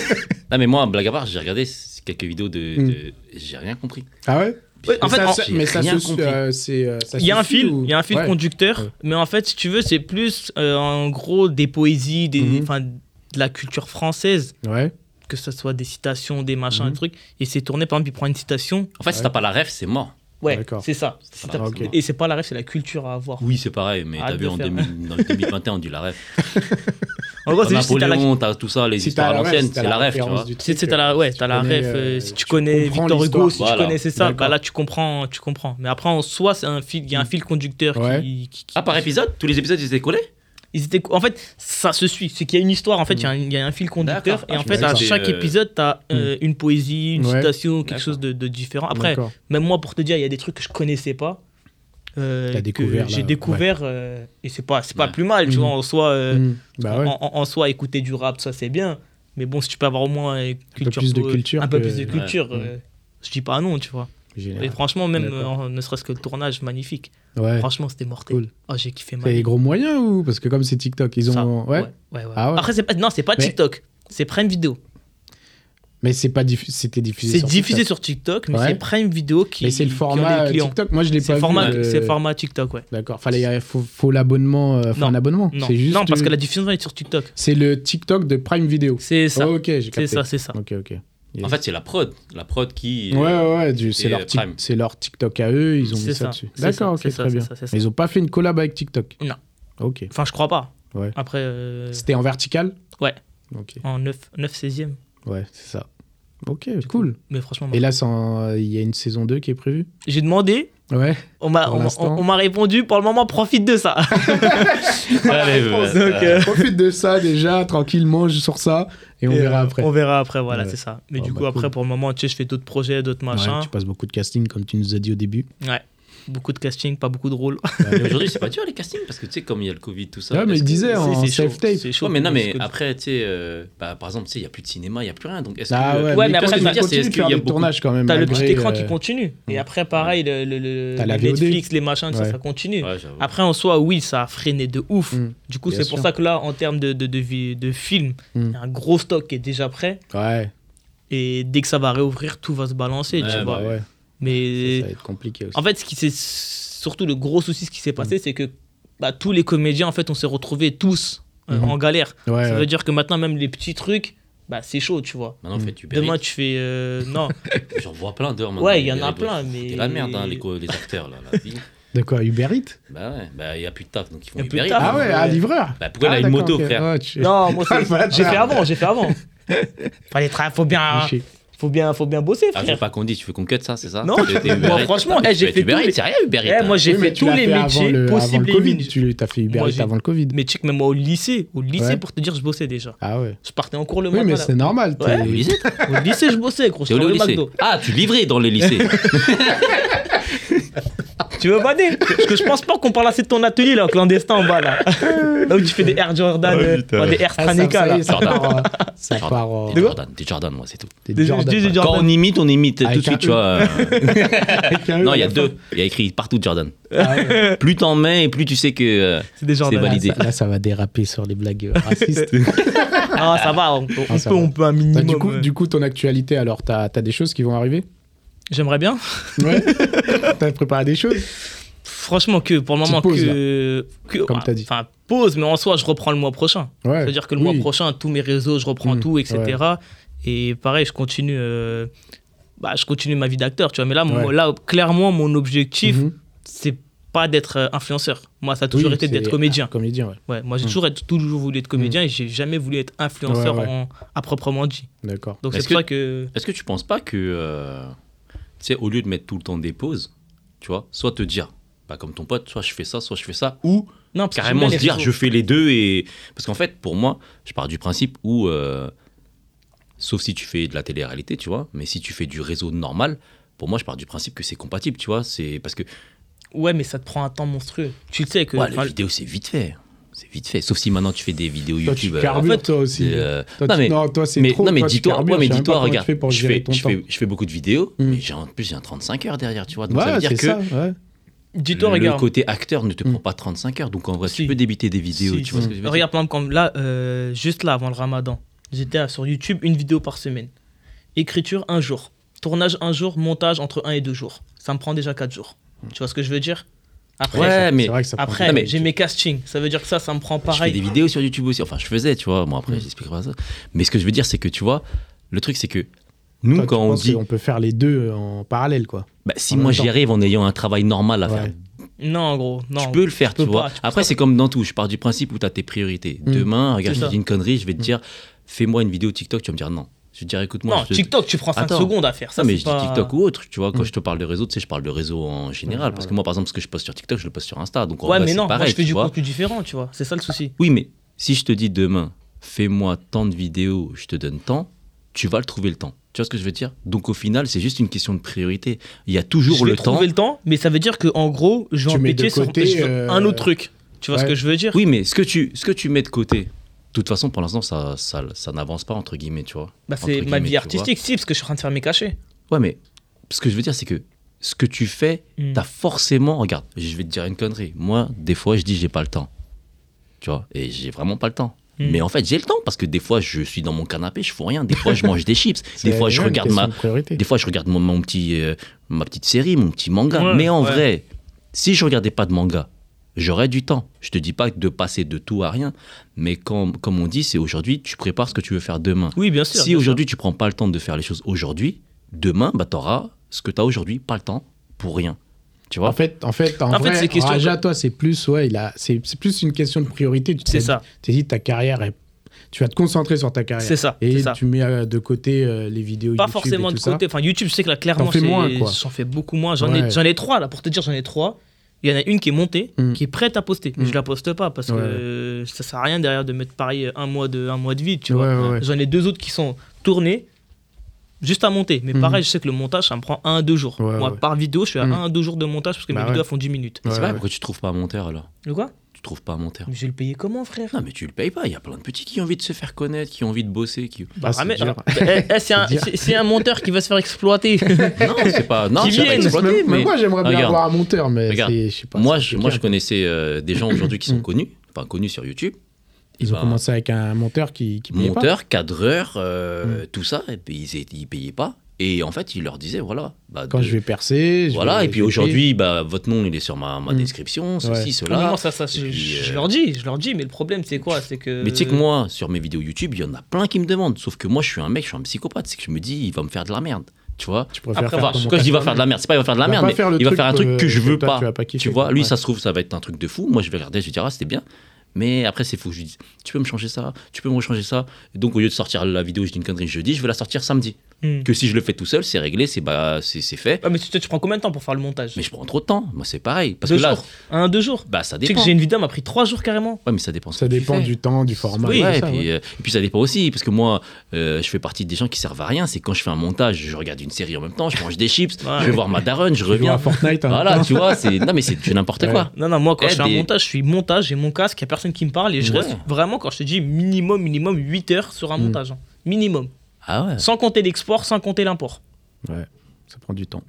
Speaker 1: non, mais moi, blague à part, j'ai regardé quelques vidéos de.
Speaker 3: Mm.
Speaker 1: de- J'ai rien compris.
Speaker 3: Ah ouais
Speaker 2: Ouais, en
Speaker 3: Mais
Speaker 2: fait,
Speaker 3: ça,
Speaker 2: en-
Speaker 3: ça-
Speaker 1: j'ai
Speaker 3: mais ça
Speaker 1: rien
Speaker 3: se
Speaker 1: compris.
Speaker 3: euh, c'est, euh, ça
Speaker 2: Il y a
Speaker 3: se
Speaker 2: un
Speaker 3: suit
Speaker 2: fil,
Speaker 3: ou-
Speaker 2: il y a un fil
Speaker 3: Ouais.
Speaker 2: conducteur,
Speaker 3: Ouais.
Speaker 2: mais en fait, si tu veux, c'est plus euh, en gros des poésies, des,
Speaker 3: Mhm.
Speaker 2: enfin, de la culture française,
Speaker 3: Ouais.
Speaker 2: que ce soit des citations, des machins,
Speaker 3: Mhm.
Speaker 2: des trucs. Et c'est tourné, par exemple, il prend une citation.
Speaker 1: En fait, si
Speaker 3: Ouais.
Speaker 1: t'as pas la ref, c'est mort.
Speaker 2: Ouais,
Speaker 3: D'accord.
Speaker 2: c'est ça.
Speaker 1: C'est
Speaker 2: C'est
Speaker 1: pas
Speaker 2: ta-
Speaker 3: Ah, ok.
Speaker 2: Et c'est pas la ref, c'est la culture à avoir.
Speaker 1: Oui, c'est pareil, mais
Speaker 2: Arrête
Speaker 1: t'as vu
Speaker 2: de
Speaker 1: en
Speaker 2: faire.
Speaker 1: 2000, dans les 2021, on dit la ref.
Speaker 2: En gros, c'est juste si t'as la.
Speaker 1: Napoléon, t'as tout ça, les
Speaker 3: Si
Speaker 1: histoires à
Speaker 3: t'as la ref,
Speaker 1: l'ancienne,
Speaker 3: si t'as
Speaker 1: c'est la ref, tu
Speaker 3: référence
Speaker 1: vois.
Speaker 3: du
Speaker 2: c'est-
Speaker 3: truc,
Speaker 2: c'est t'as la, ouais,
Speaker 3: si
Speaker 2: t'as
Speaker 3: tu
Speaker 2: la
Speaker 3: connais,
Speaker 2: ref, euh,
Speaker 3: euh,
Speaker 2: si tu connais
Speaker 3: comprends
Speaker 2: Victor Hugo,
Speaker 3: l'histoire.
Speaker 2: si tu
Speaker 1: Voilà.
Speaker 2: connais, c'est ça, bah
Speaker 3: D'accord.
Speaker 2: là tu comprends, tu comprends. Mais après, en soi, c'est un fil, il y a un fil conducteur qui-
Speaker 3: Ouais.
Speaker 2: qui, qui-
Speaker 1: Ah, par épisode Tous les épisodes, ils étaient collés
Speaker 2: Ils étaient co- en fait, ça se suit. C'est qu'il y a une histoire, en fait, il y a un- il y, a un fil conducteur.
Speaker 1: D'accord.
Speaker 2: Et
Speaker 1: Ah,
Speaker 2: en
Speaker 1: je
Speaker 2: fait, à
Speaker 1: pensais que
Speaker 2: chaque
Speaker 1: c'était, euh,
Speaker 2: épisode, tu as une poésie, une
Speaker 3: Ouais.
Speaker 2: citation, quelque
Speaker 1: D'accord.
Speaker 2: chose de, de différent. Après,
Speaker 3: D'accord.
Speaker 2: même moi, pour te dire, il y a des trucs que je connaissais pas. euh,
Speaker 3: T'as
Speaker 2: que
Speaker 3: découvert, là,
Speaker 2: J'ai
Speaker 3: ouais.
Speaker 2: découvert, euh, et c'est pas, c'est pas
Speaker 1: Ouais.
Speaker 2: plus mal, tu
Speaker 3: Mhm.
Speaker 2: vois, en soi, euh,
Speaker 3: Hmm. Bah ouais.
Speaker 2: en, en- en soi, écouter du rap, ça c'est bien. Mais bon, si tu peux avoir au moins euh, culture,
Speaker 3: plus de
Speaker 2: po-
Speaker 3: culture
Speaker 2: un peu
Speaker 3: que-
Speaker 2: plus de
Speaker 3: Ouais. Mm.
Speaker 2: culture,
Speaker 3: Ouais.
Speaker 2: euh, je dis pas non, tu vois. Et
Speaker 3: Génial.
Speaker 2: franchement, même
Speaker 3: D'accord.
Speaker 2: euh, ne serait-ce que le tournage, magnifique.
Speaker 3: Ouais.
Speaker 2: Franchement, c'était mortel.
Speaker 3: Cool.
Speaker 2: Oh, j'ai kiffé
Speaker 3: C'est
Speaker 2: mal.
Speaker 3: les gros moyens ou Parce que comme c'est TikTok, ils ont.
Speaker 2: Ça,
Speaker 3: ouais.
Speaker 2: ouais, ouais.
Speaker 3: Ah ouais.
Speaker 2: Après, c'est pas, non, c'est pas
Speaker 3: Mais-
Speaker 2: TikTok. C'est Prime Video.
Speaker 3: Mais c'est pas diffu- c'était diffusé.
Speaker 2: C'est
Speaker 3: sur
Speaker 2: diffusé
Speaker 3: TikTok.
Speaker 2: sur TikTok, mais
Speaker 3: Ouais.
Speaker 2: c'est Prime Video qui.
Speaker 3: Mais c'est le
Speaker 2: qui ont
Speaker 3: format
Speaker 2: des
Speaker 3: euh,
Speaker 2: clients.
Speaker 3: TikTok. Moi, je l'ai
Speaker 2: C'est
Speaker 3: pas
Speaker 2: le format,
Speaker 3: vu. euh,
Speaker 2: c'est le format TikTok, ouais.
Speaker 3: D'accord. Fallait euh, faut, faut l'abonnement. euh, faut
Speaker 2: Non.
Speaker 3: un abonnement.
Speaker 2: Non,
Speaker 3: C'est juste.
Speaker 2: non parce que
Speaker 3: euh,
Speaker 2: la diffusion elle est sur TikTok.
Speaker 3: C'est le TikTok de Prime Video.
Speaker 2: C'est ça.
Speaker 3: Oh, ok, j'ai
Speaker 2: c'est
Speaker 3: capté.
Speaker 2: ça, c'est ça.
Speaker 3: Ok, ok.
Speaker 1: En fait, c'est la prod. La prod qui. euh,
Speaker 3: Ouais, ouais, ouais, du- c'est
Speaker 1: et,
Speaker 3: leur,
Speaker 1: euh,
Speaker 3: tic-
Speaker 1: Prime.
Speaker 3: c'est leur TikTok à eux, ils ont mis
Speaker 2: C'est
Speaker 3: ça,
Speaker 2: ça,
Speaker 3: dessus.
Speaker 2: c'est ça,
Speaker 3: D'accord, ok,
Speaker 2: c'est
Speaker 3: très
Speaker 2: ça, c'est
Speaker 3: bien.
Speaker 2: ça, c'est ça.
Speaker 3: Mais ils ont pas fait une collab avec TikTok
Speaker 2: Non. Euh.
Speaker 3: Ok.
Speaker 2: Enfin, je crois pas.
Speaker 3: Ouais.
Speaker 2: Après, euh,
Speaker 3: C'était en vertical
Speaker 2: Ouais.
Speaker 3: Ok.
Speaker 2: en 9, 9 16e.
Speaker 3: Ouais, c'est ça. Ok, cool.
Speaker 2: Mais franchement,
Speaker 3: Et là, c'est en- il y a une saison 2 qui est prévue
Speaker 2: j'ai demandé.
Speaker 3: Ouais.
Speaker 2: On m'a,
Speaker 3: Pour
Speaker 2: on,
Speaker 3: l'instant.
Speaker 2: on- on m'a répondu pour le moment, profite de ça.
Speaker 1: Allez,
Speaker 2: Donc,
Speaker 1: ouais.
Speaker 2: euh,
Speaker 3: Profite de ça déjà, tranquille, mange sur ça, et on
Speaker 2: et,
Speaker 3: verra
Speaker 2: euh,
Speaker 3: après.
Speaker 2: On verra après, voilà,
Speaker 3: Ouais.
Speaker 2: c'est ça. Mais
Speaker 3: Bon,
Speaker 2: du
Speaker 3: bah,
Speaker 2: coup, après,
Speaker 3: cool.
Speaker 2: pour le moment, tu sais, je fais d'autres projets, d'autres machins.
Speaker 3: Ouais, tu passes beaucoup de casting, comme tu nous as dit au début.
Speaker 2: Ouais. Beaucoup de casting, pas beaucoup de rôles.
Speaker 1: Mais Aujourd'hui, c'est pas dur les castings parce que tu sais, comme il y a le Covid, tout ça.
Speaker 3: Ouais, mais
Speaker 1: est-ce
Speaker 3: il
Speaker 1: que-
Speaker 3: disait
Speaker 2: C'est-
Speaker 3: en
Speaker 2: c'est chaud,
Speaker 3: self-tape.
Speaker 2: c'est chaud.
Speaker 1: Ouais, mais non, mais
Speaker 2: Parce que-
Speaker 1: après, tu sais, euh, bah, par exemple, tu sais, il n'y a plus de cinéma, il n'y a plus rien. Donc, est-ce
Speaker 3: Ah
Speaker 1: que.
Speaker 3: ouais,
Speaker 2: Ouais, mais
Speaker 1: qu'est-ce que
Speaker 2: après,
Speaker 1: je veux dire,
Speaker 2: ça
Speaker 1: c'est est-ce
Speaker 3: continue de
Speaker 1: qu'il
Speaker 3: faire
Speaker 1: y a
Speaker 3: des
Speaker 1: beaucoup.
Speaker 3: tournages quand même.
Speaker 2: T'as le
Speaker 3: malgré,
Speaker 2: petit écran
Speaker 3: euh,
Speaker 2: qui continue. Et
Speaker 3: ouais.
Speaker 2: après, pareil, le, le- le-
Speaker 3: T'as la
Speaker 2: le
Speaker 3: VOD.
Speaker 2: Netflix, les machins, ça,
Speaker 3: Ouais.
Speaker 2: ça continue.
Speaker 1: Ouais, j'avoue.
Speaker 2: Après, en soi, oui, ça a freiné de ouf.
Speaker 3: Mm.
Speaker 2: Du coup,
Speaker 3: Bien
Speaker 2: c'est pour
Speaker 3: sûr.
Speaker 2: ça que là, en termes de, de, de, vi- de films, il
Speaker 3: Mm.
Speaker 2: y a un gros stock qui est déjà prêt.
Speaker 3: Ouais,
Speaker 2: Et dès que ça va réouvrir, tout va se balancer,
Speaker 1: Ouais,
Speaker 2: tu
Speaker 1: bah
Speaker 2: vois.
Speaker 3: bah ouais.
Speaker 2: Mais
Speaker 3: Ça va être compliqué aussi.
Speaker 2: en fait, ce qui s'est surtout le gros souci, ce qui s'est
Speaker 3: Mm.
Speaker 2: passé, c'est que bah, tous les comédiens, en fait, on s'est retrouvés tous euh,
Speaker 3: Mhm.
Speaker 2: en galère.
Speaker 3: Ouais,
Speaker 2: ça
Speaker 3: ouais.
Speaker 2: veut dire que maintenant, même les petits trucs, bah, c'est chaud, tu vois.
Speaker 1: Maintenant, on fait du
Speaker 2: Demain,
Speaker 1: Demain,
Speaker 2: tu fais. euh, non,
Speaker 1: j'en vois plein dehors maintenant.
Speaker 2: ouais, il y en
Speaker 1: Uber
Speaker 2: a
Speaker 1: Eats,
Speaker 2: plein,
Speaker 1: C'est
Speaker 2: mais.
Speaker 1: la merde, hein, les, co- les acteurs, là. La vie.
Speaker 3: De quoi Uber Eats
Speaker 1: bah ouais, bah, il n'y a plus de taf, donc ils font hein.
Speaker 2: Y a plus
Speaker 1: Uber
Speaker 2: de
Speaker 1: Eats.
Speaker 2: taf.
Speaker 3: Ah ouais,
Speaker 2: ouais.
Speaker 3: un livreur
Speaker 1: Bah, pourquoi
Speaker 3: Ah,
Speaker 1: il a une
Speaker 3: d'accord,
Speaker 1: moto,
Speaker 3: ok.
Speaker 1: frère
Speaker 3: Ouais, tu-
Speaker 2: Non, moi, c'est-
Speaker 3: Ah, bah,
Speaker 2: j'ai
Speaker 3: tiens.
Speaker 2: fait avant, j'ai fait avant. Fallait tra- faut bien,
Speaker 3: Touché.
Speaker 2: faut bien, faut bien bosser,
Speaker 1: Ah, je veux
Speaker 2: frère.
Speaker 1: pas qu'on dise, tu veux qu'on cut ça, c'est ça
Speaker 2: Non,
Speaker 1: Tu fais tes Uber
Speaker 2: moi,
Speaker 1: Eats.
Speaker 2: franchement,
Speaker 1: Tu
Speaker 2: eh, j'ai
Speaker 1: fais
Speaker 2: fait
Speaker 1: Uber
Speaker 2: tous les-
Speaker 1: Eats, c'est rien Uber
Speaker 2: Eh,
Speaker 1: Eats.
Speaker 2: moi,
Speaker 1: hein.
Speaker 2: j'ai
Speaker 3: Oui, mais
Speaker 2: fait
Speaker 3: tu
Speaker 2: tous
Speaker 3: l'as
Speaker 2: les
Speaker 3: fait avant
Speaker 2: métiers
Speaker 3: le- avant
Speaker 2: possibles
Speaker 3: le
Speaker 2: et
Speaker 3: Covid.
Speaker 2: imaginables.
Speaker 3: Tu l'as- t'as fait Uber
Speaker 2: Moi,
Speaker 3: Eats
Speaker 2: j'ai-
Speaker 3: avant le Covid.
Speaker 2: Mais check, même au lycée, au lycée
Speaker 3: Ouais.
Speaker 2: pour te dire, je bossais déjà.
Speaker 3: Ah ouais.
Speaker 2: Je partais en cours le
Speaker 3: Oui,
Speaker 2: matin.
Speaker 3: mais
Speaker 2: là.
Speaker 3: c'est normal. t'es-
Speaker 2: Ouais.
Speaker 1: Au lycée, t'es
Speaker 2: Au lycée, je bossais, gros. Je
Speaker 1: allé au
Speaker 2: travaillais au
Speaker 1: lycée.
Speaker 2: McDo.
Speaker 1: Ah, tu livrais dans les lycées.
Speaker 2: Tu veux pas dire Parce que je pense pas qu'on parle assez de ton atelier, là, clandestin en bas, là. Là où tu fais des Air Jordan,
Speaker 1: Oh,
Speaker 2: euh,
Speaker 1: putain.
Speaker 2: enfin, des Air
Speaker 3: Ah, ça,
Speaker 2: Stranica,
Speaker 3: ça y
Speaker 2: là.
Speaker 3: est, ça
Speaker 1: Jordan.
Speaker 3: part, euh, ça
Speaker 1: Jordan.
Speaker 3: part en-
Speaker 1: T'es Jordan, t'es Jordan, moi, c'est tout.
Speaker 3: t'es
Speaker 2: Des-
Speaker 3: Jordan,
Speaker 2: des- des
Speaker 3: ouais.
Speaker 2: Jordan.
Speaker 1: Quand on imite, on imite tout
Speaker 3: Avec
Speaker 1: de suite,
Speaker 3: un
Speaker 1: tu vois. euh,
Speaker 3: Avec un E
Speaker 1: Non, il y
Speaker 3: à
Speaker 1: a
Speaker 3: la
Speaker 1: deux. Il y a écrit partout Jordan.
Speaker 3: fin. Ah ouais.
Speaker 1: Plus t'en mets et plus tu sais que. euh,
Speaker 2: C'est des Jordan.
Speaker 1: validé.
Speaker 3: Là, ça- Là, ça va déraper sur les blagues racistes.
Speaker 2: Ah, ça va, on, on
Speaker 3: Ah, ça
Speaker 2: peut,
Speaker 3: va.
Speaker 2: on peut un
Speaker 3: Bah,
Speaker 2: minimum.
Speaker 3: du, coup,
Speaker 2: euh.
Speaker 3: du coup, ton actualité, alors, t'as as des choses qui vont arriver
Speaker 2: J'aimerais bien.
Speaker 3: Ouais. t'as préparé des choses
Speaker 2: Franchement, que pour le
Speaker 3: Petite
Speaker 2: moment,
Speaker 3: pause,
Speaker 2: que. que-
Speaker 3: comme
Speaker 2: ah,
Speaker 3: t'as dit.
Speaker 2: Enfin, pause, mais en soi, je reprends le mois prochain.
Speaker 3: Ouais.
Speaker 2: C'est-à-dire que le
Speaker 3: Oui.
Speaker 2: mois prochain, tous mes réseaux, je reprends
Speaker 3: Mm,
Speaker 2: tout, etc. Et pareil, je continue, euh, bah, je continue ma vie d'acteur, tu vois. Mais là, mon-
Speaker 3: Ouais.
Speaker 2: là clairement, mon objectif,
Speaker 3: Mhm.
Speaker 2: c'est pas d'être euh, influenceur. Moi, ça a toujours
Speaker 3: Oui,
Speaker 2: été d'être
Speaker 3: c'est-
Speaker 2: comédien.
Speaker 3: Comédien, ouais.
Speaker 2: Ouais, moi, j'ai toujours, être- toujours voulu être comédien et j'ai jamais voulu être influenceur
Speaker 3: Ouais, ouais.
Speaker 2: en- à proprement dit.
Speaker 3: D'accord.
Speaker 2: Donc, c'est
Speaker 1: Est-ce
Speaker 2: pour ça que.
Speaker 1: Est-ce que tu penses pas que, euh, tu sais, au lieu de mettre tout le temps des pauses, tu vois, soit te dire, bah, comme ton pote, soit je fais ça, soit je fais ça, ou
Speaker 2: Non, parce que j'aime
Speaker 1: carrément
Speaker 2: bien
Speaker 1: se
Speaker 2: les
Speaker 1: dire,
Speaker 2: réseaux.
Speaker 1: je fais les deux et. Parce qu'en fait, pour moi, je pars du principe où, euh, sauf si tu fais de la télé-réalité, tu vois, mais si tu fais du réseau normal, pour moi, je pars du principe que c'est compatible, tu vois, c'est parce que
Speaker 2: Ouais, mais ça te prend un temps monstrueux. Tu le sais que.
Speaker 1: ouais, les
Speaker 2: enfin,
Speaker 1: vidéos, c'est vite fait. C'est vite fait. Sauf si maintenant tu fais des vidéos
Speaker 3: Toi,
Speaker 1: YouTube.
Speaker 3: tu
Speaker 1: euh,
Speaker 3: carbures,
Speaker 1: en fait,
Speaker 3: toi aussi.
Speaker 1: euh,
Speaker 3: Toi,
Speaker 1: non,
Speaker 3: tu-
Speaker 1: mais-
Speaker 3: non, toi, c'est
Speaker 1: mais,
Speaker 3: trop.
Speaker 1: non, mais
Speaker 3: toi, tu
Speaker 1: dis-toi,
Speaker 3: carbures,
Speaker 1: ouais, mais
Speaker 3: je sais même
Speaker 1: dis-toi,
Speaker 3: pas comment tu
Speaker 1: regarde,
Speaker 3: fais pour
Speaker 1: je
Speaker 3: gérer
Speaker 1: fais,
Speaker 3: ton
Speaker 1: je
Speaker 3: temps.
Speaker 1: fais- je fais beaucoup de vidéos,
Speaker 3: Mm.
Speaker 1: mais j'ai en plus j'ai un 35 heures derrière, tu vois. Donc ça
Speaker 3: Ouais,
Speaker 1: veut dire
Speaker 3: c'est
Speaker 1: que
Speaker 3: ça, ouais.
Speaker 2: Dis-toi,
Speaker 1: le
Speaker 2: regarde.
Speaker 1: côté acteur ne te
Speaker 3: Mm.
Speaker 1: prend pas 35 heures. Donc en vrai,
Speaker 2: Si.
Speaker 1: tu peux débiter des vidéos,
Speaker 2: Si,
Speaker 1: tu vois
Speaker 3: si.
Speaker 1: ce que je veux dire.
Speaker 2: Regarde, par exemple, comme là, euh, juste là, avant le ramadan, j'étais à- sur YouTube, une vidéo par semaine. Écriture, un jour. Tournage, un jour. Montage, entre un et deux jours. Ça me prend déjà quatre jours. Tu vois ce que je veux dire Après,
Speaker 1: Hmm. Ouais, mais
Speaker 3: C'est vrai que ça prend
Speaker 2: après
Speaker 1: Non, mais
Speaker 2: j'ai mes castings. Ça veut dire que ça, ça me prend pareil.
Speaker 1: Je fais des vidéos sur YouTube aussi. Enfin, je faisais, tu vois. Moi, après,
Speaker 3: Mm.
Speaker 1: j'expliquerai pas ça. Mais ce que je veux dire, c'est que tu vois, le truc, c'est que nous,
Speaker 3: Toi,
Speaker 1: quand
Speaker 3: tu
Speaker 1: on
Speaker 3: penses
Speaker 1: dit,
Speaker 3: qu'on peut faire les deux en parallèle, quoi.
Speaker 1: bah, si
Speaker 3: en
Speaker 1: moi
Speaker 3: même
Speaker 1: j'y
Speaker 3: temps.
Speaker 1: arrive en ayant un travail normal à
Speaker 3: Ouais.
Speaker 1: faire
Speaker 2: Non, gros, non.
Speaker 1: tu peux le faire,
Speaker 2: tu
Speaker 1: tu,
Speaker 2: peux
Speaker 1: vois.
Speaker 2: pas, tu peux
Speaker 1: Après,
Speaker 2: pas.
Speaker 1: c'est comme dans tout. Je pars du principe où tu as tes priorités.
Speaker 3: Mm.
Speaker 1: Demain, regarde, je
Speaker 2: C'est
Speaker 1: te
Speaker 2: ça.
Speaker 1: dis une connerie, je vais te dire, fais-moi une vidéo TikTok. Tu vas me dire non. Je vais te dire, écoute-moi.
Speaker 2: non,
Speaker 1: je te-
Speaker 2: TikTok, tu prends 5
Speaker 1: Attends.
Speaker 2: secondes à faire. Ça,
Speaker 1: non, mais
Speaker 2: c'est
Speaker 1: je
Speaker 2: pas-
Speaker 1: dis TikTok ou autre. Tu vois, quand
Speaker 3: Mm.
Speaker 1: je te parle de réseau, tu sais, je parle de réseau en général. Parce que moi, par exemple, ce que je poste sur TikTok, je le poste sur Insta. Donc, en
Speaker 2: Ouais,
Speaker 1: vrai,
Speaker 2: mais
Speaker 1: bah, c'est
Speaker 2: non, moi,
Speaker 1: pareil,
Speaker 2: je fais
Speaker 1: tu
Speaker 2: du
Speaker 1: vois. Ah,
Speaker 2: contenu différent, tu vois. C'est ça le souci.
Speaker 1: Oui, mais si je te dis demain, fais-moi tant de vidéos, je te donne tant, tu vas le trouver le temps. Tu vois ce que je veux dire Donc, au final, c'est juste une question de priorité. Il y a toujours
Speaker 2: je vais
Speaker 1: le temps.
Speaker 2: trouver le temps, mais ça veut dire que en gros, je vais
Speaker 3: Tu mets de
Speaker 2: empiéter sur
Speaker 3: côté,
Speaker 2: je veux
Speaker 3: euh,
Speaker 2: un autre truc. Tu vois ce
Speaker 3: ouais.
Speaker 2: que je veux dire
Speaker 1: Oui, mais ce que tu, ce que tu mets de côté, de toute façon, pour l'instant, ça, ça, ça n'avance pas, entre guillemets, tu vois.
Speaker 2: Bah,
Speaker 1: Entre
Speaker 2: c'est ma
Speaker 1: guillemets, tu
Speaker 2: vie
Speaker 1: vois.
Speaker 2: artistique, si, parce que je suis en train de faire mes cachets.
Speaker 1: Ouais, mais ce que je veux dire, c'est que ce que tu fais,
Speaker 2: Mm.
Speaker 1: t'as forcément. Regarde, je vais te dire une connerie. Moi, des fois, je dis, j'ai pas le temps. Tu vois Et j'ai vraiment pas le temps.
Speaker 2: Mm.
Speaker 1: Mais en fait, j'ai le temps parce que des fois, je suis dans mon canapé, je fous rien. Des fois, je mange des chips.
Speaker 3: C'est
Speaker 1: Des fois, je
Speaker 3: une
Speaker 1: regarde
Speaker 3: question
Speaker 1: ma,
Speaker 3: de priorité.
Speaker 1: Des fois, je regarde mon, mon petit, euh, ma petite série, mon petit manga.
Speaker 2: Ouais,
Speaker 1: mais en
Speaker 2: ouais.
Speaker 1: vrai, si je regardais pas de manga, j'aurais du temps. Je te dis pas de passer de tout à rien. Mais quand, comme on dit, c'est aujourd'hui, tu prépares ce que tu veux faire demain.
Speaker 2: Oui, bien sûr. bien
Speaker 1: si
Speaker 2: sûr.
Speaker 1: aujourd'hui, tu prends pas le temps de faire les choses aujourd'hui, demain, bah, tu auras ce que tu as aujourd'hui, pas le temps, pour rien. Tu vois
Speaker 3: En fait, en fait, en,
Speaker 2: En fait,
Speaker 3: vrai,
Speaker 2: c'est question-
Speaker 3: Raja, toi, c'est plus, ouais, il a, c'est, c'est plus une question de priorité. Tu
Speaker 2: C'est
Speaker 3: t'as-
Speaker 2: ça.
Speaker 3: T'es dit ta carrière, est- tu vas te concentrer sur ta carrière.
Speaker 2: C'est ça,
Speaker 3: Et
Speaker 2: c'est ça.
Speaker 3: tu mets euh, de côté euh, les vidéos
Speaker 2: Pas
Speaker 3: YouTube
Speaker 2: forcément
Speaker 3: et
Speaker 2: de
Speaker 3: tout ça.
Speaker 2: côté. Enfin, YouTube, je sais que là, clairement,
Speaker 3: T'en fais
Speaker 2: c'est-
Speaker 3: moins, quoi.
Speaker 2: j'en fais beaucoup moins. J'en ai,
Speaker 3: Ouais.
Speaker 2: j'en ai trois, là, pour te dire, j'en ai trois. Il y en a une qui est montée,
Speaker 3: Mm.
Speaker 2: qui est prête à poster, mais
Speaker 3: Mm.
Speaker 2: je la poste pas parce
Speaker 3: Ouais.
Speaker 2: que ça sert à rien derrière de mettre pareil un mois de, un mois de vide, tu
Speaker 3: Ouais,
Speaker 2: vois.
Speaker 3: ouais, ouais.
Speaker 2: J'en ai deux autres qui sont tournées, juste à monter. Mais
Speaker 3: Mhm.
Speaker 2: pareil, je sais que le montage, ça me prend un à deux jours.
Speaker 3: Ouais,
Speaker 2: Moi,
Speaker 3: ouais.
Speaker 2: par vidéo, je suis à
Speaker 3: Mhm.
Speaker 2: un à deux jours de montage parce que
Speaker 3: Bah
Speaker 2: mes
Speaker 3: ouais. Mm.
Speaker 2: vidéos elles font 10 minutes.
Speaker 1: C'est
Speaker 3: Ouais,
Speaker 1: vrai,
Speaker 3: ouais.
Speaker 1: pourquoi tu trouves pas un monteur alors
Speaker 2: De quoi
Speaker 1: Tu trouves pas un monteur
Speaker 2: Mais Je vais le payer comment, frère
Speaker 3: Ah,
Speaker 1: Non, mais tu le payes pas. Il y a plein de petits qui ont envie de se faire connaître, qui ont envie de bosser. Qui...
Speaker 3: Ah, c'est
Speaker 2: ramène-
Speaker 3: dur.
Speaker 2: alors, eh, eh, c'est un,
Speaker 3: dur.
Speaker 2: c'est- c'est un monteur qui va se faire exploiter.
Speaker 1: Non, c'est pas. Non,
Speaker 2: Qui
Speaker 1: c'est pas
Speaker 2: viennent.
Speaker 1: exploité,
Speaker 3: Même-
Speaker 1: mais-
Speaker 3: Moi, j'aimerais bien
Speaker 1: Regarde.
Speaker 3: avoir un monteur, mais
Speaker 1: Regarde.
Speaker 3: c'est- je sais pas.
Speaker 1: Moi,
Speaker 3: c'est
Speaker 1: je, moi, je
Speaker 3: compliqué.
Speaker 1: connaissais euh, des gens aujourd'hui qui sont
Speaker 3: Mm.
Speaker 1: connus, enfin connus sur YouTube.
Speaker 3: Ils ont
Speaker 1: Ben,
Speaker 3: commencé avec un monteur qui, qui payait pas. Mm.
Speaker 1: Monteurs, cadreurs, euh, tout ça, et puis ils, étaient- ils payaient pas. Et en fait, ils leur disaient, voilà. bah,
Speaker 3: Quand
Speaker 1: de-
Speaker 3: je vais percer. je
Speaker 1: voilà,
Speaker 3: vais-
Speaker 1: et puis
Speaker 3: je vais
Speaker 1: aujourd'hui, bah, votre nom, il est sur ma, ma
Speaker 3: Mm.
Speaker 1: description, ceci,
Speaker 3: Ouais.
Speaker 2: Non, mais
Speaker 1: cela.
Speaker 2: moi, ça, ça,
Speaker 1: Et
Speaker 2: je,
Speaker 1: puis,
Speaker 2: je-
Speaker 1: euh,
Speaker 2: je leur dis, je leur dis, mais le problème, c'est quoi C'est que.
Speaker 1: Mais tu sais que moi, sur mes vidéos YouTube, il y en a plein qui me demandent. Sauf que moi, je suis un mec, je suis un psychopathe. C'est que je me dis, il va me faire de la merde. Tu vois
Speaker 3: Tu préfères
Speaker 2: Après,
Speaker 3: faire
Speaker 1: Enfin,
Speaker 3: ton
Speaker 1: quand je dis il va
Speaker 3: montage
Speaker 1: faire de la merde, c'est pas il va faire de la
Speaker 3: Il va
Speaker 1: merde,
Speaker 3: pas
Speaker 1: mais
Speaker 3: faire le euh,
Speaker 1: il va faire un truc que je veux
Speaker 3: toi,
Speaker 1: pas.
Speaker 3: tu vas pas kiffer,
Speaker 1: Tu vois, lui,
Speaker 3: quoi.
Speaker 1: ça se trouve, ça va être un truc de fou. Moi, je vais regarder, je vais dire, ah, c'était bien. Mais après, c'est fou. Je lui dis, tu peux me changer ça, tu peux me changer ça. Et donc, au lieu de sortir la vidéo, je dis une connerie jeudi, je vais la sortir samedi.
Speaker 2: Hmm.
Speaker 1: Que si je le fais tout seul, c'est réglé, c'est bah, c'est c'est fait.
Speaker 2: Ah, mais tu, tu prends combien de temps pour faire le montage
Speaker 1: Mais je prends trop de temps. Moi, c'est pareil. Parce
Speaker 2: Deux
Speaker 1: que là,
Speaker 2: jours Un, deux jours
Speaker 1: bah, ça
Speaker 2: Tu sais
Speaker 1: dépend.
Speaker 2: que j'ai une vidéo, elle m'a pris trois jours carrément.
Speaker 1: Ouais, mais ça dépend. ce
Speaker 3: Ça
Speaker 1: que tu
Speaker 3: dépend
Speaker 1: fais.
Speaker 3: du temps, du format.
Speaker 1: Oui,
Speaker 3: tout
Speaker 1: et,
Speaker 3: ça,
Speaker 1: puis,
Speaker 3: ouais.
Speaker 1: euh, et puis ça dépend aussi, parce que moi, euh, je fais partie des gens qui servent à rien. C'est quand je fais un montage, je regarde une série en même temps, je mange des chips,
Speaker 2: Ouais.
Speaker 1: je vais voir ma daronne, je
Speaker 3: Tu joues à
Speaker 1: reviens.
Speaker 3: Fortnite. en même
Speaker 1: Voilà,
Speaker 3: temps.
Speaker 1: tu vois, c'est non mais c'est du n'importe
Speaker 3: Ouais.
Speaker 1: quoi.
Speaker 2: Non, non, moi, quand
Speaker 1: Eh,
Speaker 2: je fais un
Speaker 1: des-
Speaker 2: montage, je suis montage, j'ai mon casque, il n'y a personne qui me parle et je
Speaker 1: Ouais.
Speaker 2: reste vraiment, quand je te dis minimum, minimum 8 heures sur un
Speaker 3: Hmm.
Speaker 2: montage. hein. Minimum.
Speaker 1: Ah ouais.
Speaker 2: Sans compter l'export, sans compter l'import.
Speaker 3: Ouais, ça prend du temps.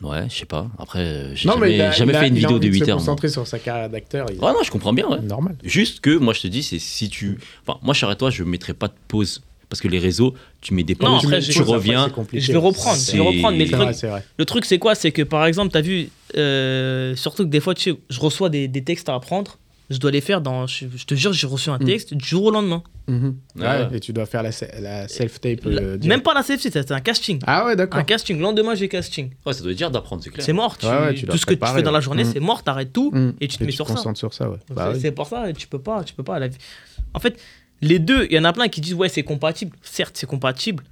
Speaker 1: Ouais, je sais pas. Après, euh, j'ai
Speaker 3: Non, mais
Speaker 1: jamais,
Speaker 3: il a-
Speaker 1: jamais
Speaker 3: il a-
Speaker 1: fait une
Speaker 3: il a
Speaker 1: vidéo
Speaker 3: envie
Speaker 1: de 8
Speaker 3: se
Speaker 1: heures. moi.
Speaker 3: concentrer sur sa carrière d'acteur, il-
Speaker 1: Ah non, je comprends bien. ouais.
Speaker 3: normal.
Speaker 1: Juste que moi, je te dis, c'est si tu. Enfin, moi, je serais toi, je mettrais pas de pause. Parce que les réseaux, tu mets des pauses,
Speaker 2: Non, après,
Speaker 1: tu,
Speaker 2: j'ai-
Speaker 1: tu
Speaker 2: Pause, après,
Speaker 1: reviens.
Speaker 3: c'est compliqué.
Speaker 2: Je vais reprendre, je
Speaker 1: C'est-
Speaker 2: vais reprendre, mais le
Speaker 3: C'est
Speaker 2: truc,
Speaker 3: vrai, c'est vrai.
Speaker 2: Le truc, c'est quoi C'est que par exemple, t'as vu, euh, surtout que des fois, tu sais, je reçois des, des textes à apprendre je dois les faire dans. Je, je te jure, j'ai reçu
Speaker 1: Hmm.
Speaker 2: un texte du jour au lendemain.
Speaker 3: Mhm. Ouais,
Speaker 1: Ouais.
Speaker 3: Et tu dois faire la, se- la self-tape.
Speaker 2: La-
Speaker 3: euh, direct.
Speaker 2: même pas la CFC, c'était un casting.
Speaker 3: Ah ouais, d'accord.
Speaker 2: Un casting, le lendemain j'ai casting.
Speaker 1: Ouais, ça doit être dur d'apprendre, c'est clair.
Speaker 2: C'est mort, tu-
Speaker 3: Ouais, ouais, tu dois
Speaker 2: tout ce que tu
Speaker 3: préparer,
Speaker 2: fais dans la
Speaker 3: ouais.
Speaker 2: journée,
Speaker 3: Mhm.
Speaker 2: c'est mort, t'arrêtes tout
Speaker 3: Mhm.
Speaker 2: et tu te mets sur
Speaker 3: te
Speaker 2: ça.
Speaker 3: concentres sur ça, ouais.
Speaker 2: Donc,
Speaker 3: Bah
Speaker 2: c'est
Speaker 3: oui.
Speaker 2: c'est pour ça, tu peux pas, tu peux pas. la vie- En fait, les deux, il y en a plein qui disent ouais c'est compatible. Certes c'est compatible,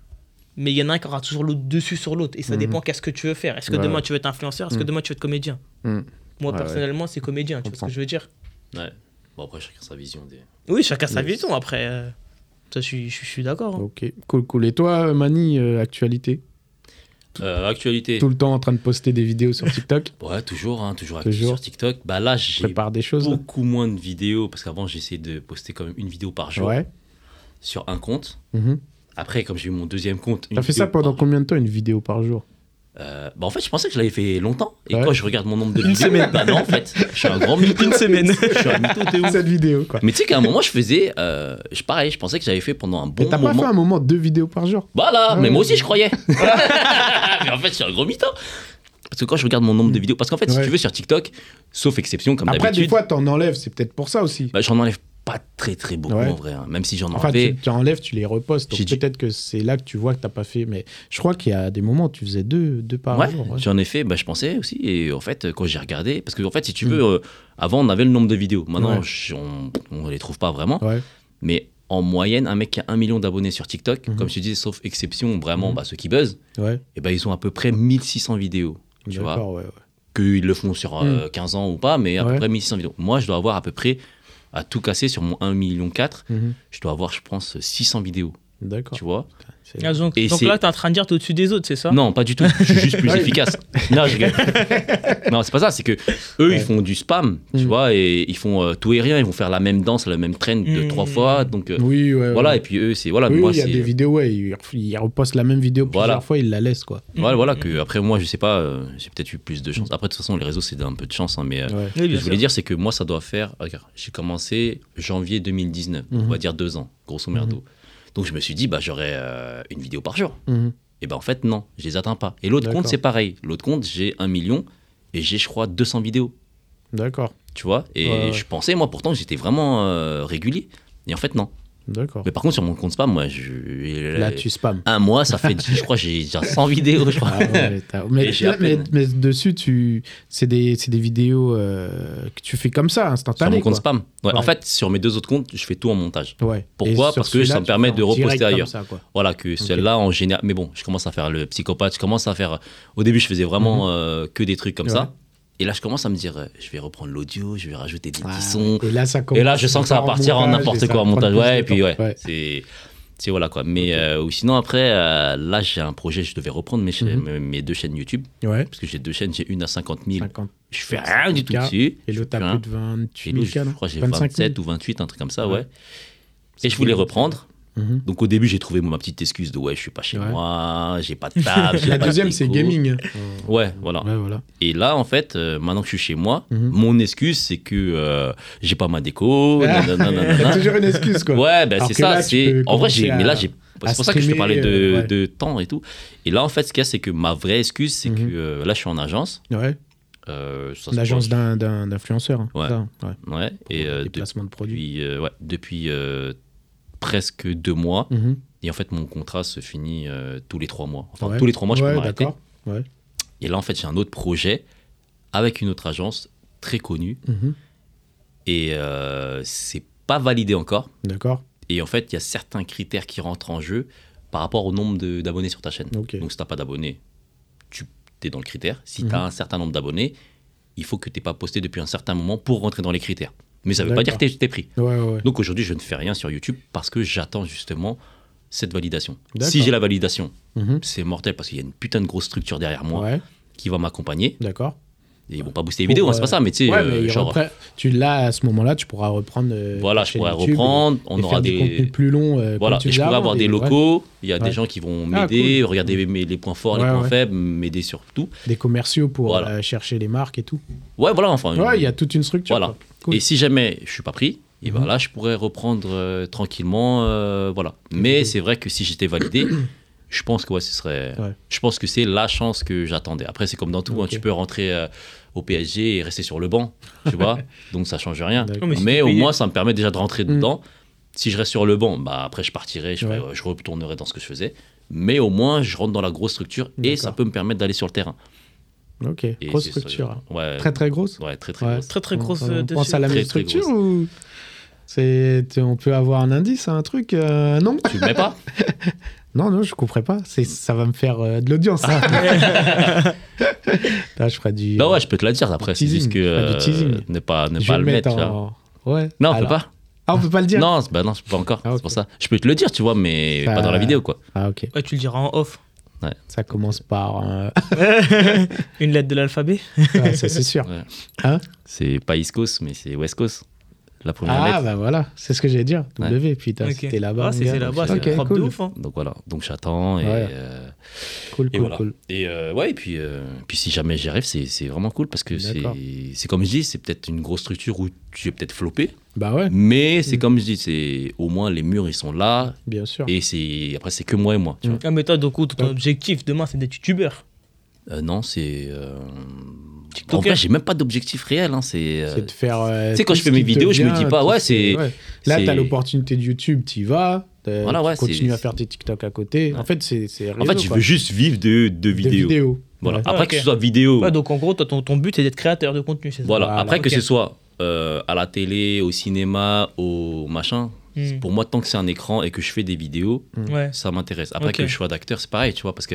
Speaker 2: mais il y en a un qui aura toujours le dessus sur l'autre et ça
Speaker 3: Mhm.
Speaker 2: dépend qu'est-ce que tu veux faire. Est-ce que
Speaker 3: Ouais,
Speaker 2: demain
Speaker 3: Bah ouais.
Speaker 2: tu veux être influenceur, est-ce que
Speaker 3: Mhm.
Speaker 2: demain tu veux être comédien
Speaker 3: Mhm.
Speaker 2: Moi
Speaker 3: Ouais, ouais.
Speaker 2: personnellement c'est comédien, tu vois ce
Speaker 3: Comprends.
Speaker 2: que je veux dire
Speaker 1: Ouais. Bon, après, chacun sa vision. Des...
Speaker 2: Oui chacun sa
Speaker 3: Yes.
Speaker 2: vision après. euh, Ça, je suis, je suis- je suis d'accord. hein.
Speaker 3: Ok, cool, cool. Et toi, euh, Mani, euh, actualité
Speaker 1: Euh, actualité.
Speaker 3: Tout le temps en train de poster des vidéos sur TikTok
Speaker 1: Ouais, toujours, hein, toujours actif
Speaker 3: Toujours.
Speaker 1: sur TikTok. Bah là, j'ai
Speaker 3: Prépare des choses là
Speaker 1: beaucoup moins de vidéos parce qu'avant, j'essayais de poster quand même une vidéo par jour
Speaker 3: Ouais.
Speaker 1: sur un compte.
Speaker 3: Mhm.
Speaker 1: Après, comme j'ai eu mon deuxième compte. une
Speaker 3: T'as fait
Speaker 1: vidéo
Speaker 3: ça pendant
Speaker 1: par-
Speaker 3: combien de temps Une vidéo par jour
Speaker 1: Euh, bah en fait, je pensais que je l'avais fait longtemps. Et
Speaker 3: Ouais.
Speaker 1: quand je regarde mon nombre de vidéos, bah non, en fait, je suis un grand mytho.
Speaker 2: Une semaine.
Speaker 1: Je suis un mytho, t'es où
Speaker 3: Cette vidéo, quoi.
Speaker 1: Mais tu sais qu'à un moment, je faisais. euh, je, pareil, je pensais que j'avais fait pendant un bon
Speaker 3: Mais t'as pas
Speaker 1: moment.
Speaker 3: fait un moment deux vidéos par jour
Speaker 1: Voilà,
Speaker 3: Ouais.
Speaker 1: mais moi aussi, je croyais. mais en fait, je suis un gros mytho. Parce que quand je regarde mon nombre de vidéos. Parce qu'en fait, si
Speaker 3: Ouais.
Speaker 1: tu veux, sur TikTok, sauf exception, comme
Speaker 3: Après, des
Speaker 1: d'habitude,
Speaker 3: fois, t'en enlèves, c'est peut-être pour ça aussi.
Speaker 1: bah, j'en enlève pas très très beaucoup
Speaker 3: Ouais.
Speaker 1: en vrai. hein. Même si j'en
Speaker 3: Enfin,
Speaker 1: enlevais.
Speaker 3: tu, tu enlèves, tu les repostes. Donc
Speaker 1: J'ai dit-
Speaker 3: peut-être que c'est là que tu vois que t'as pas fait. Mais je crois qu'il y a des moments où tu faisais deux, deux par
Speaker 1: Ouais,
Speaker 3: jour. ouais.
Speaker 1: j'en ai fait, bah, je pensais aussi, et en fait, quand j'ai regardé, parce que en fait, si tu veux, euh, avant on avait le nombre de vidéos, maintenant
Speaker 3: Mm. Ouais.
Speaker 1: je- on, on les trouve pas vraiment,
Speaker 3: Ouais.
Speaker 1: mais en moyenne, un mec qui a un million d'abonnés sur TikTok,
Speaker 3: Mhm.
Speaker 1: comme je te disais, sauf exception, vraiment,
Speaker 3: Mhm.
Speaker 1: bah, ceux qui buzzent,
Speaker 3: ouais.
Speaker 1: et ben ils ont à peu près 1600 vidéos, tu vois,
Speaker 3: D'accord, ouais, ouais.
Speaker 1: qu'ils le font sur euh, 15 ans ou pas, mais à
Speaker 3: Mm. Ouais.
Speaker 1: peu près 1600 vidéos. Moi, je dois avoir à peu près, à tout casser sur mon 1 million 4,
Speaker 3: Mhm.
Speaker 1: je dois avoir, je pense, 600 vidéos,
Speaker 3: D'accord.
Speaker 1: tu vois.
Speaker 3: C'est-
Speaker 2: Ah, donc
Speaker 1: Et
Speaker 2: donc
Speaker 1: c'est-
Speaker 2: là t'es en train de dire t'es au-dessus des autres, c'est ça
Speaker 1: Non, pas du tout. Je suis juste plus
Speaker 3: Ouais.
Speaker 1: efficace. Non, je rigole. Non, c'est pas ça. C'est que eux,
Speaker 3: Ouais.
Speaker 1: ils font du spam, tu
Speaker 3: Mm.
Speaker 1: vois, et ils font euh, tout et rien. Ils vont faire la même danse, la même traîne de
Speaker 2: Mm.
Speaker 1: trois fois. Donc euh,
Speaker 3: Oui, ouais, ouais.
Speaker 1: voilà. Et puis eux, c'est voilà.
Speaker 3: Oui,
Speaker 1: moi,
Speaker 3: il y a
Speaker 1: c'est-
Speaker 3: des vidéos, ouais, ils ref- ils repostent la même vidéo plusieurs
Speaker 1: euh. Voilà.
Speaker 3: fois, ils la laissent, quoi.
Speaker 1: voilà, voilà. Que après, moi, je sais pas. euh, j'ai peut-être eu plus de chance. Après, de toute façon, les réseaux, c'est un peu de chance, hein, mais. euh,
Speaker 3: Ouais.
Speaker 2: Oui,
Speaker 1: ce que
Speaker 2: bien
Speaker 1: je
Speaker 2: sûr.
Speaker 1: voulais dire, c'est que moi, ça doit faire. regarde, j'ai commencé janvier 2019, on
Speaker 3: Mhm.
Speaker 1: va dire deux ans, grosso merdo. Donc, je me suis dit, bah, j'aurais euh, une vidéo par jour.
Speaker 3: Mhm.
Speaker 1: Et ben en fait, non, je les atteins pas. Et l'autre
Speaker 3: D'accord.
Speaker 1: compte, c'est pareil. L'autre compte, j'ai un million et j'ai, je crois, 200 vidéos.
Speaker 3: D'accord,
Speaker 1: Tu vois Et
Speaker 3: Ouais, ouais.
Speaker 1: je pensais, moi, pourtant, j'étais vraiment euh, régulier. Et en fait, non.
Speaker 3: d'accord.
Speaker 1: Mais par contre, sur mon compte spam, moi, je... euh,
Speaker 3: Là, tu spams.
Speaker 1: un mois, ça fait, je crois, j'ai déjà 100 vidéos, je crois.
Speaker 3: Ah ouais, t'as- mais,
Speaker 1: Et j'ai à
Speaker 3: là, mais-
Speaker 1: peine.
Speaker 3: mais dessus, tu... c'est des, c'est des vidéos euh, que tu fais comme ça,
Speaker 1: Sur
Speaker 3: instantanées.
Speaker 1: mon compte
Speaker 3: quoi.
Speaker 1: spam. Ouais, En
Speaker 3: Ouais.
Speaker 1: fait, sur mes deux autres comptes, je fais tout en montage.
Speaker 3: Ouais.
Speaker 1: Pourquoi
Speaker 3: Et sur
Speaker 1: Parce que ça
Speaker 3: celui-là,
Speaker 1: me
Speaker 3: tu
Speaker 1: permet
Speaker 3: fais
Speaker 1: de
Speaker 3: en direct
Speaker 1: reposter
Speaker 3: comme
Speaker 1: ailleurs.
Speaker 3: ça, quoi.
Speaker 1: Voilà, que celle-là, en général. Mais bon, je commence à faire le psychopathe, je commence à faire. Au début, je faisais vraiment euh, que des trucs comme
Speaker 3: Mhm. Ouais.
Speaker 1: ça. Et là, je commence à me dire, euh, je vais reprendre l'audio, je vais rajouter des
Speaker 3: Ah,
Speaker 1: petits sons.
Speaker 3: Et là, ça commence
Speaker 1: Et là, je sens que ça va
Speaker 3: encore
Speaker 1: partir en
Speaker 3: montage, et
Speaker 1: n'importe
Speaker 3: ça
Speaker 1: quoi en
Speaker 3: va prendre
Speaker 1: montage.
Speaker 3: plus
Speaker 1: Ouais,
Speaker 3: de
Speaker 1: et puis
Speaker 3: temps.
Speaker 1: ouais, c'est. C'est voilà quoi. Mais euh, ou sinon, après, euh, là, j'ai un projet, je devais reprendre mes, cha-
Speaker 3: Mhm.
Speaker 1: mes- mes deux chaînes YouTube.
Speaker 3: Ouais.
Speaker 1: Parce que j'ai deux chaînes, j'ai une à 50 000.
Speaker 3: 50.
Speaker 1: Je fais rien du tout
Speaker 3: 50K,
Speaker 1: dessus.
Speaker 3: Et l'autre, t'as
Speaker 1: Rien.
Speaker 3: plus de 28
Speaker 1: Et l'autre,
Speaker 3: 000
Speaker 1: je
Speaker 3: cas, non
Speaker 1: crois que j'ai
Speaker 3: 25 000.
Speaker 1: 27 ou 28, un truc comme ça,
Speaker 3: Ouais.
Speaker 1: ouais. Et je voulais
Speaker 3: bien.
Speaker 1: reprendre.
Speaker 3: Mhm.
Speaker 1: Donc au début, j'ai trouvé ma petite excuse de ouais, je suis pas chez
Speaker 3: Ouais.
Speaker 1: moi, j'ai pas de table. j'ai
Speaker 3: La
Speaker 1: pas de
Speaker 3: deuxième, c'est
Speaker 1: déco. Ah.
Speaker 3: gaming.
Speaker 1: Ouais, voilà.
Speaker 3: Ouais, voilà.
Speaker 1: Et là, en fait, euh, maintenant que je suis chez moi,
Speaker 3: Mhm.
Speaker 1: mon excuse, c'est que euh, j'ai pas ma déco.
Speaker 3: Ah.
Speaker 1: nanana, nanana.
Speaker 3: T'as toujours une excuse, quoi.
Speaker 1: Ouais, ben
Speaker 3: Alors
Speaker 1: c'est
Speaker 3: que là,
Speaker 1: ça.
Speaker 3: tu
Speaker 1: c'est
Speaker 3: peux
Speaker 1: En vrai, j'ai.
Speaker 3: commencer
Speaker 1: Mais
Speaker 3: à-
Speaker 1: là, j'ai.
Speaker 3: à
Speaker 1: C'est pour ça que je te
Speaker 3: streamer,
Speaker 1: parlais de,
Speaker 3: euh, ouais.
Speaker 1: de temps et tout. Et là, en fait, ce qu'il y a, c'est que ma vraie excuse, c'est
Speaker 3: Mhm.
Speaker 1: que euh, là, je suis en agence.
Speaker 3: Ouais.
Speaker 1: Euh, ça se
Speaker 3: L'agence
Speaker 1: passe-
Speaker 3: d'un- d'un- d'influenceurs. hein.
Speaker 1: Ouais.
Speaker 3: Ça, ouais.
Speaker 1: Ouais. Et euh,
Speaker 3: Des placements de produits.
Speaker 1: depuis, euh, ouais, depuis euh, presque deux mois.
Speaker 3: Mhm.
Speaker 1: Et en fait, mon contrat se finit euh, tous les trois mois. Enfin,
Speaker 3: Ouais.
Speaker 1: tous les trois mois, je
Speaker 3: Ouais,
Speaker 1: peux m'arrêter.
Speaker 3: d'accord. Ouais.
Speaker 1: Et là, en fait, j'ai un autre projet avec une autre agence très connue.
Speaker 3: Mhm.
Speaker 1: Et euh, c'est pas validé encore.
Speaker 3: D'accord.
Speaker 1: Et en fait, il y a certains critères qui rentrent en jeu par rapport au nombre de- d'abonnés sur ta chaîne.
Speaker 3: Ok.
Speaker 1: Donc si t'as pas d'abonnés, tu es dans le critère. Si
Speaker 3: Mhm.
Speaker 1: tu as un certain nombre d'abonnés, il faut que tu pas posté depuis un certain moment pour rentrer dans les critères. Mais ça veut pas dire
Speaker 3: D'accord.
Speaker 1: que tu es, pris.
Speaker 3: Ouais, ouais, ouais.
Speaker 1: Donc aujourd'hui, je ne fais rien sur YouTube parce que j'attends justement cette validation.
Speaker 3: D'accord.
Speaker 1: Si j'ai la validation,
Speaker 3: Mhm.
Speaker 1: c'est mortel parce qu'il y a une putain de grosse structure derrière moi
Speaker 3: Ouais,
Speaker 1: qui va m'accompagner.
Speaker 3: d'accord.
Speaker 1: Et ils vont pas booster les
Speaker 3: Pour,
Speaker 1: vidéos, hein,
Speaker 3: euh,
Speaker 1: c'est pas ça, mais tu sais,
Speaker 3: Ouais,
Speaker 1: euh,
Speaker 3: mais
Speaker 1: genre,
Speaker 3: après, tu l'as à ce moment-là, tu pourras reprendre. euh,
Speaker 1: voilà,
Speaker 3: ta
Speaker 1: je
Speaker 3: chaîne
Speaker 1: pourrais
Speaker 3: YouTube et-
Speaker 1: reprendre,
Speaker 3: et
Speaker 1: on
Speaker 3: faire
Speaker 1: aura
Speaker 3: du contenu
Speaker 1: des...
Speaker 3: plus long. euh,
Speaker 1: Voilà,
Speaker 3: comme tu
Speaker 1: et je
Speaker 3: faisais
Speaker 1: pourrais
Speaker 3: avant,
Speaker 1: avoir des
Speaker 3: ouais,
Speaker 1: locaux, il y a
Speaker 3: Ouais.
Speaker 1: des gens qui vont
Speaker 3: Ah,
Speaker 1: m'aider,
Speaker 3: cool.
Speaker 1: regarder mes- les points forts,
Speaker 3: Ouais,
Speaker 1: les points
Speaker 3: ouais.
Speaker 1: faibles, m'aider sur tout.
Speaker 3: des commerciaux pour
Speaker 1: Voilà.
Speaker 3: euh, chercher les marques et tout.
Speaker 1: Ouais, voilà, enfin.
Speaker 3: Ouais, il y a toute une structure.
Speaker 1: Voilà.
Speaker 3: quoi. Cool.
Speaker 1: Et si jamais je suis pas pris, et ben
Speaker 3: Mhm.
Speaker 1: là, je pourrais reprendre euh, tranquillement, euh, voilà. Mais
Speaker 3: Ok.
Speaker 1: c'est vrai que si j'étais validé, je pense que ouais, ce serait.
Speaker 3: Ouais.
Speaker 1: Je pense que c'est la chance que j'attendais. Après, c'est comme dans tout, hein,
Speaker 3: Ok.
Speaker 1: tu peux rentrer euh, au PSG et rester sur le banc, tu vois. Donc ça change rien.
Speaker 3: D'accord.
Speaker 2: Non, mais si
Speaker 1: Mais
Speaker 2: t'es
Speaker 1: au
Speaker 2: payé-
Speaker 1: moins, ça me permet déjà de rentrer
Speaker 3: Mm.
Speaker 1: dedans. Si je reste sur le banc, bah après je partirai, je,
Speaker 3: Ouais.
Speaker 1: ferai- je retournerai dans ce que je faisais. Mais au moins, je rentre dans la grosse structure et
Speaker 3: D'accord.
Speaker 1: ça peut me permettre d'aller sur le terrain.
Speaker 3: Ok,
Speaker 1: Et
Speaker 3: grosse
Speaker 1: c'est ça,
Speaker 3: structure. hein.
Speaker 1: Ouais,
Speaker 3: Très très grosse.
Speaker 1: ouais, très très
Speaker 3: Ouais.
Speaker 1: grosse.
Speaker 2: Très très grosse.
Speaker 3: On,
Speaker 2: euh,
Speaker 3: on Mmh, pense
Speaker 2: dessus.
Speaker 3: à la
Speaker 1: Très,
Speaker 3: même
Speaker 1: très
Speaker 3: structure ou c'est tu- on peut avoir un indice, un truc euh, Non,
Speaker 1: Tu le mets pas
Speaker 3: non, non, je comprends pas. C'est ça va me faire euh, de l'audience. ça. Là, je ferai du.
Speaker 1: Ah. Bah ouais, je peux te la dire après. C'est
Speaker 3: teasing,
Speaker 1: juste que
Speaker 3: faire du
Speaker 1: euh,
Speaker 3: teasing.
Speaker 1: ne pas ne
Speaker 3: je
Speaker 1: pas
Speaker 3: vais
Speaker 1: le mettre. tu vois.
Speaker 3: en... Ouais.
Speaker 1: Non, on peut
Speaker 3: Alors-
Speaker 1: pas.
Speaker 3: Ah, on peut pas le dire.
Speaker 1: Non, c'est- bah non, c'est pas encore.
Speaker 3: Ah, ok.
Speaker 1: C'est pour ça. Je peux te le dire, tu vois, mais
Speaker 3: Ça-
Speaker 1: pas dans la vidéo, quoi.
Speaker 3: Ah ok.
Speaker 2: Ouais, tu le diras en off.
Speaker 3: Ça commence par. euh,
Speaker 2: Une lettre de l'alphabet.
Speaker 3: ouais, ça c'est sûr.
Speaker 1: C'est pas East Coast, mais c'est West Coast. La première
Speaker 3: Ah
Speaker 1: lettre.
Speaker 3: bah voilà, c'est ce que j'allais dire.
Speaker 1: Ouais.
Speaker 3: W, putain,
Speaker 2: Ok.
Speaker 3: c'était là-bas.
Speaker 2: Ah,
Speaker 3: mon
Speaker 2: c'était
Speaker 3: gars.
Speaker 2: là-bas,
Speaker 1: Ok,
Speaker 2: c'est propre de
Speaker 3: cool.
Speaker 2: ouf. hein.
Speaker 1: Donc voilà. Donc j'attends et.
Speaker 3: bah. Ouais.
Speaker 1: euh,
Speaker 3: Cool,
Speaker 1: Et
Speaker 3: cool,
Speaker 1: voilà.
Speaker 3: cool.
Speaker 1: Et euh, ouais, et puis, euh, puis si jamais j'y arrive, c'est c'est vraiment cool parce que c'est
Speaker 3: D'accord.
Speaker 1: c'est comme je dis, c'est peut-être une grosse structure où tu es peut-être floppé,
Speaker 3: Bah ouais,
Speaker 1: mais c'est
Speaker 3: Mm.
Speaker 1: comme je dis, c'est au moins les murs ils sont là
Speaker 3: bien sûr.
Speaker 1: et c'est après c'est que moi et moi. Tu
Speaker 3: Mm.
Speaker 1: vois.
Speaker 2: Ah, mais toi, du coup, ton
Speaker 3: Ouais.
Speaker 2: objectif demain, c'est d'être youtubeur.
Speaker 1: Euh, non, c'est euh, en
Speaker 2: TikToker.
Speaker 1: vrai j'ai même pas d'objectif réel. Hein, c'est euh,
Speaker 3: C'est de faire. euh,
Speaker 1: tu sais, quand
Speaker 3: tout
Speaker 1: je fais
Speaker 3: ce
Speaker 1: mes
Speaker 3: qui te
Speaker 1: vidéos, je me
Speaker 3: vient,
Speaker 1: dis pas,
Speaker 3: tout
Speaker 1: ouais,
Speaker 3: ce qui-
Speaker 1: c'est-
Speaker 3: ouais. Là,
Speaker 1: c'est-
Speaker 3: t'as l'opportunité de YouTube, t'y vas. euh,
Speaker 1: Voilà, ouais,
Speaker 3: tu continues
Speaker 1: c'est-
Speaker 3: à faire tes TikTok à côté. En
Speaker 1: Ouais.
Speaker 3: fait, c'est. c'est
Speaker 1: en
Speaker 3: réseau,
Speaker 1: fait je
Speaker 3: quoi.
Speaker 1: veux juste vivre de, de
Speaker 3: Des
Speaker 1: vidéos.
Speaker 3: vidéos.
Speaker 1: Voilà.
Speaker 3: Ouais.
Speaker 1: Après
Speaker 2: Ah,
Speaker 1: que
Speaker 2: ok.
Speaker 1: ce soit vidéo,
Speaker 2: Ouais, donc en gros, toi, ton, ton but, c'est d'être créateur de contenu, c'est ça
Speaker 1: voilà.
Speaker 3: Voilà,
Speaker 1: Après que
Speaker 2: ok.
Speaker 1: ce soit euh, à la télé, au cinéma, au machin,
Speaker 2: Hmm.
Speaker 1: pour moi tant que c'est un écran et que je fais des vidéos,
Speaker 2: Ouais.
Speaker 1: ça m'intéresse. Après
Speaker 2: Ok.
Speaker 1: que je sois d'acteur, c'est pareil, tu vois, parce que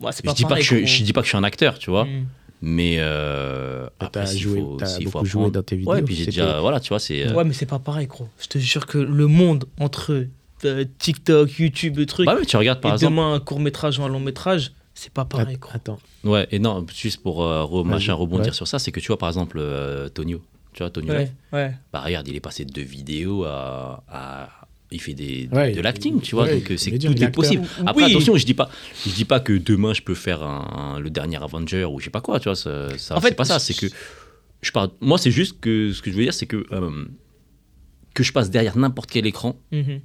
Speaker 2: Ouais, c'est
Speaker 1: je dis pas que
Speaker 2: pareil,
Speaker 1: je,
Speaker 2: gros.
Speaker 1: je dis pas que je suis un acteur, tu vois,
Speaker 2: Mm.
Speaker 1: mais euh,
Speaker 3: T'as
Speaker 1: après s'il
Speaker 3: joué-
Speaker 1: faut,
Speaker 3: t'as
Speaker 1: s'il faut
Speaker 3: beaucoup joué
Speaker 1: apprendre-
Speaker 3: dans tes vidéos.
Speaker 1: Ouais, puis j'ai
Speaker 3: c'était-
Speaker 1: déjà, voilà, tu vois, c'est. euh,
Speaker 2: Ouais, mais c'est pas pareil, gros. Je te jure que le monde entre euh, TikTok, YouTube, le truc,
Speaker 1: Bah oui, tu regardes
Speaker 2: et
Speaker 1: par exemple.
Speaker 2: demain un court métrage ou un long métrage, c'est pas pareil, gros.
Speaker 3: Attends.
Speaker 1: Ouais, et non, juste pour euh, re-
Speaker 3: Vas-y,
Speaker 1: machin, rebondir
Speaker 3: ouais.
Speaker 1: sur ça, c'est que tu vois par exemple euh, Tonio, tu vois Tonio, Life,
Speaker 2: Ouais, ouais.
Speaker 1: bah regarde, il est passé de vidéos à, à- il fait des
Speaker 3: Ouais,
Speaker 1: de
Speaker 3: il-
Speaker 1: l'acting, tu vois,
Speaker 3: ouais,
Speaker 1: donc euh,
Speaker 3: il
Speaker 1: c'est
Speaker 3: est
Speaker 1: tout
Speaker 3: dur, il est
Speaker 1: est possible.
Speaker 2: acteur.
Speaker 1: Après
Speaker 2: Oui.
Speaker 1: attention, je dis pas, je dis pas que demain je peux faire un, un- le dernier Avenger ou je sais pas quoi, tu vois, ça, ça-
Speaker 2: En fait,
Speaker 1: c'est pas ça, c'est que je parle. Moi, c'est juste que ce que je veux dire, c'est que euh, que je passe derrière n'importe quel écran.
Speaker 2: Mhm.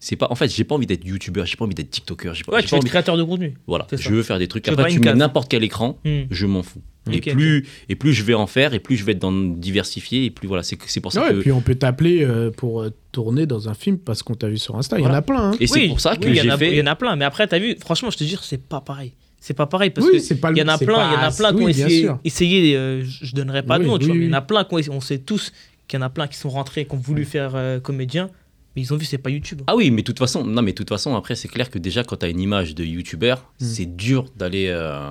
Speaker 1: C'est pas, en fait, j'ai pas envie d'être youtubeur, j'ai pas envie d'être tiktoker, j'ai pas,
Speaker 2: Ouais,
Speaker 1: j'ai
Speaker 2: tu
Speaker 1: pas
Speaker 2: veux être
Speaker 1: envie.
Speaker 2: créateur de contenu.
Speaker 1: Voilà,
Speaker 2: c'est ça.
Speaker 1: je veux faire des trucs.
Speaker 2: Tu veux pas
Speaker 1: Après, tu
Speaker 2: une
Speaker 1: mets
Speaker 2: case.
Speaker 1: n'importe quel écran,
Speaker 2: Mm.
Speaker 1: je m'en fous. Et,
Speaker 2: Ok,
Speaker 1: plus, et plus je vais en faire, et plus je vais être dans diversifié, et plus voilà, c'est c'est pour ça
Speaker 3: Ouais,
Speaker 1: que.
Speaker 3: et puis on peut t'appeler euh, pour euh, tourner dans un film parce qu'on t'a vu sur Insta. Il y en
Speaker 1: Voilà.
Speaker 3: a plein. hein.
Speaker 1: Et c'est
Speaker 2: Oui,
Speaker 1: pour ça
Speaker 2: oui,
Speaker 1: que
Speaker 2: il y en
Speaker 1: j'ai
Speaker 2: a- Il
Speaker 1: fait.
Speaker 2: y en a plein, mais après, t'as vu, franchement, je te jure, c'est pas pareil. C'est pas pareil parce
Speaker 3: Oui,
Speaker 2: que.
Speaker 3: c'est pas
Speaker 2: Il y en a
Speaker 3: c'est
Speaker 2: plein, il y en
Speaker 3: pas-
Speaker 2: a plein qui ont
Speaker 3: oui, bien
Speaker 2: essayé,
Speaker 3: sûr.
Speaker 2: essayé, euh, je je donnerai pas de
Speaker 3: Oui,
Speaker 2: nom, tu
Speaker 3: oui,
Speaker 2: vois, mais il y en
Speaker 3: oui.
Speaker 2: a plein qui ont essayé- on sait tous qu'il y en a plein qui sont rentrés, qui ont voulu faire euh, comédien, mais ils ont vu c'est pas YouTube.
Speaker 1: Ah oui, mais de toute façon, non, mais de toute façon, après, c'est clair que déjà, quand t'as une image de youtubeur,
Speaker 2: Hmm.
Speaker 3: Mm.
Speaker 1: c'est dur d'aller euh,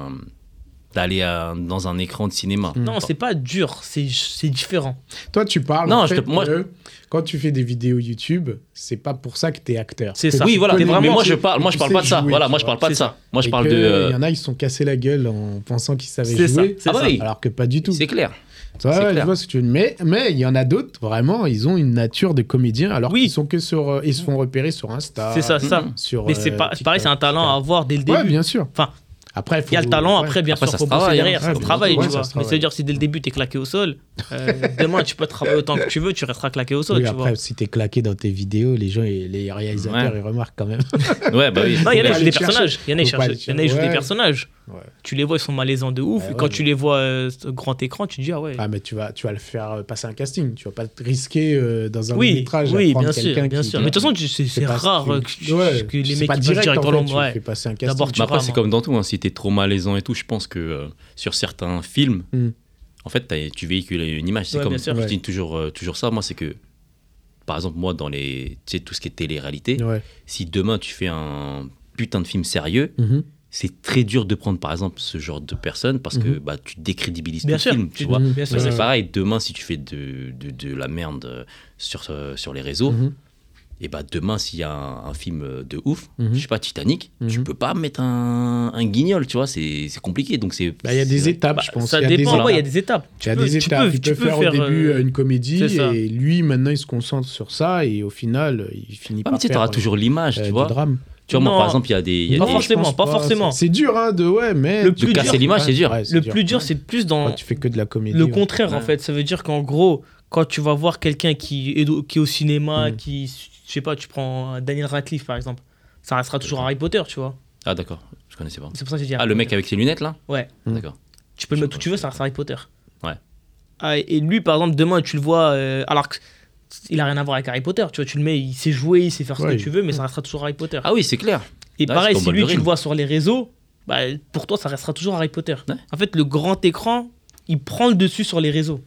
Speaker 1: d'aller euh, dans un écran de cinéma.
Speaker 3: Mm.
Speaker 2: Hmm. Non, c'est pas dur, c'est c'est différent.
Speaker 3: Toi, tu parles.
Speaker 1: Non,
Speaker 3: en
Speaker 1: je
Speaker 3: fait,
Speaker 1: te- moi-
Speaker 3: que quand tu fais des vidéos YouTube, c'est pas pour ça que t'es acteur.
Speaker 2: C'est
Speaker 3: Que
Speaker 2: ça.
Speaker 3: tu
Speaker 1: Oui, voilà.
Speaker 3: connais-
Speaker 1: Mais,
Speaker 2: vraiment,
Speaker 1: moi,
Speaker 3: tu-
Speaker 1: je parle, moi, je
Speaker 3: tu
Speaker 1: parle
Speaker 3: sais
Speaker 1: pas de ça.
Speaker 3: jouer,
Speaker 1: voilà,
Speaker 3: tu
Speaker 1: moi, je
Speaker 3: vois.
Speaker 1: parle pas de
Speaker 2: C'est
Speaker 1: ça. Moi, je
Speaker 3: Et
Speaker 1: parle
Speaker 3: que,
Speaker 1: de.
Speaker 3: Il
Speaker 1: euh,
Speaker 3: y en a, ils se sont cassés la gueule en pensant qu'ils savaient
Speaker 2: C'est ça,
Speaker 3: jouer.
Speaker 2: c'est
Speaker 1: Ah bah
Speaker 2: ça.
Speaker 1: oui.
Speaker 3: Alors que pas du tout.
Speaker 1: C'est clair.
Speaker 3: Ouais,
Speaker 1: c'est
Speaker 3: ouais, je
Speaker 1: clair.
Speaker 3: vois ce que tu veux dire. Mais mais il y en a d'autres, vraiment, ils ont une nature de comédien alors
Speaker 2: Oui.
Speaker 3: qu'ils sont que sur. euh, Ils se font repérer sur Insta.
Speaker 2: C'est ça, ça.
Speaker 1: Mm.
Speaker 3: Sur,
Speaker 2: Mais c'est
Speaker 3: euh,
Speaker 2: pas, c'est pareil, c'est un
Speaker 3: TikTok,
Speaker 2: talent à avoir dès le
Speaker 3: etc. Ouais,
Speaker 2: début.
Speaker 3: bien sûr.
Speaker 2: Enfin,
Speaker 3: après, faut-
Speaker 2: Il y a le talent,
Speaker 3: ouais.
Speaker 2: après, bien
Speaker 1: Après,
Speaker 2: sûr,
Speaker 1: ça
Speaker 2: faut
Speaker 1: se
Speaker 2: bosser
Speaker 1: travaille, hein.
Speaker 2: derrière,
Speaker 1: Ouais,
Speaker 2: ça se
Speaker 1: bien
Speaker 2: travaille,
Speaker 1: sûr.
Speaker 2: tu
Speaker 1: Ouais,
Speaker 3: ça
Speaker 2: vois.
Speaker 3: se
Speaker 2: Mais
Speaker 3: travaille.
Speaker 2: ça veut dire, si dès le début, t'es claqué au sol, euh, demain, tu peux travailler autant que tu veux, tu resteras claqué au sol,
Speaker 3: Oui,
Speaker 2: tu vois.
Speaker 3: après, si t'es claqué dans tes vidéos, les gens, et les réalisateurs,
Speaker 1: Ouais.
Speaker 3: ils remarquent quand même.
Speaker 1: Ouais, bah oui.
Speaker 2: Non, il y en a, ils
Speaker 3: Faut pas
Speaker 2: jouent
Speaker 3: aller
Speaker 2: des
Speaker 3: chercher.
Speaker 2: personnages. Il y en a, ils
Speaker 3: Faut pas
Speaker 2: cherchent- il
Speaker 3: aller
Speaker 2: y en a, ils jouent
Speaker 3: chercher.
Speaker 2: des personnages.
Speaker 3: Ouais.
Speaker 2: Tu les vois, ils sont malaisants de ouf.
Speaker 3: Bah
Speaker 2: et
Speaker 3: ouais,
Speaker 2: quand tu
Speaker 3: mais-
Speaker 2: les vois euh, sur grand écran, tu te dis, ah ouais.
Speaker 3: Ah, mais tu vas, tu vas le faire euh, passer un casting. Tu vas pas te risquer euh, dans un
Speaker 2: oui,
Speaker 3: métrage à
Speaker 2: oui,
Speaker 3: prendre
Speaker 2: bien sûr,
Speaker 3: quelqu'un
Speaker 2: bien
Speaker 3: qui-
Speaker 2: sûr. Mais de toute façon, tu- c'est
Speaker 3: c'est
Speaker 2: c'est
Speaker 3: pas-
Speaker 2: rare
Speaker 3: tu-
Speaker 2: euh, que,
Speaker 3: ouais,
Speaker 2: que les
Speaker 3: c'est
Speaker 2: mecs
Speaker 3: pas
Speaker 2: qui passent
Speaker 3: direct, en
Speaker 2: directement.
Speaker 3: fait, tu
Speaker 2: ouais.
Speaker 3: fais passer un
Speaker 2: D'abord,
Speaker 3: casting.
Speaker 2: tu
Speaker 1: Mais après,
Speaker 2: rames,
Speaker 1: c'est
Speaker 2: hein.
Speaker 1: comme dans tout. hein. Si t'es trop malaisant et tout, je pense que euh, sur certains films,
Speaker 3: Mm.
Speaker 1: en fait, t'as- tu véhicules une image. C'est
Speaker 2: Ouais,
Speaker 1: comme
Speaker 2: bien sûr.
Speaker 1: je dis
Speaker 3: Ouais.
Speaker 1: toujours, euh, toujours ça. Moi, c'est que, par exemple, moi, dans les, tu sais, tout ce qui est télé-réalité,
Speaker 3: Ouais.
Speaker 1: si demain tu fais un putain de film sérieux,
Speaker 3: Mhm.
Speaker 1: c'est très dur de prendre, par exemple, ce genre de personne parce
Speaker 3: Mhm.
Speaker 1: que bah, tu décrédibilises
Speaker 2: Bien
Speaker 1: tout
Speaker 2: sûr,
Speaker 1: le film. Tu
Speaker 2: tu- euh,
Speaker 1: vois.
Speaker 2: bien
Speaker 1: Mais
Speaker 2: sûr.
Speaker 1: c'est pareil. Demain, si tu fais de, de, de la merde euh, sur, euh, sur les réseaux,
Speaker 3: Mhm.
Speaker 1: et bah demain, s'il y a un, un film euh, de ouf,
Speaker 3: Mhm.
Speaker 1: je sais pas, Titanic, tu
Speaker 3: Mhm.
Speaker 1: peux pas mettre un, un guignol, tu vois, c'est c'est compliqué. Donc c'est.
Speaker 3: Bah, Il y a des
Speaker 1: c'est- Ah,
Speaker 3: étapes,
Speaker 2: Bah,
Speaker 3: je pense.
Speaker 2: Ça
Speaker 3: Il y a des
Speaker 2: dépend, ouais, il y a
Speaker 3: étapes.
Speaker 2: des étapes.
Speaker 3: Il y a
Speaker 2: peux-
Speaker 3: des
Speaker 2: tu
Speaker 3: étapes.
Speaker 2: peux-
Speaker 3: Il
Speaker 2: tu
Speaker 3: peut
Speaker 2: peux
Speaker 3: faire au
Speaker 2: faire,
Speaker 3: début
Speaker 2: euh,
Speaker 3: une comédie
Speaker 2: c'est ça.
Speaker 3: et lui, maintenant, il se concentre sur ça et au final, euh, il finit
Speaker 1: Ouais,
Speaker 3: par
Speaker 1: mais tu sais,
Speaker 3: faire,
Speaker 1: t'auras
Speaker 3: euh,
Speaker 1: toujours l'image,
Speaker 3: euh,
Speaker 1: tu
Speaker 3: du
Speaker 1: vois.
Speaker 3: drame.
Speaker 1: Tu vois, moi,
Speaker 2: Non.
Speaker 1: par exemple, il y a des. il Y a
Speaker 2: Pas
Speaker 1: des-
Speaker 2: forcément.
Speaker 3: Je pense
Speaker 2: pas forcément.
Speaker 3: C'est c'est dur, hein, de ouais, mais
Speaker 2: Le
Speaker 3: de
Speaker 2: plus
Speaker 3: casser
Speaker 2: dur-
Speaker 3: l'image,
Speaker 1: Ouais, c'est dur.
Speaker 3: ouais,
Speaker 2: Le plus dur, c'est plus dans.
Speaker 3: Quand tu fais que de la comédie.
Speaker 2: Le
Speaker 3: ouais.
Speaker 2: contraire, en
Speaker 1: Ouais.
Speaker 2: fait, ça veut dire qu'en gros, quand tu vas voir quelqu'un qui est, au- qui est au cinéma,
Speaker 3: Mm.
Speaker 2: qui, je sais pas, tu prends Daniel Radcliffe par exemple, ça restera toujours Harry Potter, tu vois.
Speaker 1: Ah, d'accord, je connaissais pas.
Speaker 2: C'est pour ça que j'ai dit.
Speaker 1: Ah, le mec avec ses lunettes là
Speaker 2: Ouais.
Speaker 3: Mm.
Speaker 1: D'accord.
Speaker 2: Tu peux le mettre où tu veux, ça reste Harry Potter.
Speaker 1: Ouais.
Speaker 2: Ah, et lui, par exemple, demain, tu le vois. euh, alors que il a rien à voir avec Harry Potter. Tu vois, tu le mets, il sait jouer, il sait faire ce
Speaker 3: Ouais,
Speaker 2: que tu veux, mais ça restera toujours Harry Potter.
Speaker 1: Ah oui, c'est clair.
Speaker 2: et
Speaker 1: ouais,
Speaker 2: pareil,
Speaker 1: c'est
Speaker 2: si
Speaker 1: comme
Speaker 2: lui, tu
Speaker 1: Wolverine.
Speaker 2: le vois sur les réseaux, bah, pour toi, ça restera toujours Harry Potter.
Speaker 1: Ouais.
Speaker 2: En fait, le grand écran, il prend le dessus sur les réseaux.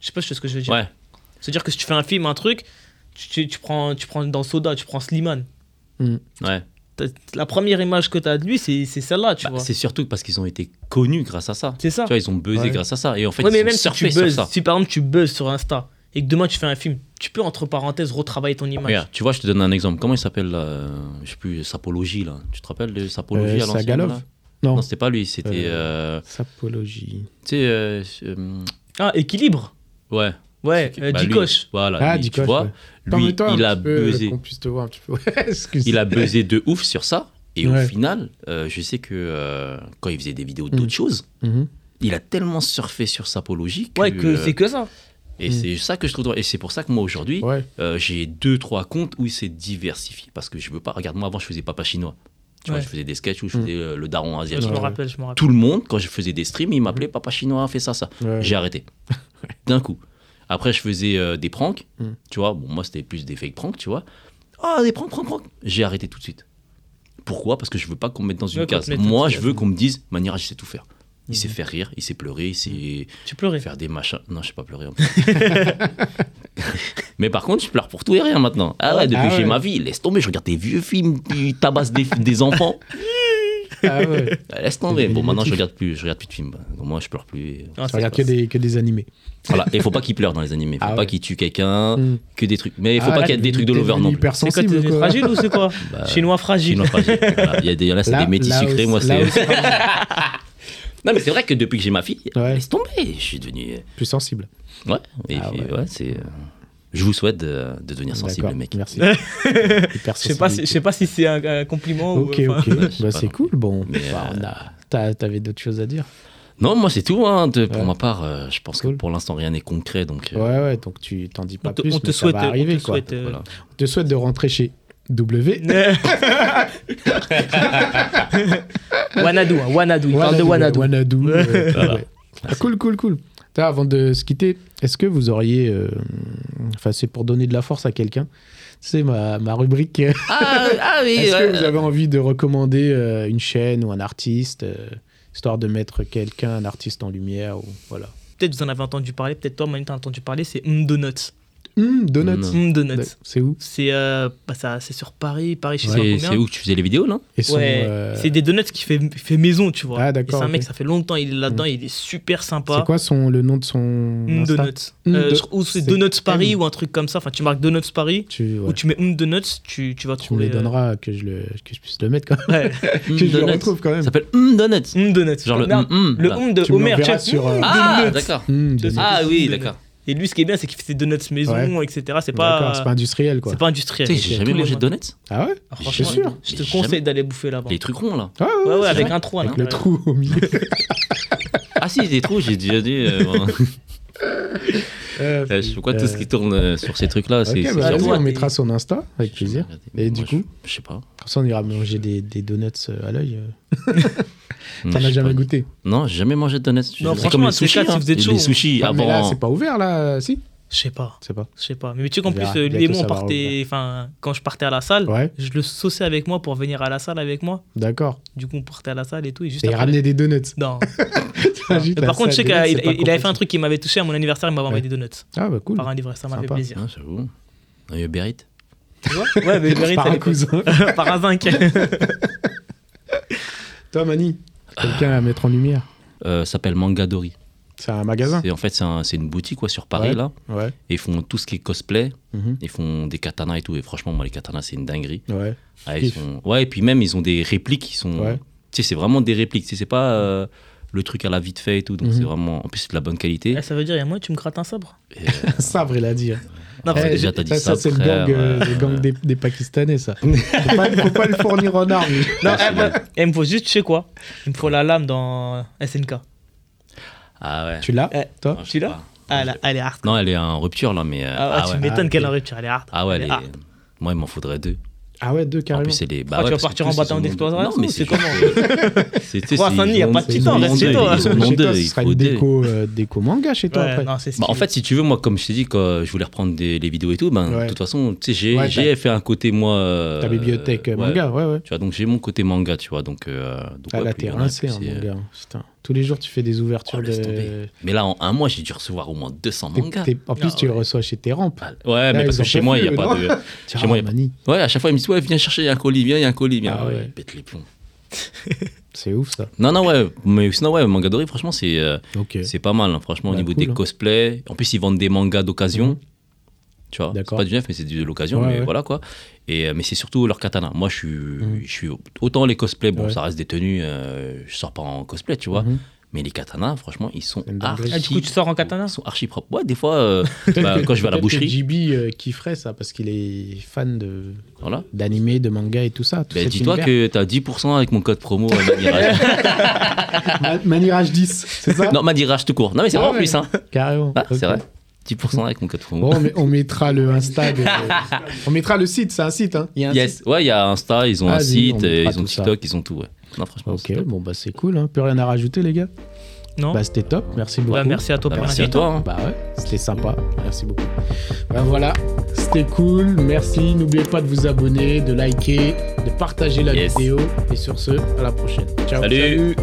Speaker 2: Je sais pas si tu vois ce que je veux dire.
Speaker 1: Ouais.
Speaker 2: C'est-à-dire que si tu fais un film, un truc, tu, tu- tu prends, tu prends dans Soda, tu prends Slimane.
Speaker 1: Ouais.
Speaker 2: T'as- La première image que tu as de lui, c'est c'est celle-là, tu
Speaker 1: Bah,
Speaker 2: vois.
Speaker 1: c'est surtout parce qu'ils ont été connus grâce à ça.
Speaker 2: C'est ça.
Speaker 1: Tu vois, ils ont buzzé
Speaker 3: Ouais.
Speaker 1: grâce à ça. Et en fait,
Speaker 2: ouais, mais
Speaker 1: ils
Speaker 2: même
Speaker 1: ont
Speaker 2: si tu
Speaker 1: surfé sur
Speaker 2: buzzes,
Speaker 1: ça.
Speaker 2: si par exemple tu buzzes sur Insta et que demain tu fais un film, tu peux entre parenthèses retravailler ton image.
Speaker 1: Regarde, tu vois, je te donne un exemple. Comment il s'appelle là, euh, Je sais plus, Sapologie, là. Tu te rappelles de Sapologie
Speaker 3: Euh,
Speaker 1: à l'ancienne
Speaker 3: Sagalov
Speaker 1: là
Speaker 3: Non.
Speaker 1: Non, c'était pas lui, c'était. euh,
Speaker 3: Sapologie.
Speaker 1: tu sais, euh, euh,
Speaker 2: Ah, équilibre
Speaker 1: ouais.
Speaker 2: Ouais,
Speaker 1: C'est-
Speaker 2: euh,
Speaker 1: bah, lui,
Speaker 2: Dikoche.
Speaker 1: Voilà.
Speaker 3: Ah,
Speaker 1: lui,
Speaker 3: dis
Speaker 1: tu vois, lui, il a buzzé.
Speaker 3: Qu'on puisse te voir un petit peu. Ouais, excuse.
Speaker 1: Il a buzzé de ouf sur ça. Et
Speaker 3: Ouais.
Speaker 1: au final, euh, je sais que euh, quand il faisait des vidéos d'autres
Speaker 3: Mm.
Speaker 1: choses,
Speaker 3: Mhm.
Speaker 1: il a tellement surfé sur Sapologie que.
Speaker 2: Ouais, que
Speaker 1: euh,
Speaker 2: c'est que ça.
Speaker 1: et
Speaker 3: Mm.
Speaker 1: c'est ça que je trouve. drôle. Et c'est pour ça que moi, aujourd'hui,
Speaker 3: Ouais.
Speaker 1: Euh, j'ai deux trois comptes où il s'est diversifié parce que je veux pas regarde moi avant je faisais papa chinois tu vois
Speaker 2: Ouais.
Speaker 1: je faisais des sketchs où je
Speaker 3: Mm.
Speaker 1: faisais euh, le daron
Speaker 2: Je
Speaker 1: asiatique
Speaker 2: me
Speaker 3: Ouais.
Speaker 2: rappelle, je me rappelle.
Speaker 1: tout le monde quand je faisais des streams il m'appelait papa chinois fais ça ça
Speaker 3: ouais.
Speaker 1: j'ai arrêté d'un coup après je faisais euh, des pranks
Speaker 2: Hmm.
Speaker 3: Mm.
Speaker 1: tu vois bon moi c'était plus des fake pranks tu vois ah des pranks pranks pranks j'ai arrêté tout de suite pourquoi parce que je veux pas qu'on me mette dans une
Speaker 2: Ouais, Hmm. qu'on te
Speaker 1: case
Speaker 2: mette
Speaker 1: moi
Speaker 2: dans une
Speaker 1: je
Speaker 2: case.
Speaker 1: veux qu'on me dise Maniraj il sait tout faire il sait
Speaker 3: Mhm.
Speaker 1: faire rire il sait pleurer il sait
Speaker 2: Tu pleurais.
Speaker 1: faire des machins. Non, je sais pas pleurer. en plus. Mais par contre, je pleure pour tout et rien maintenant. Ah ouais, depuis
Speaker 3: Ah
Speaker 1: que j'ai
Speaker 3: ouais.
Speaker 1: ma vie, laisse tomber. Je regarde des vieux films, tu tabasses des, des enfants.
Speaker 3: Ah ouais.
Speaker 1: Ah, Laisse tomber. Bon,
Speaker 3: Des
Speaker 1: maintenant, je
Speaker 3: motifs.
Speaker 1: regarde plus, je regarde plus de films. Au moins, je pleure plus. et-
Speaker 2: Ah,
Speaker 3: Tu
Speaker 2: c'est
Speaker 3: regardes que
Speaker 2: classe.
Speaker 3: des, que des animés.
Speaker 1: Voilà. Et faut pas qu'ils pleurent dans les animés. Faut
Speaker 3: Ah
Speaker 1: pas
Speaker 3: ouais.
Speaker 1: qu'ils tuent quelqu'un,
Speaker 3: Mm.
Speaker 1: que des trucs. Mais il faut
Speaker 3: Ah,
Speaker 1: pas qu'il y ait des
Speaker 3: t'es
Speaker 1: trucs de l'over non
Speaker 3: devenu
Speaker 1: plus.
Speaker 3: Hyper
Speaker 2: C'est quoi,
Speaker 3: sensible.
Speaker 2: t'es devenu
Speaker 3: quoi.
Speaker 2: fragile ou c'est quoi
Speaker 1: Bah,
Speaker 2: Chinois fragile.
Speaker 1: Sinon, fragile. Voilà. Il y a des, là, c'est
Speaker 3: Là-
Speaker 1: des métis
Speaker 3: là
Speaker 1: sucrés.
Speaker 3: aussi-
Speaker 1: moi,
Speaker 3: là
Speaker 1: c'est. non, mais c'est vrai que depuis que j'ai ma fille,
Speaker 3: Ouais.
Speaker 1: laisse tomber. Je suis devenu.
Speaker 3: Plus sensible.
Speaker 1: Ouais. Et
Speaker 3: Ah
Speaker 1: puis,
Speaker 3: ouais.
Speaker 1: ouais, c'est. euh, Je vous souhaite de, de devenir sensible, les
Speaker 3: D'accord,
Speaker 1: mecs.
Speaker 3: Merci. Hyper
Speaker 2: Je sais pas, si- je
Speaker 3: sensibilité.
Speaker 2: sais pas si c'est un, un compliment
Speaker 3: Ok,
Speaker 2: ou. enfin,
Speaker 3: ok.
Speaker 1: Ouais, je sais
Speaker 3: Bah,
Speaker 1: pas
Speaker 3: c'est
Speaker 1: non
Speaker 3: cool. Bon,
Speaker 1: Mais, euh,
Speaker 3: bah, on a- t'as- t'avais d'autres choses à dire.
Speaker 1: Non, moi c'est tout. hein, de- pour
Speaker 3: Ouais.
Speaker 1: ma part, euh, je pense
Speaker 3: Cool.
Speaker 1: que pour l'instant rien n'est concret. Donc, euh,
Speaker 3: Ouais, ouais, donc tu t'en dis
Speaker 2: On
Speaker 3: pas
Speaker 2: te,
Speaker 3: plus.
Speaker 2: on
Speaker 3: mais
Speaker 2: te
Speaker 3: ça
Speaker 2: souhaite.
Speaker 3: va arriver,
Speaker 2: on te
Speaker 3: quoi.
Speaker 2: souhaite, euh,
Speaker 1: voilà.
Speaker 3: On te souhaite de rentrer chez W.
Speaker 2: Wanadu, hein, Wanadu. Il parle de
Speaker 3: Wanadu.
Speaker 2: Wanadu.
Speaker 3: Wanadu, euh,
Speaker 1: Voilà.
Speaker 3: ouais. Ah, cool, cool, cool. Tiens, avant de se quitter, est-ce que vous auriez. euh, Enfin, c'est pour donner de la force à quelqu'un. C'est ma, ma rubrique. Euh, Est-ce
Speaker 1: Ah, ah oui, ouais.
Speaker 3: que vous avez envie de recommander euh, une chaîne ou un artiste, euh, histoire de mettre quelqu'un, un artiste en lumière ou voilà.
Speaker 2: Peut-être vous en avez entendu parler, peut-être toi, Manu, t'as entendu parler, c'est M Donuts.
Speaker 1: Hmm,
Speaker 3: Hum, Donuts.
Speaker 1: Non.
Speaker 2: M Donuts.
Speaker 3: C'est où
Speaker 2: C'est euh, bah, ça- c'est sur Paris, Paris, je sais
Speaker 1: C'est-
Speaker 2: pas combien.
Speaker 1: c'est où que tu faisais les vidéos là
Speaker 3: Et son,
Speaker 2: Ouais,
Speaker 3: euh,
Speaker 2: c'est des donuts qui fait, fait maison, tu vois.
Speaker 3: Ah,
Speaker 2: Et
Speaker 3: d'accord,
Speaker 2: C'est un
Speaker 3: ok. Mm.
Speaker 2: mec, ça fait longtemps, il est là-dedans, il est super sympa.
Speaker 3: c'est quoi son, le nom de son.
Speaker 2: Mm,
Speaker 3: Insta
Speaker 2: Donuts.
Speaker 3: Mm,
Speaker 2: Euh,
Speaker 3: do-
Speaker 2: je- ou c'est
Speaker 3: c'est
Speaker 2: Donuts Paris
Speaker 3: M.
Speaker 2: ou un truc comme ça. Enfin, tu marques Donuts Paris
Speaker 3: Tu, ouais.
Speaker 2: ou tu euh, mets Mm Donuts, tu, tu vas
Speaker 3: Tu me
Speaker 2: trouver.
Speaker 3: les donneras que je, le, que je puisse le mettre quand
Speaker 2: euh,
Speaker 3: même.
Speaker 2: ouais.
Speaker 1: Mm,
Speaker 3: que je le
Speaker 1: Donuts.
Speaker 3: retrouve quand
Speaker 1: Ça
Speaker 3: même.
Speaker 1: s'appelle Mm Donuts.
Speaker 2: Mm Donuts.
Speaker 1: Genre le
Speaker 2: Merde,
Speaker 1: mm, mm,
Speaker 2: le
Speaker 1: là.
Speaker 2: hum de
Speaker 3: Tu me
Speaker 2: Homer.
Speaker 3: l'enverras
Speaker 2: tu-
Speaker 3: sur, euh,
Speaker 2: Mm,
Speaker 1: Ah,
Speaker 2: Donuts.
Speaker 1: d'accord.
Speaker 3: Hum, Donuts.
Speaker 2: sais.
Speaker 1: Ah oui,
Speaker 2: Mm,
Speaker 1: d'accord.
Speaker 2: Et lui, ce qui est bien, c'est qu'il fait ses donuts maison,
Speaker 3: Ouais.
Speaker 2: etc. C'est
Speaker 3: D'accord,
Speaker 2: pas,
Speaker 3: c'est pas industriel quoi.
Speaker 2: c'est pas industriel.
Speaker 1: Tu sais, j'ai
Speaker 2: Ok.
Speaker 1: jamais
Speaker 2: Tous les
Speaker 1: mangé de
Speaker 2: matins.
Speaker 1: donuts.
Speaker 3: Ah ouais
Speaker 2: Ah,
Speaker 1: J'ai
Speaker 2: franchement,
Speaker 3: sûr.
Speaker 2: Je
Speaker 1: J'ai
Speaker 2: te
Speaker 1: jamais-
Speaker 2: conseille d'aller bouffer là-bas.
Speaker 1: Les trucs ronds là.
Speaker 3: Ah ouais,
Speaker 2: Ouais, ouais,
Speaker 3: c'est
Speaker 2: avec
Speaker 3: vrai.
Speaker 2: un trou à
Speaker 3: Avec le
Speaker 2: l'intérieur.
Speaker 3: trou au milieu.
Speaker 1: Ah si, des trous, j'ai déjà dit. euh, voilà.
Speaker 3: Euh,
Speaker 1: Euh, Je sais quoi, tout ce
Speaker 3: euh,
Speaker 1: qui tourne euh, sur ces trucs là, c'est.
Speaker 3: Ok,
Speaker 1: c'est
Speaker 3: bah,
Speaker 1: sur
Speaker 3: vas-y,
Speaker 1: moi.
Speaker 3: on mettra son Insta avec
Speaker 1: J'ai
Speaker 3: plaisir.
Speaker 1: jamais regardé.
Speaker 3: Et du
Speaker 1: Moi,
Speaker 3: coup,
Speaker 1: je- Je sais pas.
Speaker 3: comme ça on ira manger des, des donuts euh, à l'œil. euh.
Speaker 1: Mm, je
Speaker 3: T'en as
Speaker 1: sais
Speaker 3: jamais
Speaker 1: pas.
Speaker 3: goûté
Speaker 1: Non, j'ai jamais mangé de donuts. C'est comme
Speaker 2: franchement,
Speaker 1: les sushis.
Speaker 2: c'est ça,
Speaker 1: hein.
Speaker 2: si vous êtes chaud.
Speaker 1: Les sushis
Speaker 3: Ah, mais là,
Speaker 1: avant.
Speaker 3: c'est pas ouvert là, si
Speaker 2: Je sais pas.
Speaker 3: Je sais pas.
Speaker 2: Je sais pas. Mais tu sais qu'en
Speaker 3: On
Speaker 2: plus,
Speaker 3: verra.
Speaker 2: euh, lui et
Speaker 3: Bientôt,
Speaker 2: moi, on
Speaker 3: ça va
Speaker 2: partait. Enfin, quand je partais à la salle,
Speaker 3: Ouais,
Speaker 2: je le sauçais avec moi pour venir à la salle avec moi.
Speaker 3: d'accord.
Speaker 2: Du coup, on partait à la salle et tout. Et juste
Speaker 3: Et
Speaker 2: après-
Speaker 3: ramener des donuts.
Speaker 2: Non.
Speaker 3: Imagine,
Speaker 2: Mais
Speaker 3: la
Speaker 2: par contre, je sais
Speaker 3: salle des
Speaker 2: qu'il
Speaker 3: donuts, c'est
Speaker 2: il- il
Speaker 3: pas
Speaker 2: avait fait un truc qui m'avait touché à mon anniversaire. Il m'avait envoyé des donuts
Speaker 3: Ah bah cool.
Speaker 2: par un livreur. Ça m'a fait
Speaker 3: Sympa.
Speaker 2: plaisir.
Speaker 1: Ah, j'avoue. Un Uber Eats.
Speaker 2: Tu vois Ouais, mais Uber Eats,
Speaker 3: Par
Speaker 2: à
Speaker 3: un
Speaker 2: l'époque.
Speaker 3: cousin.
Speaker 2: par un zinc.
Speaker 3: Toi, Mani, quelqu'un à mettre en lumière.
Speaker 1: Euh, S'appelle Mangadori.
Speaker 3: C'est un magasin.
Speaker 1: C'est en fait c'est un- c'est une boutique quoi, sur Paris
Speaker 3: Ouais.
Speaker 1: là.
Speaker 3: Ouais.
Speaker 1: Et ils font tout ce qui est cosplay.
Speaker 3: Mhm.
Speaker 1: Ils font des katanas et tout. Et franchement moi les katanas c'est une dinguerie.
Speaker 3: Ouais.
Speaker 1: Ah, ils
Speaker 3: kiffe.
Speaker 1: sont- Ouais et puis même ils ont des répliques qui sont.
Speaker 3: Ouais.
Speaker 1: Tu sais c'est vraiment des répliques. Tu sais, c'est pas euh, le truc à la vite fait et tout. Donc
Speaker 3: Mhm.
Speaker 1: c'est vraiment en plus c'est de la bonne qualité.
Speaker 2: Là, Ah, ça veut dire, il y a moi, tu me grattes un sabre
Speaker 1: Et, euh,
Speaker 3: Sabre, il a dit. hein.
Speaker 2: Non,
Speaker 1: Ouais,
Speaker 2: parce
Speaker 3: Eh,
Speaker 2: que
Speaker 1: déjà, t'as dit
Speaker 3: ça,
Speaker 1: ça,
Speaker 3: c'est le
Speaker 1: frère,
Speaker 3: gang, euh,
Speaker 1: euh,
Speaker 3: le gang des, des Pakistanais, ça. faut, pas, faut pas le fournir en armes.
Speaker 2: Non, eh, bah, eh, il me faut juste, tu sais quoi Il me faut la lame dans SNK.
Speaker 1: ah ouais.
Speaker 3: Tu l'as,
Speaker 2: Eh,
Speaker 3: toi
Speaker 1: Non, je sais
Speaker 2: tu l'as
Speaker 1: pas.
Speaker 2: Ah, là, elle est hard.
Speaker 1: Non elle est en rupture là mais. euh,
Speaker 2: Ah, ouais, tu
Speaker 1: ouais.
Speaker 2: m'étonnes
Speaker 3: ah,
Speaker 2: qu'elle
Speaker 3: ok.
Speaker 2: en rupture, elle est hard.
Speaker 1: Ah ouais. elle est-
Speaker 2: hard.
Speaker 1: Moi il m'en faudrait deux.
Speaker 3: Ah ouais, deux
Speaker 1: En
Speaker 3: carrément.
Speaker 1: plus, c'est les. bah ouais,
Speaker 2: Ah, tu vas
Speaker 1: parce que
Speaker 2: partir en
Speaker 1: plus, ils
Speaker 2: battant
Speaker 1: ont-
Speaker 2: d'explosion
Speaker 1: Non, mais
Speaker 2: c'est
Speaker 1: juste-
Speaker 2: comment
Speaker 1: C'est tu sais,
Speaker 2: Trois,
Speaker 1: c'est-
Speaker 2: Fanny,
Speaker 1: ils
Speaker 2: y a
Speaker 1: ont-
Speaker 2: pas de
Speaker 1: ils
Speaker 2: titan,
Speaker 1: ont
Speaker 2: reste chez
Speaker 1: deux,
Speaker 2: toi.
Speaker 1: hein. Ils en
Speaker 3: Chez
Speaker 1: ont
Speaker 3: toi,
Speaker 1: deux,
Speaker 3: ce
Speaker 1: il
Speaker 3: sera
Speaker 1: faut
Speaker 3: une
Speaker 1: deux.
Speaker 3: déco, euh, déco manga chez toi
Speaker 2: Ouais,
Speaker 3: après.
Speaker 2: non, c'est ce
Speaker 1: Bah, en
Speaker 2: qui-
Speaker 1: fait, si tu veux, moi, comme je t'ai dit, quand je voulais reprendre des, les vidéos et tout, ben,
Speaker 3: Ouais.
Speaker 1: de toute façon, tu sais, j'ai
Speaker 3: Ouais,
Speaker 1: j'ai fait un côté, moi. euh,
Speaker 3: Ta bibliothèque euh,
Speaker 1: ouais.
Speaker 3: manga, ouais, ouais.
Speaker 1: Tu vois, donc j'ai mon côté manga, tu vois. Donc, euh, donc
Speaker 3: Ah
Speaker 1: ouais,
Speaker 3: là,
Speaker 1: puis
Speaker 3: t'es
Speaker 1: il y en a,
Speaker 3: rincé,
Speaker 1: puis
Speaker 3: hein,
Speaker 1: c'est-
Speaker 3: manga. Putain. Tous les jours, tu fais des ouvertures
Speaker 1: Oh, laisse
Speaker 3: de.
Speaker 1: tomber. Mais là, en un mois, j'ai dû recevoir au moins 200
Speaker 3: T'es-
Speaker 1: mangas.
Speaker 3: t'es- En plus,
Speaker 2: Ah,
Speaker 3: tu
Speaker 2: ouais.
Speaker 3: reçois chez tes rampes.
Speaker 1: Ah, Ouais, mais
Speaker 3: ils
Speaker 1: parce
Speaker 3: ont
Speaker 1: que chez
Speaker 3: pas
Speaker 1: moi,
Speaker 3: pu,
Speaker 1: il n'y a pas de. Chez moi, il y a pas-
Speaker 3: Mani,
Speaker 1: Ouais, à chaque fois, ils me disent, ouais, viens chercher, il y a un colis, viens, il y a un colis, viens.
Speaker 3: Ah
Speaker 1: Ah ouais,
Speaker 3: ouais.
Speaker 1: pète les plombs.
Speaker 3: c'est ouf ça.
Speaker 1: Non, non, ouais, mais sinon, ouais, Mangadori, franchement, c'est euh,
Speaker 3: Ok.
Speaker 1: c'est pas mal, hein, franchement, au
Speaker 3: Bah,
Speaker 1: niveau
Speaker 3: cool,
Speaker 1: des
Speaker 3: hein.
Speaker 1: cosplays. En plus, ils vendent des mangas d'occasion.
Speaker 3: Mhm.
Speaker 1: Tu vois, c'est
Speaker 3: D'accord.
Speaker 1: pas du neuf, mais c'est du- de l'occasion,
Speaker 3: Ouais,
Speaker 1: mais
Speaker 3: ouais.
Speaker 1: voilà quoi. Et, euh, mais c'est surtout leur katana. Moi, je suis,
Speaker 3: Mhm.
Speaker 1: je suis. Autant les cosplays, bon,
Speaker 3: Ouais.
Speaker 1: ça reste des tenues, euh, je sors pas en cosplay, tu vois.
Speaker 3: Mhm.
Speaker 1: Mais les katanas, franchement, ils sont
Speaker 3: C'est une
Speaker 1: archi.
Speaker 3: dinguerie.
Speaker 2: Ah, du coup, tu sors en katana
Speaker 1: Ils sont archi propres. Ouais, des fois, euh, bah,
Speaker 3: Peut-être que-
Speaker 1: quand je vais à la
Speaker 3: peut-être que
Speaker 1: boucherie,
Speaker 3: JB euh, kifferait ça parce qu'il est fan de
Speaker 1: voilà.
Speaker 3: d'animé, de manga et tout ça. tout
Speaker 1: Ben,
Speaker 3: cet
Speaker 1: Dis-toi
Speaker 3: univers.
Speaker 1: que t'as 10% avec mon code promo euh, Manirage.
Speaker 3: Ma- Manirage 10, c'est ça
Speaker 1: non, Manirage tout court. Non, mais c'est
Speaker 3: Ah
Speaker 1: vraiment
Speaker 3: ouais.
Speaker 1: plus, hein.
Speaker 3: Carrément.
Speaker 1: Ah,
Speaker 3: Ok.
Speaker 1: C'est vrai. 10% avec mon code promo.
Speaker 3: Bon, on, met- on mettra le Insta. de- on mettra le site, c'est un site. Hein. Il y a un
Speaker 1: yes. Ouais, il y a Insta, ils ont un
Speaker 3: Vas-y, on
Speaker 1: site,
Speaker 3: mettra
Speaker 1: euh, ils ont
Speaker 3: tout ça.
Speaker 1: TikTok, ils ont tout, ouais. Non,
Speaker 3: site.
Speaker 1: franchement. c'est
Speaker 3: Ok,
Speaker 1: top.
Speaker 3: bon, bah c'est cool. Hein. Plus rien à rajouter, les gars.
Speaker 2: Non
Speaker 3: Bah, c'était top. Merci beaucoup.
Speaker 2: Ouais, merci à toi
Speaker 1: Bah,
Speaker 2: pour
Speaker 1: merci à
Speaker 2: l'invitation.
Speaker 1: toi. hein.
Speaker 3: Bah ouais, c'était sympa. Merci beaucoup. Bah voilà, c'était cool. Merci. N'oubliez pas de vous abonner, de liker, de partager la
Speaker 1: Yes.
Speaker 3: vidéo. Et sur ce, à la prochaine. Ciao.
Speaker 1: Salut.